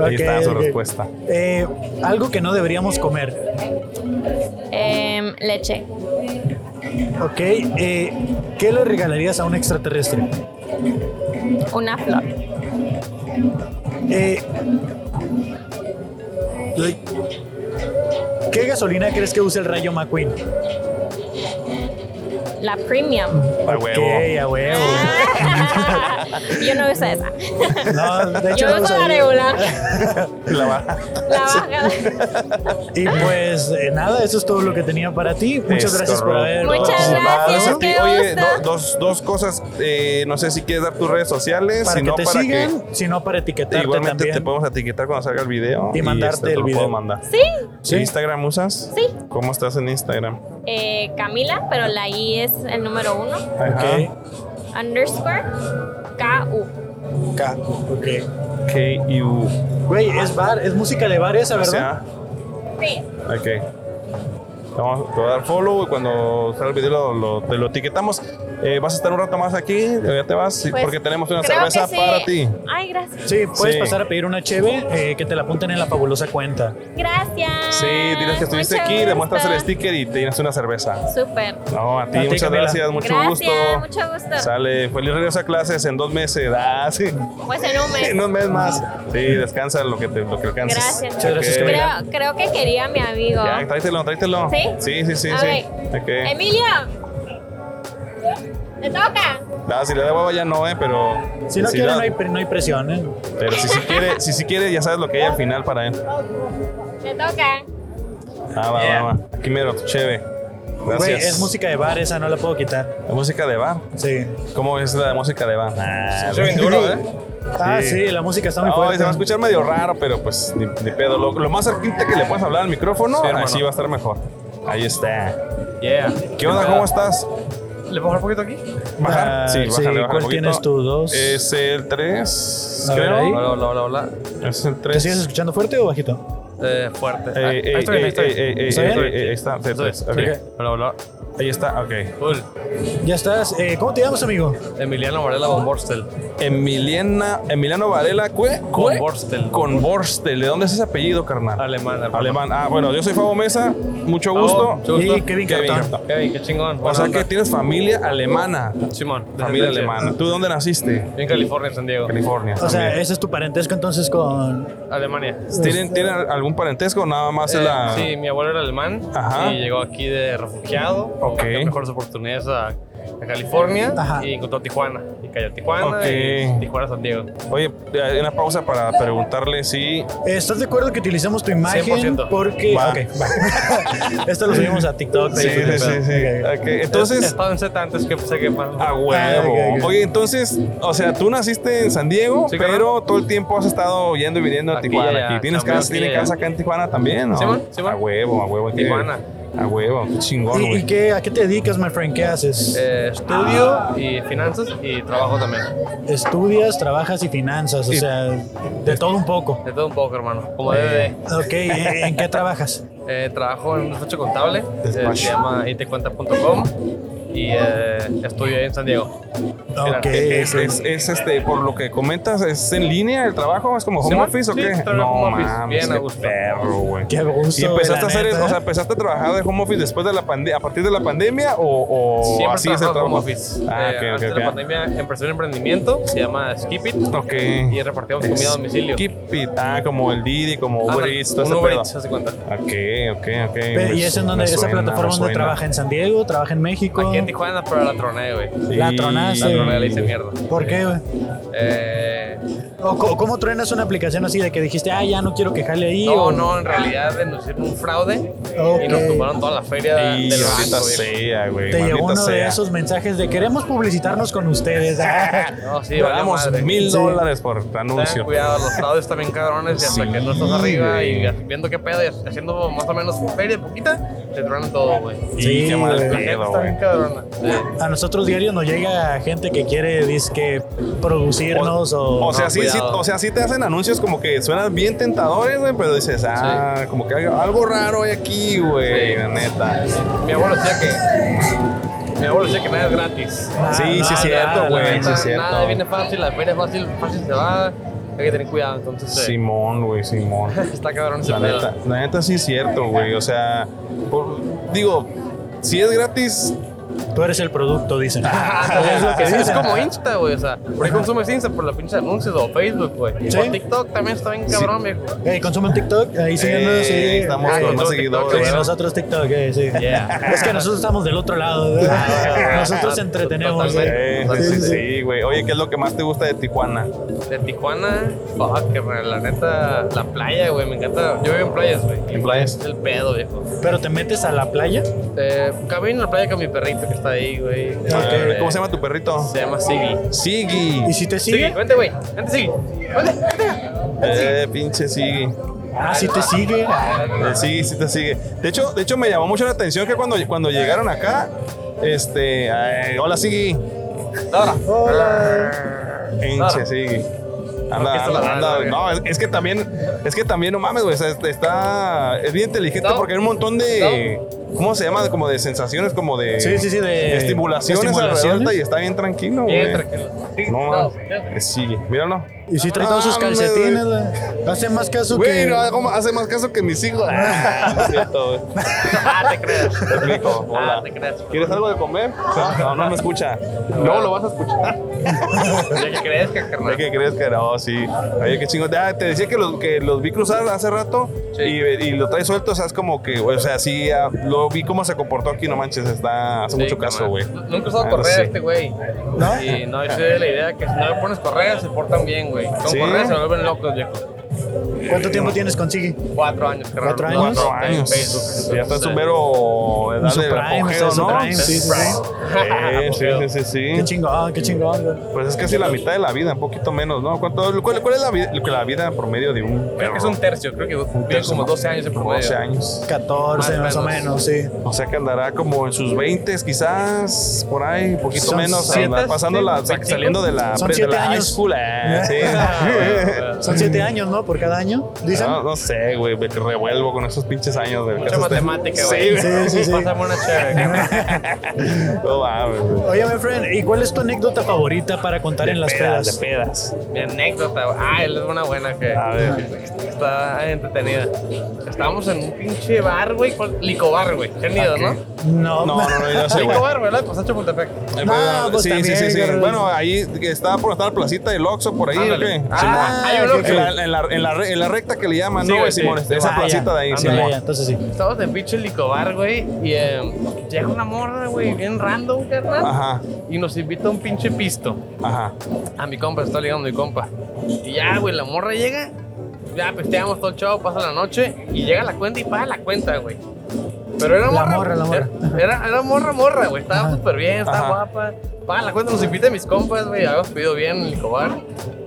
S2: Ahí está
S1: Ok,
S2: su
S1: ok.
S2: respuesta.
S1: Eh, algo que no deberíamos comer.
S6: Em, leche.
S1: Ok. eh, ¿Qué le regalarías a un extraterrestre?
S6: Una flor.
S1: Eh, ay, ¿Qué gasolina crees que usa el rayo McQueen?
S6: La premium.
S2: A
S1: Ok,
S2: huevo.
S1: a huevo.
S6: Yo no uso esa.
S1: No, de hecho,
S6: Yo
S1: no
S6: uso la
S1: sabía.
S6: regular.
S2: La va-
S6: La baja.
S1: Y pues eh, nada, eso es todo lo que tenía para ti. Muchas
S2: Es
S1: gracias por
S2: correcto.
S1: haber.
S6: Muchas
S1: participado.
S6: gracias.
S2: a ti.
S6: qué
S2: Oye,
S6: gusto.
S2: do- dos, dos cosas. eh, no sé si quieres dar tus redes sociales,
S1: Para
S2: si no,
S1: que te
S2: para
S1: sigan,
S2: que.
S1: si no para etiquetarte
S2: Igualmente
S1: también.
S2: te podemos etiquetar cuando salga el video. este,
S1: Y mandarte
S2: te
S1: el
S2: lo
S1: video.
S2: puedo mandar.
S6: Sí.
S1: Sí.
S2: ¿Instagram usas?
S6: Sí.
S2: ¿Cómo estás en Instagram?
S6: Eh, Camila, pero la I es el número uno.
S1: Ok,
S6: Underscore KU.
S1: K, ok.
S2: K-U.
S1: Güey, es bar, es música de bar esa,
S2: O
S1: ¿verdad?
S2: sea,
S6: Sí.
S2: ok. Vamos, te voy a dar follow y cuando salga el video lo, lo- te lo etiquetamos. Eh, vas a estar un rato más aquí, ya te vas,
S6: Pues,
S2: porque tenemos una
S6: creo que
S2: cerveza
S6: sí.
S2: para ti.
S6: Ay, gracias.
S1: Sí, puedes
S2: Sí.
S1: pasar a pedir una cheve eh, que te la apunten en la fabulosa cuenta.
S6: Gracias.
S2: Sí, diles que estuviste
S6: Mucho
S2: aquí, le muestras el
S6: gusto.
S2: sticker y te llenas una cerveza.
S6: Súper.
S2: No, a ti,
S1: A ti,
S2: muchas
S1: Camila.
S2: gracias, mucho
S6: gracias,
S2: gusto.
S6: mucho gusto.
S2: Sale, feliz regreso a clases en dos meses. Ah, sí.
S6: Pues en un mes.
S2: En un mes más. Sí, descansa lo que, te, lo que alcances.
S6: Gracias.
S1: Muchas gracias,
S2: Ok.
S1: Camila.
S6: Creo, creo que quería a mi amigo.
S2: Ya, tráetelo, tráetelo.
S6: ¿Sí?
S2: Sí, sí, sí.
S6: A
S2: sí.
S6: ver.
S2: Ok.
S6: Emilio. Te toca.
S2: No, Ah, si le da hueva ya no, eh, pero.
S1: Si no
S2: si
S1: quieren,
S2: da-
S1: no hay, pre- no hay presión. ¿eh?
S2: Pero si sí quiere, si sí quiere, ya sabes lo que hay al final para él.
S6: Te toca.
S2: Ah, va, va, va. Aquí mero, chévere. Gracias.
S1: Güey, es música de bar, esa no la puedo quitar.
S2: Es música de bar.
S1: Sí.
S2: ¿Cómo es la de música de bar? Ah,
S3: Soy bien duro, ¿eh?
S1: Ah, sí, la música está muy
S2: Ay,
S1: fuerte.
S2: se va a escuchar medio raro, pero pues ni, ni pedo. Lo, lo más cerquita que le puedas hablar al micrófono,
S3: Sí, hermano.
S2: así va a estar mejor. Ahí está.
S3: Yeah.
S2: ¿Qué onda? ¿Cómo estás?
S3: ¿Le pongo un poquito aquí?
S2: ¿Bajar?
S1: Ah,
S2: sí,
S1: sí,
S2: bájale, bájale
S1: ¿cuál
S2: un poquito.
S1: tienes tú? ¿Dos?
S2: Es el 3,
S1: A ver, ahí.
S2: creo.
S3: Hola, hola, hola, hola.
S2: Ese Es el Eh,
S1: ¿Te sigues
S2: 3.
S1: escuchando fuerte o bajito?
S3: Eh, fuerte. Ah,
S2: Ahí
S3: ahí estoy, ahí estoy.
S2: eh,
S1: ¿Está bien?
S2: está, el 3.
S3: Estoy. Hola, hola.
S2: Ahí está, ok.
S3: Cool.
S1: Ya estás. Eh, ¿Cómo te llamas, amigo?
S3: Emiliano Varela von Borstel.
S2: Emiliana, Emiliano Varela, ¿cue?
S3: Con Borstel.
S2: Con Borstel. ¿De dónde es ese apellido, carnal?
S3: Alemán, hermano.
S2: Alemán. Ah, bueno, yo soy Fabo Mesa. Mucho
S3: Oh,
S2: gusto.
S3: mucho gusto.
S1: Y Kevin
S2: Kevin
S1: Cartón.
S2: Cartón.
S3: Kevin, qué chingón.
S2: O
S3: Buena
S2: sea
S3: onda.
S2: que tienes familia alemana.
S3: Simón. desde
S2: Familia
S3: Leche.
S2: alemana. ¿Tú dónde naciste?
S3: En California, en San Diego.
S2: California.
S1: O sea,
S2: también.
S1: ese es tu parentesco entonces con.
S3: Alemania.
S2: ¿Tienen, ¿Tienen algún parentesco? o Nada más es
S3: Eh,
S2: la.
S3: Sí, mi abuelo era alemán
S2: Ajá.
S3: y llegó aquí de refugiado. con
S2: Ok.
S3: mejores oportunidades a, a California
S1: Ajá.
S3: y encontró Tijuana. Y cayó a Tijuana
S2: Ok.
S3: y Tijuana San Diego.
S2: Oye, eh, una pausa para preguntarle si.
S1: ¿Estás de acuerdo que utilizamos tu imagen?
S3: 100%.
S1: Porque.
S2: Va.
S1: Ok, va. Esto lo subimos a TikTok.
S2: Sí,
S1: Facebook,
S2: sí, sí. Ah,
S1: pero-
S2: sí.
S1: ok.
S2: Ok, Entonces.
S3: Estaba en Z antes que se quemaron.
S2: A huevo.
S1: Ah, ok, ok.
S2: Oye, entonces, o sea, tú naciste en San Diego,
S3: Sí, claro.
S2: pero todo el tiempo has estado yendo y viniendo a
S3: Aquí,
S2: Tijuana.
S3: allá,
S2: aquí. ¿Tienes
S3: también,
S2: casa,
S3: aquí,
S2: ¿tiene
S3: allá.
S2: casa acá en Tijuana también? ¿no?
S3: Sí, man, sí, man.
S2: a huevo, a huevo. aquí.
S3: Tijuana.
S2: A huevo, qué chingón,
S1: ¿Y,
S2: güey.
S1: y qué, a qué te dedicas, my friend? ¿Qué haces?
S3: Eh, estudio y finanzas y trabajo también.
S1: Estudias, trabajas y finanzas. O
S2: y-
S1: sea, de todo un poco.
S3: De todo un poco, hermano. Como de
S1: Ok, ¿en en qué trabajas?
S3: Eh, trabajo en un despacho contable, eh, se
S2: Despacho.
S3: llama itcuenta.com y eh, estudio ahí en San Diego.
S1: Ok.
S2: Eh, Es, es- es, este, por lo que comentas, ¿es en línea el trabajo? ¿Es como
S3: Sí,
S2: home
S3: man.
S2: office o
S3: Sí,
S2: qué?
S3: trabajo home office. Bien a
S2: qué
S3: gusto.
S2: perro, güey.
S1: Qué gusto,
S2: ¿Y empezaste a
S1: la
S2: hacer,
S1: neta.
S2: o sea, empezaste a trabajar de home office después de la pandemia, a partir de la pandemia o, o
S3: Siempre
S2: así es el
S3: trabajo
S2: trabajo?
S3: en home office.
S2: Ah,
S3: Eh,
S2: ok, ok,
S3: antes de
S2: ok.
S3: la pandemia empecé un emprendimiento, se llama Skip It,
S2: Ok.
S3: y repartíamos comida a domicilio.
S2: Keep it. Ah, como el Didi, como
S3: Ah,
S2: Uber
S3: no,
S2: Eats, todo
S3: un
S2: ese
S3: Uber
S2: pedo.
S3: Eats, hace cuenta.
S2: Ok, ok,
S1: Pero,
S2: ok. Me
S1: ¿Y esa, es donde,
S2: me
S1: esa
S2: suena,
S1: plataforma
S2: me
S1: donde
S2: suena.
S1: trabaja? ¿En San Diego? ¿Trabaja en México?
S3: Aquí en Tijuana, pero la troné, güey.
S1: La tronaste.
S3: La troné, la hice mierda.
S1: ¿Por qué, güey?
S3: Eh,
S1: ¿O co- ¿Cómo truenas una aplicación así de que dijiste, ah, ya no quiero que jale ahí?
S3: no,
S1: o-
S3: no, en realidad nos hicieron un fraude y nos
S1: Ok.
S3: tumbaron toda la feria
S2: Y
S3: del
S2: maldita
S3: banco. viejo.
S2: sea, güey.
S1: Te llegó
S2: maldita
S1: uno de
S2: sea.
S1: esos mensajes de queremos publicitarnos con ustedes. Ah,
S3: No, sí,
S2: Te
S3: valió
S2: damos
S3: madre.
S2: mil
S1: Sí.
S2: dólares por
S3: Tengan
S2: anuncio.
S3: cuidado, los fraudes también cabrones, y hasta
S2: Sí,
S3: que no estás arriba
S2: güey.
S3: y viendo qué pedo y haciendo más o menos feria poquita, te truenan todo, güey.
S2: Y
S1: Sí,
S2: qué mal
S1: güey.
S3: La gente
S2: pedo,
S3: está bien
S2: güey.
S3: cabrona.
S1: A nosotros diario nos llega gente que quiere disque producirnos o,
S2: O sea,
S3: no,
S2: sí, sí,
S3: cuidado.
S2: o sea, sí te hacen anuncios como que suenan bien tentadores, güey, pero dices, ah, como que hay algo raro hay aquí, güey, la neta.
S3: Mi abuelo decía que. Mi abuelo decía que nada es gratis.
S1: Ah,
S2: sí, sí,
S1: nada,
S2: es cierto,
S1: nada,
S2: güey, sí,
S3: nada,
S2: es
S3: nada viene
S2: cierto.
S3: fácil, la feria es fácil, fácil se va. Hay que tener cuidado, entonces. eh,
S2: Simón, güey, Simón.
S3: Está cabrón ese
S2: La
S3: pedo.
S2: neta, la neta sí es cierto, güey. O sea, por- digo, si es gratis,
S1: tú eres el producto, dicen.
S3: Ah,
S1: es lo que
S3: sí, es
S1: dicen.
S3: como Insta, güey. O sea, ¿por qué consumes Insta? Por la pinche anuncios o Facebook, güey.
S1: Sí.
S3: O TikTok también está bien cabrón, viejo.
S1: Ey, consumen TikTok, ahí síguenos.
S2: eh,
S1: sí.
S2: estamos
S3: Ah,
S2: con
S3: y
S2: más
S3: todo TikTok,
S2: seguidores.
S1: Sí, nosotros TikTok, eh, sí.
S3: Yeah.
S1: Es que nosotros estamos del otro lado. ¿verdad?
S2: Ah,
S1: Nosotros entretenemos.
S3: Totalmente.
S2: Eh,
S3: Sí,
S2: sí,
S1: sí,
S2: sí, sí, güey. Oye, ¿qué es lo que más te gusta de Tijuana?
S3: De Tijuana, fuck, carnal, la neta, la playa, güey, me encanta. Yo vivo en playas, güey.
S2: ¿En playas?
S3: Es el pedo, viejo.
S1: eh, Pero te metes a la playa.
S3: Eh, camino a la playa con mi perrito que está ahí, güey.
S2: Eh,
S3: Eh,
S2: ¿Cómo se llama tu perrito?
S3: Se llama Siggy.
S2: Sigui.
S1: ¿Y si te sigue?
S3: vente, güey. Vente, Siggy. Vente.
S2: Eh, pinche Sigui.
S1: Ah, si te sigue.
S2: Eh, Sí, sí te sigue. De hecho, de hecho me llamó mucho la atención que cuando, cuando llegaron acá, este, ay, hola Sigui,
S3: Ahora.
S2: pinche
S3: Claro.
S2: Sigui.
S3: Porque
S2: Anda,
S3: está
S2: anda,
S3: la-
S2: anda. No, eh. es, es que también, es que también no mames, güey, o sea, este, está es bien inteligente
S3: No.
S2: porque hay un montón de ¿Cómo se llama? Como de sensaciones, como de.
S1: Sí, sí, sí, de
S2: Estimulaciones,
S1: estimulaciones.
S2: a la alta y está bien tranquilo, güey.
S3: Bien, tranquilo.
S2: No,
S5: No,
S2: mames. sí, míralo.
S1: Y si trae todos sus
S2: Ah, mames,
S1: calcetines,
S2: güey.
S1: güey. hace más caso
S2: Güey,
S1: que.
S2: no, hago- hace más caso que mis hijos. Ah, no es cierto, güey.
S3: Ah, te creas.
S2: Te explico, hola.
S3: Ah, te creas.
S2: ¿Quieres algo de comer?
S1: Ah.
S2: No, no me escucha. Luego lo vas a escuchar.
S3: De que crezca,
S2: ¿De
S3: carnal.
S2: qué crees que no? Sí. Oye, qué chingo. Ah, te decía que los, que los vi cruzar hace rato
S3: Sí.
S2: y, y lo trae suelto, o sea, es como que, o sea, sí, ah, lo vi cómo se comportó aquí, no manches, está, hace
S3: Sí,
S2: mucho
S3: carnal.
S2: caso, güey.
S3: Nunca he usado
S2: Ah,
S3: correa
S2: sí.
S3: este güey.
S1: ¿No?
S3: Y no, yo soy de la idea que si no le pones correa, se portan bien, güey. Con
S2: ¿Sí?
S3: correa se vuelven locos, viejo.
S1: ¿Cuánto tiempo tienes con Sigui?
S3: Cuatro años, carnal.
S1: ¿Cuatro años?
S2: Cuatro
S3: en
S2: años.
S3: Facebook. eh,
S2: Ya está en su mero edad
S1: su
S2: de
S1: prime,
S2: apogeo,
S1: o sea, su
S2: ¿no?
S1: prime, sí, sí,
S2: Eh, sí, sí, sí, sí.
S1: Qué chingón, qué chingón, güey.
S2: Pues es casi la mitad de la vida, un poquito menos, ¿no? ¿Cuánto, cuál, cuál es la vida, la vida promedio de un perro?
S3: Creo que es un tercio, creo que vive como 12 años de
S2: Como
S3: promedio.
S2: 12 años.
S1: 14
S3: Más
S1: más
S3: o
S1: o menos, sí.
S2: O sea que andará como en sus 20 quizás, por ahí, poquito
S1: Son
S2: menos,
S1: siete,
S2: andar pasando la,
S3: sí, veinticinco.
S2: saliendo de la,
S1: Son
S2: pre- de
S1: siete
S2: la high
S1: años.
S2: school. eh, sí.
S1: Son 7 años, ¿no? Por cada año, dicen.
S2: No, no sé, güey, me revuelvo con esos pinches años. güey.
S3: Mucha matemática,
S2: Sí,
S3: güey.
S2: güey.
S1: Sí, sí, sí.
S3: Pásame una chévere, carnal.
S2: No mames, güey.
S1: Oye, mi friend, ¿y cuál es tu anécdota favorita para contar en las pedas?
S2: de pedas.
S3: Mi anécdota, güey. ah, él es una buena que
S2: A ver.
S3: está entretenida. Estábamos en un pinche bar, güey, ¿cuál? licobar, güey. ¿Qué han ido, no?
S1: No,
S2: No, no, no, yo sé, güey.
S3: Licobar, ¿verdad? Pues a Chapultepec.
S2: Eh,
S1: No,
S2: pero-
S1: pues
S2: sí,
S1: también,
S2: sí, sí, sí.
S1: carnal.
S2: Bueno, ahí que está por estar la placita del Oxxo por ahí. ¿o
S3: Ándale.
S2: qué?
S3: Ah,
S2: Simón.
S3: hay un
S1: ok,
S3: Oxxo.
S2: en, la, en, la, en, la, re- en la recta que le llaman,
S3: Sí,
S2: ¿no, güey,
S3: güey, sí.
S2: Simón? Esa
S1: Ah,
S2: placita
S1: ya.
S2: de ahí,
S1: Ándale,
S2: Simón.
S1: ya, entonces sí.
S3: Estábamos en pinche licobar, güey, y eh, llega una morra, güey, bien random, carnal.
S2: Ajá,
S3: Y nos invita a un pinche pisto.
S2: ajá.
S3: A Ah, mi compa, se está ligando mi compa. Y ya, güey, la morra llega. Ya pesteamos todo el show, pasa la noche. Y llega la cuenta y paga la cuenta, güey. Pero era
S1: La
S3: morra.
S1: morra, la morra.
S3: era- Era, era morra, morra, güey. Estaba
S1: Ajá.
S3: súper bien, estaba
S2: Ajá.
S3: guapa. Paga la cuenta, nos invita a mis compas, güey. Habíamos pedido bien en el cobar.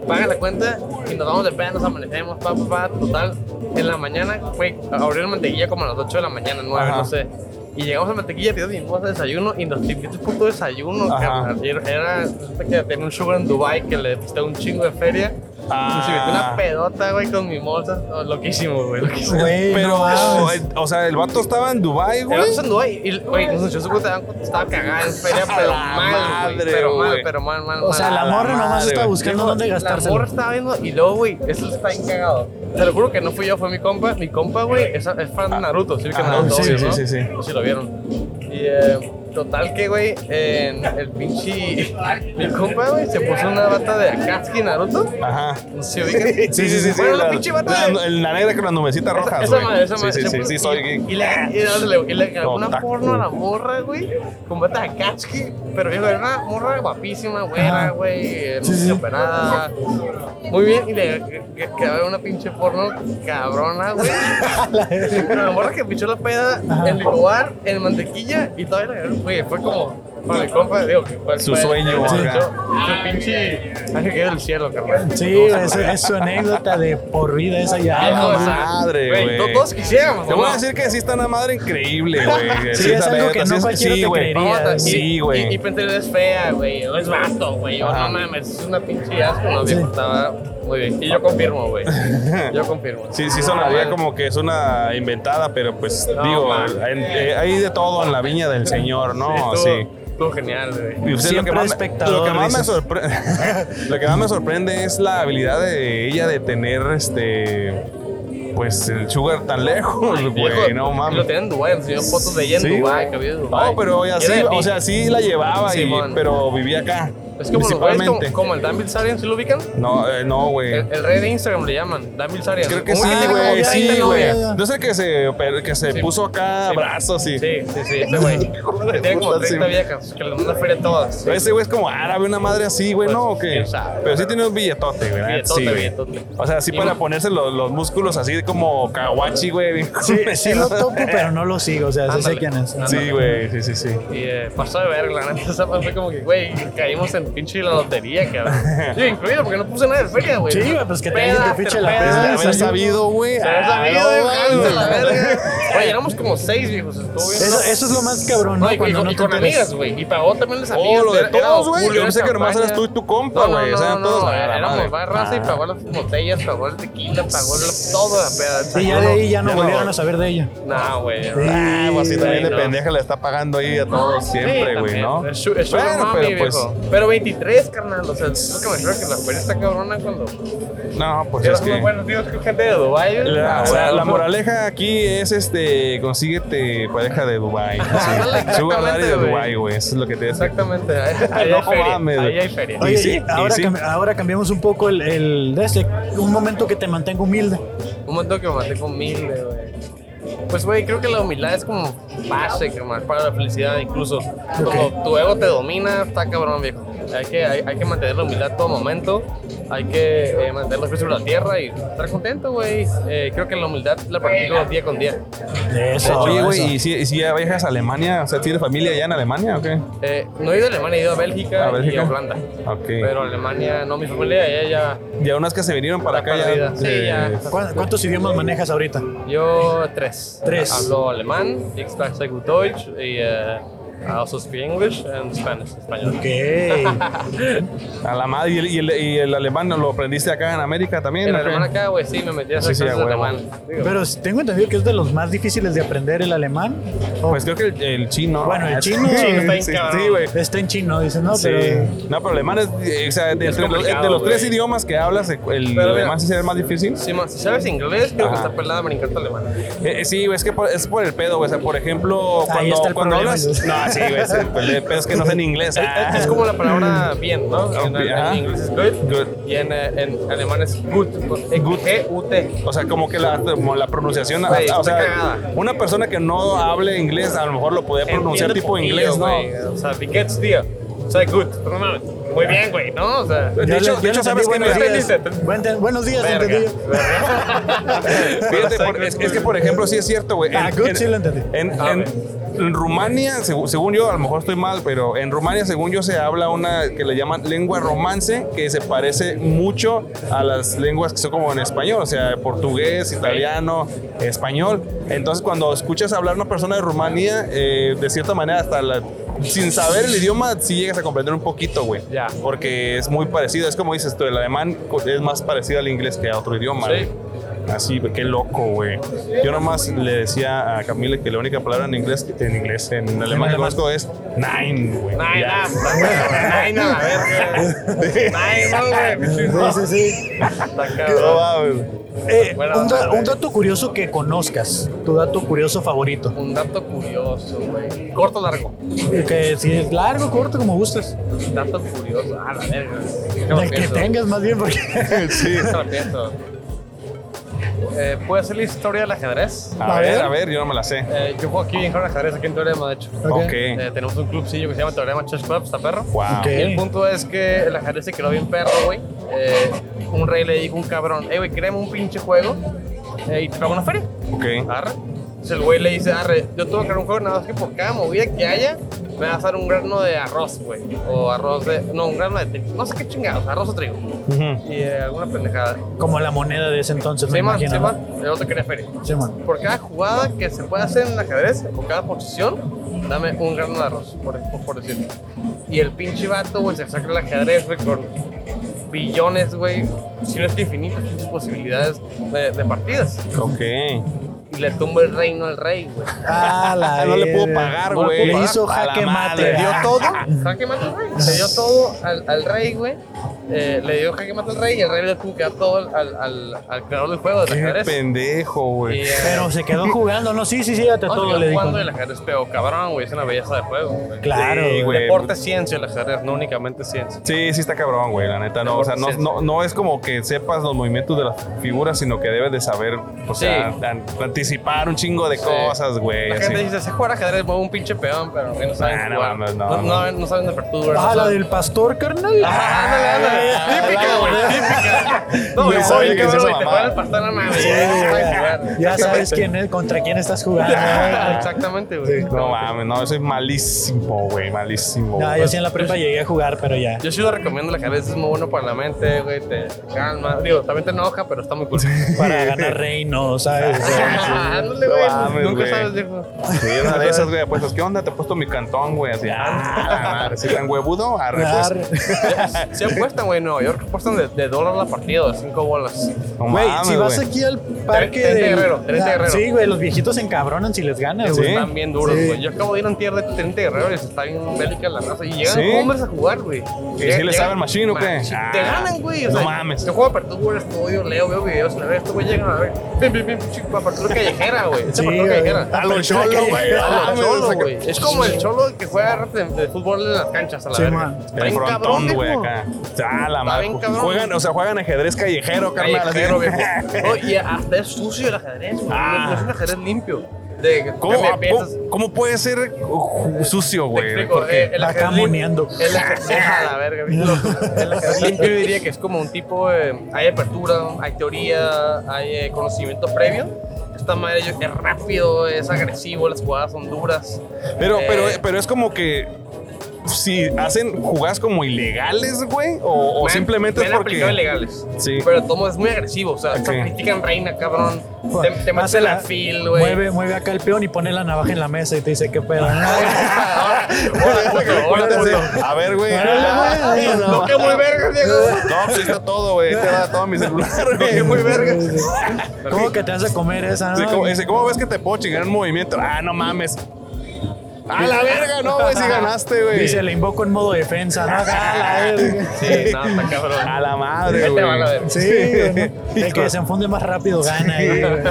S3: Paga la cuenta y nos vamos de peda, nos amanecemos, pa, pa, pa. Total, en la mañana, güey, abrió la mantequilla como a las 8 de la mañana, 9,
S2: Ajá.
S3: no sé. Y llegamos a mantequilla, tío, y vamos a desayuno y nos invita un puto desayuno,
S2: Ajá.
S3: carnal. Y Era, era resulta que tenía un sugar en Dubai que le piste un chingo de feria.
S2: Ah.
S3: Y se metió una pedota, güey, con mimosas. No, loquísimo, güey, loquísimo.
S1: Güey,
S2: Pero,
S1: no mames.
S2: eh, o sea, el vato estaba en Dubai, güey.
S3: Era en Dubai y, güey, nos echó su puta banco, estaba cagada en feria,
S2: A
S3: pero
S2: la
S3: mal, güey.
S2: madre,
S3: Pero mal,
S2: güey.
S3: pero mal, mal,
S1: O
S3: mal.
S1: sea, la
S2: la
S1: morra nomás
S2: madre,
S1: está
S2: güey.
S1: buscando
S3: Dijo,
S1: dónde
S3: La
S1: gastárselo.
S3: morra estaba viendo y luego, güey, eso está bien cagado. Te lo juro que no fui yo, fue mi compa. Mi compa, güey, es, es fan de Naruto, sí, que
S2: Ajá,
S3: Naruto,
S2: Ah, sí,
S3: obvio,
S2: sí,
S3: ¿no?
S2: sí, sí.
S3: No sé si lo vieron. Y eh, total que, güey, en el pinche... Mi compa, güey, se puso una bata de Akatsuki Naruto.
S2: Ajá.
S3: ¿Se ubica?
S2: Sí, sí, sí, sí.
S3: Bueno, la,
S2: la-
S3: pinche bata de...
S2: la- la negra con las nubecitas rojas,
S3: Esa
S2: güey.
S3: madre, esa madre.
S2: Sí, sí,
S3: se
S2: sí,
S3: puso-
S2: sí, soy gay.
S3: Y le y le- y le grabó una
S2: Otaku.
S3: porno a la morra, güey. Con bata de Akatsuki. Pero digo, era una morra guapísima,
S1: Ajá.
S3: buena, güey. No
S1: Sí, sí.
S3: se operada. Muy bien. Y le g- grabé una pinche porno cabrona, güey. Pero la morra que pichó la peda
S1: Ajá.
S3: en el lugar, en mantequilla. Y todavía la grabé, güey. Fue como. Para mi compa, digo, que fue-
S2: Su
S3: fue-
S2: sueño,
S3: fue-
S2: acá.
S3: Su pinche. Ángel que del cielo, carnal.
S1: Sí, güey, es, es su anécdota de por vida esa ya.
S3: Algo
S1: no
S3: de
S1: mames.
S3: esa-
S2: madre, güey.
S3: to- Todos quisiéramos,
S2: Te voy
S3: ¿no?
S2: a decir que sí está una madre increíble, güey.
S1: Sí, es
S2: esa
S1: algo que
S2: neta, sí
S1: no
S2: es-
S1: cualquiera
S2: sí,
S1: te
S2: güey.
S1: creería.
S3: Vamos a-
S1: güey.
S2: Sí,
S3: y-
S2: güey.
S3: Y, y pensé, es fea, güey. o Es vato, güey. o
S2: Ajá.
S3: No mames, es una pinche asco. No,
S1: Sí.
S3: viejo, estaba muy bien. Y yo confirmo, güey. Yo confirmo.
S2: Sí, sí sonaría como que es una inventada, pero pues
S3: No,
S2: digo,
S3: ma.
S2: en- eh, hay de todo en la viña del señor, ¿no?
S3: estuvo-
S2: Sí.
S3: Estuvo genial, güey.
S2: Y usted
S1: Siempre
S2: más-
S1: espectador,
S2: lo que más me
S1: dices.
S2: sorpre- lo que más me sorprende es la habilidad de ella de tener este pues el sugar tan lejos, güey,
S3: Viejo,
S2: no
S3: Lo
S2: mames.
S3: tenían en Dubái, enseñó fotos de ella en
S2: Sí,
S3: Dubái,
S2: güey.
S3: que había en Dubái.
S2: No, pero ella
S3: Y era
S2: sí,
S3: de
S2: o
S3: ti.
S2: sea, sí la llevaba y-
S3: Simón.
S2: pero vivía acá.
S3: Es como los güeyes como,
S2: principalmente.
S3: como el Dan Bilzerian, ¿sí lo ubican?
S2: No, eh, no, güey.
S3: El, el rey de Instagram le llaman, Dan Bilzerian.
S2: Creo que
S3: Un
S2: sí,
S3: tiene eh, como
S2: güey,
S3: 20
S2: sí,
S1: ya,
S2: güey.
S1: ya,
S3: novias.
S1: ya.
S2: No sé que se pero que se
S3: Sí.
S2: puso acá
S3: Sí.
S2: brazos y
S3: Sí, sí, sí, ese güey.
S2: de
S3: Tiene como
S2: puta,
S3: 30
S2: sí.
S3: viejas, que le manda feria a todas.
S2: Pero Ese güey es como árabe, una madre así, güey,
S3: Pues,
S2: ¿no? ¿O qué?
S3: quién sabe.
S2: Pero sí tiene un billetote, güey. la neta,
S3: Billetote,
S2: sí, güey.
S3: billetote.
S2: O sea, así
S3: Y
S2: para
S3: un-
S2: ponerse los, los músculos así como kawachi, güey. bien
S1: Sí,
S2: culero.
S1: sí lo topo, pero no lo sigo. O sea, sí sé
S3: Ándale.
S1: quién es.
S3: Ándale.
S2: Sí, güey, sí, sí, sí.
S3: Y eh, pasó de verga, la neta. Esa madre fue como que, güey, caímos en pinche la lotería, cabrón. Sí, incluido, porque no puse nada de feria, güey.
S1: Sí, güey, pues que te
S3: Peda,
S1: te fiche la
S3: tras peda,
S1: peda.
S3: haber
S1: salió.
S2: güey.
S3: Se había sabido,
S2: Ah, no, güey.
S3: güey, la verga. Oye, éramos como seis, viejos. Estuvo bien.
S1: Eso, eso es lo más cabrón, ¿no?
S3: No, y,
S1: Cuando
S3: y-
S1: no
S3: y
S1: te
S3: con
S1: enteras.
S3: amigas, güey. Y pagó también las
S2: Oh,
S3: amigas.
S2: lo de
S3: Era- era
S2: todos,
S3: don
S2: güey. Yo
S3: Julio,
S2: pensé
S3: era
S2: que nomás eras
S3: campaña.
S2: tú y tu compa, güey. O sea, todos.
S3: no,
S2: a la
S3: éramos
S2: madre.
S3: más raza
S1: Ah.
S3: y pagó las botellas, pagó el tequila, pagó el- todo la peda.
S1: Y ya de ahí ya no volvieron a saber de ella.
S3: No, güey.
S2: Ah,
S1: Sí,
S2: pues sí, también
S3: güey,
S2: de
S3: no.
S2: pendeja le está pagando ahí a todos siempre,
S3: Sí,
S2: güey,
S3: también.
S2: ¿no?
S3: Es su- es sugar
S2: Bueno,
S3: mommy,
S2: pero pues.
S3: viejo. Pero 23, carnal. O sea, es lo que me refiero que la feria está cabrona cuando.
S2: No, pues
S3: Pero
S2: es que.
S3: Bueno, tío, es que gente de Dubái. güey.
S2: La,
S3: Ah, güey,
S2: la- la
S3: no.
S2: moraleja aquí es este consíguete pareja de Dubai.
S3: Ándale,
S2: Sí. Sugar daddy de
S3: exactamente, güey.
S2: Dubai, güey. Eso es lo que te dice.
S3: Exactamente. Ahí, ahí
S2: No
S3: hay feria.
S2: mames,
S3: ahí
S2: güey.
S3: hay feria.
S1: Oye,
S2: Y sí,
S1: y ahora,
S2: y sí.
S1: cam- ahora cambiamos un poco el, el de este, un momento que te mantenga humilde.
S3: Un momento que me maté con mil, güey. Pues, güey, creo que la humildad es como base, carnal, para la felicidad incluso. Cuando tu ego te domina, está cabrón, viejo. Hay que, hay, hay que mantener la humildad a todo momento. Hay que eh, mantener los pies sobre la tierra y estar contento, güey. Eh, creo que la humildad la practico día con día.
S1: Eso,
S2: Oye,
S1: eso.
S2: güey, ¿y si, y si ya viajas a Alemania? O sea, ¿tienes familia allá en Alemania o qué?
S3: Eh, no he ido a Alemania, he ido a Bélgica,
S2: ¿A Bélgica?
S3: y a Holanda.
S2: Ok.
S3: Pero Alemania, no, mi familia, ella ya.
S2: Ya unas que se vinieron para
S3: Está
S2: acá ya.
S3: perdida. Sí, ya.
S1: ¿Cuán- ¿Cuántos idiomas manejas ahorita?
S3: Yo tres.
S1: Tres.
S3: Hablo alemán, ich spreche gut Deutsch y eh, also speak English and Spanish, español.
S1: Ok.
S2: A la madre. ¿Y el, y el- y el alemán lo aprendiste acá en América también?
S3: El
S2: o qué?
S3: alemán acá, güey, sí, me metí a
S2: Sí,
S3: hacer
S2: sí,
S3: clases
S2: a
S3: de
S2: huevo.
S3: alemán. Digo,
S1: Pero tengo entendido que es de los más difíciles de aprender el alemán. O-
S2: Pues creo que el, el chino.
S1: Bueno, el chino-
S2: Sí,
S1: chino
S3: está bien
S2: sí,
S3: cabrón.
S2: Sí, güey.
S1: está en chino, dicen, ¿no?
S2: Sí.
S1: Pero,
S2: No, pero alemán es, eh, o sea, de, entre los,
S3: complicado,
S2: de los tres
S3: güey.
S2: idiomas que hablas, el el
S3: Pero mira.
S2: alemán sí será el más difícil.
S3: Sí, man, si sabes inglés, creo que
S2: Ajá.
S3: está pelada, me encanta alemán.
S2: Eh, eh, sí, güey, es que por- es por el pedo, güey. O sea, por ejemplo,
S1: Ahí
S2: cuando,
S1: está el
S2: cuando
S1: problema,
S2: hablas.
S1: dices.
S2: No, sí, güey, es el, el pedo es que no sé en inglés. Ah.
S3: Es como la palabra bien, ¿no? En, en
S2: Ajá.
S3: inglés es good,
S2: Good.
S3: y en, eh, en alemán es gut. E Gut. G-U-T.
S2: O sea, como que la, como la pronunciación.
S3: Güey,
S2: ah, o
S3: está
S2: sea,
S3: cagada.
S2: una persona que no hable inglés, a lo mejor lo podía pronunciar
S3: Entiende
S2: tipo
S3: poquillo,
S2: inglés, ¿no?
S3: güey. O sea, piquets, tío. O sea, good. No mames. Muy bien, güey, ¿no? O sea.
S1: Yo
S2: De
S1: le-
S2: hecho,
S1: yo
S2: de
S1: le
S2: hecho,
S1: entendí
S2: ¿sabes qué me
S1: buenos
S3: entendí,
S1: días.
S3: entendí.
S1: Buen te- buenos días, entendí.
S3: Verga.
S1: yo.
S2: Fíjate, por- es, es que por ejemplo, sí es cierto, güey.
S1: Ah,
S2: En-
S1: good,
S2: en-
S1: sí lo entendí.
S2: En,
S3: Ah,
S2: en-
S3: ok.
S2: en Rumania, segu- según, yo, a lo mejor estoy mal, pero en Rumania, según yo, se habla una que le llaman lengua romance, que se parece mucho a las lenguas que son como en español, o sea, portugués, italiano, español. Entonces, cuando escuchas hablar a una persona de Rumania, eh, de cierta manera, hasta la- sin saber el idioma, sí llegas a comprender un poquito, güey.
S3: Ya.
S2: Porque es muy parecido, es como dices tú, el alemán co- es más parecido al inglés que a otro idioma.
S3: Sí.
S2: güey. Así, qué loco, güey. Yo nomás le decía a Camila que la única palabra en inglés, en inglés, en alemán que conozco es nine, güey.
S3: Nine,
S2: Ya.
S3: nine, nine, a la verga. Nine, no, güey.
S1: Sí, sí, sí.
S3: Está
S2: No
S3: cabrón.
S2: mames.
S1: Eh,
S3: Buena
S1: un, da-
S3: onda, güey.
S1: un dato curioso que conozcas, tu dato curioso favorito.
S3: Un dato curioso, güey. Corto o largo.
S1: Que si es largo, corto, como gustes.
S3: Dato curioso. Ah, la verga. Déjame
S1: El que
S3: pienso.
S1: tengas más bien, porque
S2: Sí.
S3: Déjame pienso. Eh, ¿Puede ser la historia del ajedrez?
S2: A,
S1: A
S2: ver,
S1: ver.
S2: a ver, yo no me la sé.
S3: Eh, yo juego aquí bien con ajedrez aquí en Teorema, de hecho.
S1: Ok.
S2: Ok.
S3: Eh, tenemos un clubcillo que se llama Teorema Chess Club, está perro.
S2: Wow.
S1: Ok.
S3: Y el punto es que el ajedrez se quedó bien perro, güey. Eh, un rey le dijo a un cabrón, hey, güey, créeme un pinche juego eh, y te pago una feria.
S2: Ok.
S3: Arre. Entonces el güey le dice, arre, yo te voy a crear un juego nada más que por cada movida que haya, me vas a dar un grano de arroz, güey. O arroz de... No, un grano de trigo. No sé qué chingados, arroz o trigo.
S2: Ujú.
S3: Y eh, alguna pendejada.
S1: como la moneda de ese entonces, me
S3: Se man,
S1: imagino.
S3: se
S1: ¿no?
S3: man. El otro quería feria.
S1: Sí, man.
S3: Por cada jugada que se pueda hacer en el ajedrez, por cada posición, dame un grano de arroz, por, por, por decirlo. Y el pinche vato, güey, se saca el ajedrez, güey, con billones, güey, si no es que infinitas pinches posibilidades de, de partidas.
S2: Ok.
S3: Y le tumba el reino al rey, güey.
S1: Ah, la
S2: Ah, no le puedo
S1: verga.
S2: pagar,
S3: No le
S2: güey.
S1: Le hizo
S2: A la
S1: jaque mate.
S2: madre, dio todo.
S3: Jaque mata al rey. Se dio todo al, al rey, güey. Eh, le dio jaque mata al rey y el rey le tuvo que dar todo al, al, al creador del juego, del
S2: Qué
S3: ajedrez.
S2: pendejo,
S3: Y,
S2: güey.
S3: eh,
S1: Pero se quedó jugando, no, sí, sí, sí, date
S3: no,
S1: todo,
S3: siguió
S1: le dijo.
S3: jugando el ajedrez, pero cabrón, güey, es una belleza de juego, güey.
S1: Claro,
S2: Sí, güey.
S3: Deporte es ciencia el ajedrez, no únicamente ciencia.
S2: Sí, sí está cabrón, güey, la neta. No, o sea, no, no, no es como que sepas los movimientos de las figuras, sino que debes de saber, o
S3: Sí.
S2: sea, an- anticipar un chingo de
S3: Sí.
S2: cosas, güey.
S3: La
S2: así.
S3: gente dice, sé jugar ajedrez, mueve un pinche peón, pero güey, no saben
S2: Ah, no
S3: jugar.
S2: mames, no,
S3: no, no, no saben de apertura.
S1: Ah,
S3: no
S1: la
S3: saben-
S1: del pastor, carnal.
S3: Ajá, ándale, ándale,
S2: Ah,
S3: Típica, güey, típica. No,
S1: Ya
S3: yo
S1: sabe
S3: voy,
S1: que es esa
S3: cabrón, y te
S2: mamada.
S3: juegan el pastel a mames.
S1: Ya sabes quién es, contra quién estás jugando. Ah,
S3: Exactamente, güey.
S2: No mames, no, yo soy malísimo, güey, malísimo.
S1: No,
S2: güey.
S1: yo sí en la prepa llegué a jugar, pero ya.
S3: Yo sí lo recomiendo, la cabeza es muy bueno para la mente, güey, te calma. Digo, también te enoja, pero está muy cool.
S1: Para ganar reino, ¿sabes? O sea,
S3: Ándale,
S2: No
S3: güey,
S2: mames,
S3: nunca
S2: güey.
S3: sabes, viejo.
S2: Sí, una de esas, güey, apuestas. ¿Qué onda? Te he puesto mi cantón, güey, así. Ah, madre, si tan huevudo, arre, pues.
S1: arre.
S3: Sí apuestan, güey, en Nueva York apuestan de, de dólar la partida, de cinco bolas.
S2: No
S1: Güey,
S2: mames,
S1: si vas
S2: güey.
S1: aquí al parque
S3: Treinta
S1: del-
S3: Guerrero, Treinta
S1: Ah,
S3: Guerrero.
S1: Sí, güey, los viejitos se encabronan si les ganas,
S2: Sí.
S1: güey.
S3: Están bien duros,
S1: Sí.
S3: güey. Yo acabo de ir a un tier de 30 guerreros, está bien bélica la raza. Y llegan
S2: Sí.
S3: hombres a jugar, güey.
S2: ¿Y si le saben machine o qué?
S3: Machine. Te
S2: Ah,
S3: ganan, güey. O
S2: no
S3: sea,
S2: mames.
S3: Yo juego apertura, estudio, leo, veo videos, la veo, estos güey llegan a ver. Pim, pim, pim, chico, apertura callejera, güey. Esa
S1: Sí,
S3: apertura
S1: güey.
S3: callejera.
S2: A lo cholo, güey.
S3: Ah,
S2: A lo cholo,
S3: güey.
S2: güey.
S3: Es como el cholo que juega de, de fútbol en las canchas a la
S1: Sí,
S3: verga.
S1: man.
S3: Está
S2: El
S3: bien cabrón,
S2: frontón, güey,
S3: viejo.
S2: acá. Ah, la madre.
S3: bien cabrón.
S2: Juegan, o sea, juegan ajedrez callejero, carnal. así.
S3: Callejero, viejo. No, y hasta es sucio el ajedrez, güey.
S2: Ah.
S3: No es un ajedrez limpio. De,
S2: ¿Cómo,
S3: de
S2: cómo-
S3: pesas.
S2: cómo puede ser uh, sucio,
S3: Te
S2: güey?
S3: explico,
S2: Porque-
S3: eh, el
S1: Acá
S3: ajedrez lim-
S1: moneando.
S3: El ajedrez, a la verga, güey. El ajedrez limpio yo diría que es como un tipo de- hay apertura, hay teoría, hay eh, conocimiento previo. Esta madre yo- es rápido, es agresivo, las jugadas son duras.
S2: Pero,
S3: Eh,
S2: pero, pero es como que si hacen jugadas como ilegales, güey, o, o
S3: me han-
S2: simplemente
S3: me
S2: es
S3: han aplicado
S2: porque.
S3: ilegales.
S2: Sí.
S3: Pero todo es muy agresivo, o sea,
S2: Sí.
S3: sacrifican reina, cabrón. Te, te meten
S1: Hace
S3: la fil, güey.
S1: Mueve, mueve acá el peón y pone la navaja en la mesa y te dice qué pedo.
S3: Ah, Ahora, ahora, puto, ahora,
S2: Cuéntase.
S3: puto.
S2: A ver, güey.
S1: Ahora le voy a-
S3: Lo que muy verga, Diego.
S2: No, pues ahí está todo, güey. Ahí Te da todo mi celular,
S3: Lo que
S2: güey.
S3: muy verga.
S1: ¿Cómo que te vas a comer esa?
S2: Dice, ¿cómo,
S1: no?
S2: dice, ¿cómo ves que te puedo chingar en movimiento? Ah, no mames. A la verga, no, güey, si ganaste, güey.
S1: Dice, le invoco en modo defensa. ¿no? Ah, la verga.
S3: Sí, no, está cabrón.
S2: A la madre,
S3: Vete,
S2: güey.
S3: van a ver.
S1: Sí, güey, ¿no? el que desenfunde más rápido gana. ahí, güey.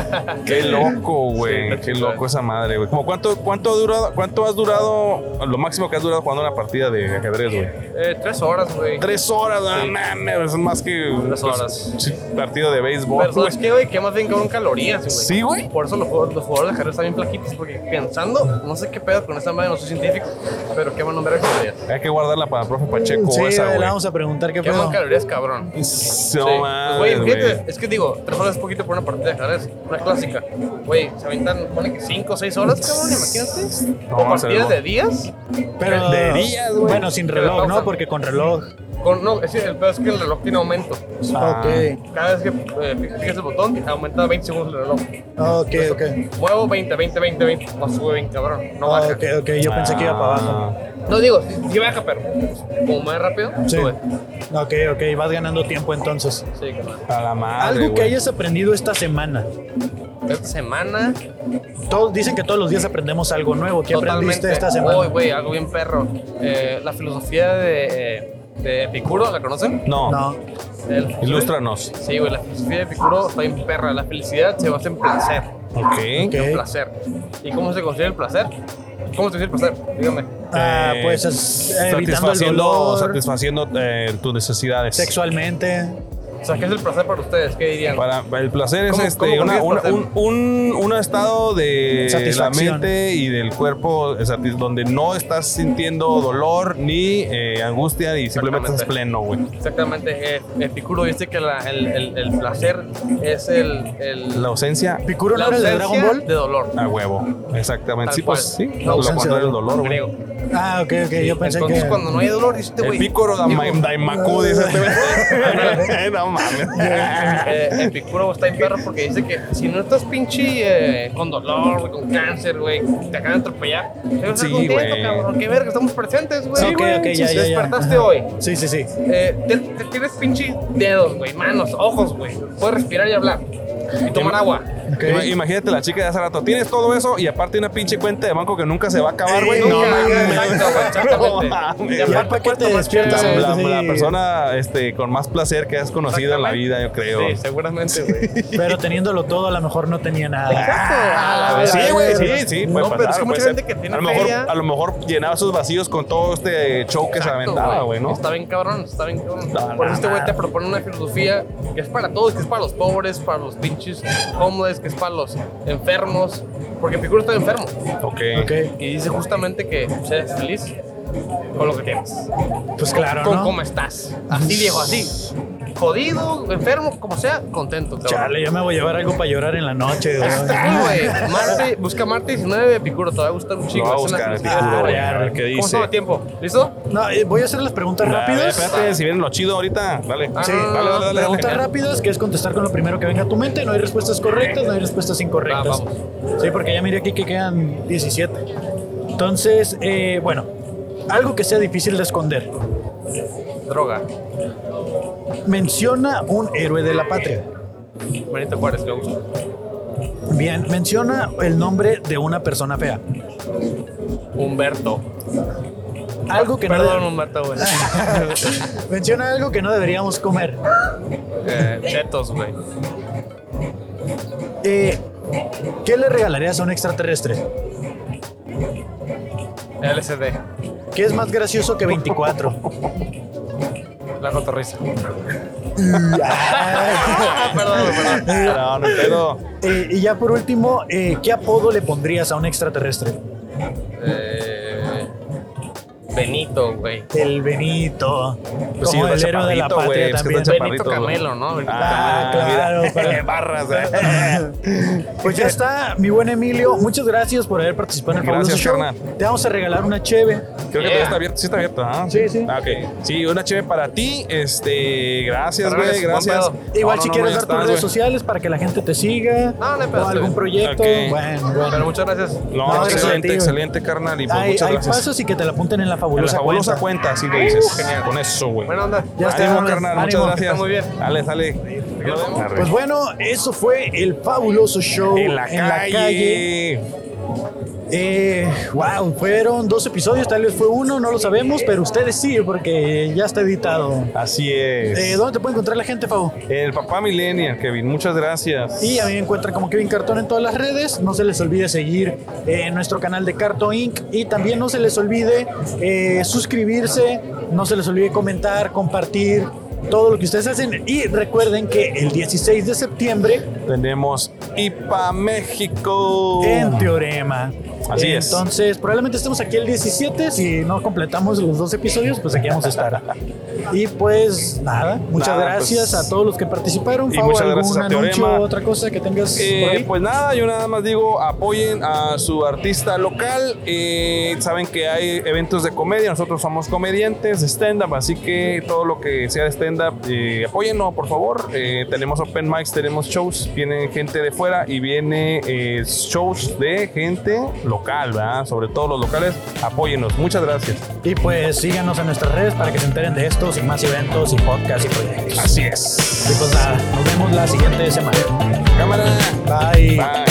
S2: Qué loco, güey.
S3: Sí,
S2: qué loco esa madre, güey. Como cuánto, cuánto, ha durado, ¿Cuánto has durado, lo máximo que has durado jugando una partida de ajedrez, güey?
S3: Eh, tres horas, güey.
S2: Tres horas, no mames, es más que
S3: Tres horas.
S2: Sí, partido de béisbol,
S3: Pero
S2: güey.
S3: ¿sabes qué, güey? Quemas bien cabrón calorías, güey.
S2: Sí, güey.
S3: Por eso los, jugadores- los jugadores de ajedrez están bien flaquitos, porque pensando, no sé qué pedo con esa madre, no soy científico, pero queman un verga calorías.
S2: Hay que guardarla para el profe Pacheco
S1: Sí,
S2: esa,
S1: le
S2: güey.
S1: vamos a preguntar qué
S3: Queman
S1: pedo.
S3: calorías, cabrón.
S2: No
S3: Sí.
S2: mames,
S3: Güey, fíjate,
S2: güey.
S3: es que digo, tres horas es poquito por una partida de ajedrez, una clásica. Güey, se aventan, pone que cinco o seis horas, cabrón, imagínate.
S2: No,
S3: o
S2: se ve
S3: partidas
S2: bueno.
S3: de días.
S1: Pero,
S2: De días, güey.
S1: Bueno, sin reloj, ¿no? Porque con reloj.
S3: Con, no, es que el pedo es que el reloj tiene aumento.
S2: Ah.
S1: Ok,
S3: Cada vez que eh, fijas el botón, aumenta 20 segundos el reloj.
S1: ok, ok.
S3: Muevo 20, 20, 20, 20. No sube 20, cabrón. No
S1: Ah,
S3: baja. Ah.
S1: ok, ok, yo pensé que iba para abajo.
S3: No digo, si, baja, pero como más rápido,
S1: Sí.
S3: sube.
S1: Ok, ok, vas ganando tiempo entonces.
S3: Sí, cabrón.
S2: Ah, A la
S3: Ah,
S2: madre,
S1: Algo que
S2: güey.
S1: hayas aprendido esta semana.
S3: Esta semana,
S1: Todos dicen que todos los días aprendemos algo nuevo. ¿Qué aprendiste esta semana?
S3: Uy, güey, algo bien perro. Eh, la filosofía de, de Epicuro, ¿la conocen?
S2: No,
S1: No.
S3: El-
S2: ilústranos.
S3: Sí, güey, la filosofía de Epicuro está bien perra. La felicidad se basa en placer.
S2: Ok.
S1: Ok.
S3: En placer. ¿Y cómo se consigue el placer? ¿Cómo se consigue el placer? Dígame.
S1: Ah,
S2: Eh,
S1: pues es- evitando el
S2: satisfaciendo,
S1: dolor
S2: satisfaciendo eh, tus necesidades.
S1: sexualmente.
S3: O sea, ¿qué es el placer para ustedes? ¿Qué dirían?
S2: Para, para el placer es
S3: ¿Cómo-
S2: este,
S3: cómo
S2: una- una-
S3: consigues
S2: un, un- un estado de la
S1: Satisfacción.
S2: mente y del cuerpo o sea, donde no estás sintiendo dolor ni eh, angustia y simplemente estás pleno, güey.
S3: Exactamente. eh, Epicuro dice que la- el, el- el placer es el... el
S2: La ausencia
S1: ¿Picuro no
S3: la
S1: era el de
S3: ausencia
S1: Dragon Ball?
S3: de dolor.
S2: a huevo. Exactamente.
S3: Tal
S2: sí, pues sí.
S3: cual.
S2: Lo
S1: ausencia
S2: contrario
S1: de
S2: del dolor, güey.
S3: Griego.
S1: Ah, ok, ok, yo pensé
S3: Entonces,
S1: que.
S3: cuando no hay dolor, dices,
S2: El
S3: güey.
S2: pícoro Daima- Daimaku, dice este güey. No mames.
S3: eh, Epicuro está en perro porque dice que si no estás pinche eh, con dolor, güey, con cáncer, güey, te acaban de atropellar. Te vas
S2: Sí,
S3: a estar contento,
S2: güey.
S3: cabrón. Qué verga, estamos presentes, güey.
S1: Ok, ok, ya,
S3: Si
S1: ya, ya.
S3: despertaste
S1: Ajá.
S3: hoy.
S1: Sí, sí, sí.
S3: Eh, te, te tienes pinche dedos, güey, manos, ojos, güey. Puedes respirar y hablar. Y tomar agua.
S1: Ok.
S2: Ima- Imagínate la chica de hace rato. Tienes todo eso y aparte una pinche cuenta de banco que nunca se va a acabar, güey.
S1: Sí,
S2: No
S1: ya,
S2: mames.
S3: exacto, güey, exactamente.
S2: No mames.
S3: Y aparte,
S1: Ya, ¿para qué te
S3: puedes tomar
S1: despiertas,
S3: cheve,
S1: güey?
S2: la,
S1: Sí.
S2: la persona este, con más placer que has conocido en la vida, yo creo.
S3: Sí, seguramente, güey.
S1: Pero teniéndolo todo, a lo mejor no tenía nada.
S3: Ah, la
S2: Sí,
S3: verga.
S2: güey, sí, sí.
S3: No,
S2: puede
S3: pero
S2: pasar,
S3: es que mucha
S2: puede ser.
S3: gente que tiene
S2: a lo, mejor,
S3: feria-
S2: a lo mejor llenaba sus vacíos con todo este show que se
S3: Exacto,
S2: aventaba, güey, ¿no?
S3: Está bien cabrón, está bien cabrón.
S2: No,
S3: Por
S2: no,
S3: eso este güey
S2: no.
S3: te propone una filosofía que es para todos, que es para los pobres, para los pinches homeless, que es para los enfermos. Porque Picuro está enfermo
S2: Ok.
S1: Ok.
S3: y dice justamente que seas feliz.
S7: con lo que tienes,
S1: Pues claro,
S7: con
S1: ¿no?
S7: cómo estás. Así viejo, así. Jodido, enfermo, como sea, contento, cabrón.
S1: Chale, yo me voy a llevar algo para llorar en la noche. güey.
S7: Está, güey. Marte- busca Marte 19 de Epicuro, te va a gustar un chico.
S2: Lo va a
S7: es una
S2: buscar
S7: chulada.
S2: Epicuro, güey,
S1: ya,
S2: a ver qué
S7: ¿Cómo
S2: dice.
S7: estamos de tiempo? ¿Listo?
S1: No, eh, voy a hacer las preguntas
S2: A ver,
S1: rápidas.
S2: espérate, si viene lo chido ahorita, dale.
S7: Ah, no, no,
S2: dale,
S7: no,
S2: dale, dale, dale.
S1: Preguntas rápidas, que es contestar con lo primero que venga a tu mente. No hay respuestas correctas, no hay respuestas incorrectas.
S7: Ah,
S1: sí, porque ya miré aquí que quedan 17. Entonces, eh, bueno, algo que sea difícil de esconder.
S7: Droga.
S1: Menciona un héroe de la patria.
S7: Benito Juárez, me gusta.
S1: Bien, menciona el nombre de una persona fea.
S7: Humberto.
S1: Algo que
S7: Perdón,
S1: no.
S7: Humberto, güey.
S1: de- menciona algo que no deberíamos comer.
S7: Eh, Chetos, güey.
S1: Eh, ¿Qué le regalarías a un extraterrestre?
S7: LSD.
S1: ¿Qué es más gracioso que 24?
S7: La cotorriza.
S1: Ah,
S7: perdón, perdón.
S2: No, no, pero
S1: Eh, y ya por último, eh, ¿qué apodo le pondrías a un extraterrestre?
S7: Eh, Benito, güey.
S1: El Benito.
S2: Pues sí,
S1: como el
S2: está
S1: héroe de la
S2: chaparrito,
S1: patria
S2: güey, es que
S1: también.
S2: está
S7: Benito
S2: Chaparrito, güey.
S7: Camelo, ¿no? Benito
S2: Ah,
S1: claro,
S2: mira.
S1: para-
S2: barras. eh.
S1: Pues ya está, mi buen Emilio. Muchas gracias por haber participado en el
S2: Gracias,
S1: Fabuloso Show.
S2: carnal.
S1: Te vamos a regalar una cheve.
S2: Creo que
S7: Yeah.
S2: todavía está abierto, sí está abierto, ¿ah?
S1: Sí, sí.
S2: Ah, ok. Sí, una chévere para ti. Este, gracias,
S7: Pero
S2: güey,
S7: eres buen
S2: gracias.
S7: pedo.
S1: Igual
S2: No,
S1: si quieres
S2: no, no, ya
S1: dar tus
S2: estás,
S1: redes
S2: güey.
S1: sociales para que la gente te siga.
S7: No, no hay pedo,
S1: o algún
S7: güey.
S1: proyecto.
S2: Ok.
S1: Bueno, bueno.
S7: Pero muchas gracias.
S2: No,
S1: No,
S2: excelente,
S1: excelente,
S2: excelente, carnal. Y pues,
S1: hay,
S2: muchas
S1: hay
S2: gracias.
S1: pasos y que te la apunten en la
S2: En la
S1: fabulosa,
S2: fabulosa
S1: cuenta.
S2: cuenta, sí lo dices. Genial. Con eso, güey.
S7: Buena onda.
S1: Ya está,
S2: Ánimo,
S1: hombre.
S2: carnal,
S1: Ánimo.
S2: muchas gracias.
S7: Está muy bien.
S2: Dale, dale.
S1: Pues bueno, eso fue el fabuloso show
S2: en la calle.
S1: Eh, wow, fueron dos episodios, tal vez fue uno, no lo sabemos, pero ustedes sí, porque ya está editado.
S2: Así es.
S1: Eh, ¿Dónde te puede encontrar la gente, Fabo?
S2: El papá Millennial, Kevin, muchas gracias.
S1: Y a mí me encuentran como Kevin Cartón en todas las redes. No se les olvide seguir eh, nuestro canal de Carto Inc. Y también no se les olvide eh, suscribirse, no se les olvide comentar, compartir todo lo que ustedes hacen. Y recuerden que el 16 de septiembre
S2: Tenemos IPA México.
S1: en Teorema.
S2: Así es.
S1: Entonces, probablemente estemos aquí el 17. Si no completamos los dos episodios, pues aquí vamos a estar. Y pues nada, muchas
S2: Nada,
S1: gracias
S2: pues.
S1: a todos los que participaron.
S2: Y
S1: Fabo,
S2: muchas
S1: ¿algún
S2: gracias a
S1: anuncio
S2: Teorema.
S1: otra cosa que tengas?
S2: Eh,
S1: por ahí?
S2: pues nada, yo nada más digo, apoyen a su artista local. eh, saben que hay eventos de comedia, nosotros somos comediantes de stand-up, así que todo lo que sea de stand-up, eh, apóyennos, por favor. Eh, tenemos open mics, tenemos shows, viene gente de fuera y viene eh, shows de gente local, ¿verdad? Sobre todo los locales, apóyennos. Muchas gracias.
S1: Y pues síganos en nuestras redes para que se enteren de estos y más eventos y podcasts y proyectos.
S2: Así es.
S1: Y pues nada, nos vemos la siguiente semana.
S2: Cámara.
S1: Bye.
S2: Bye.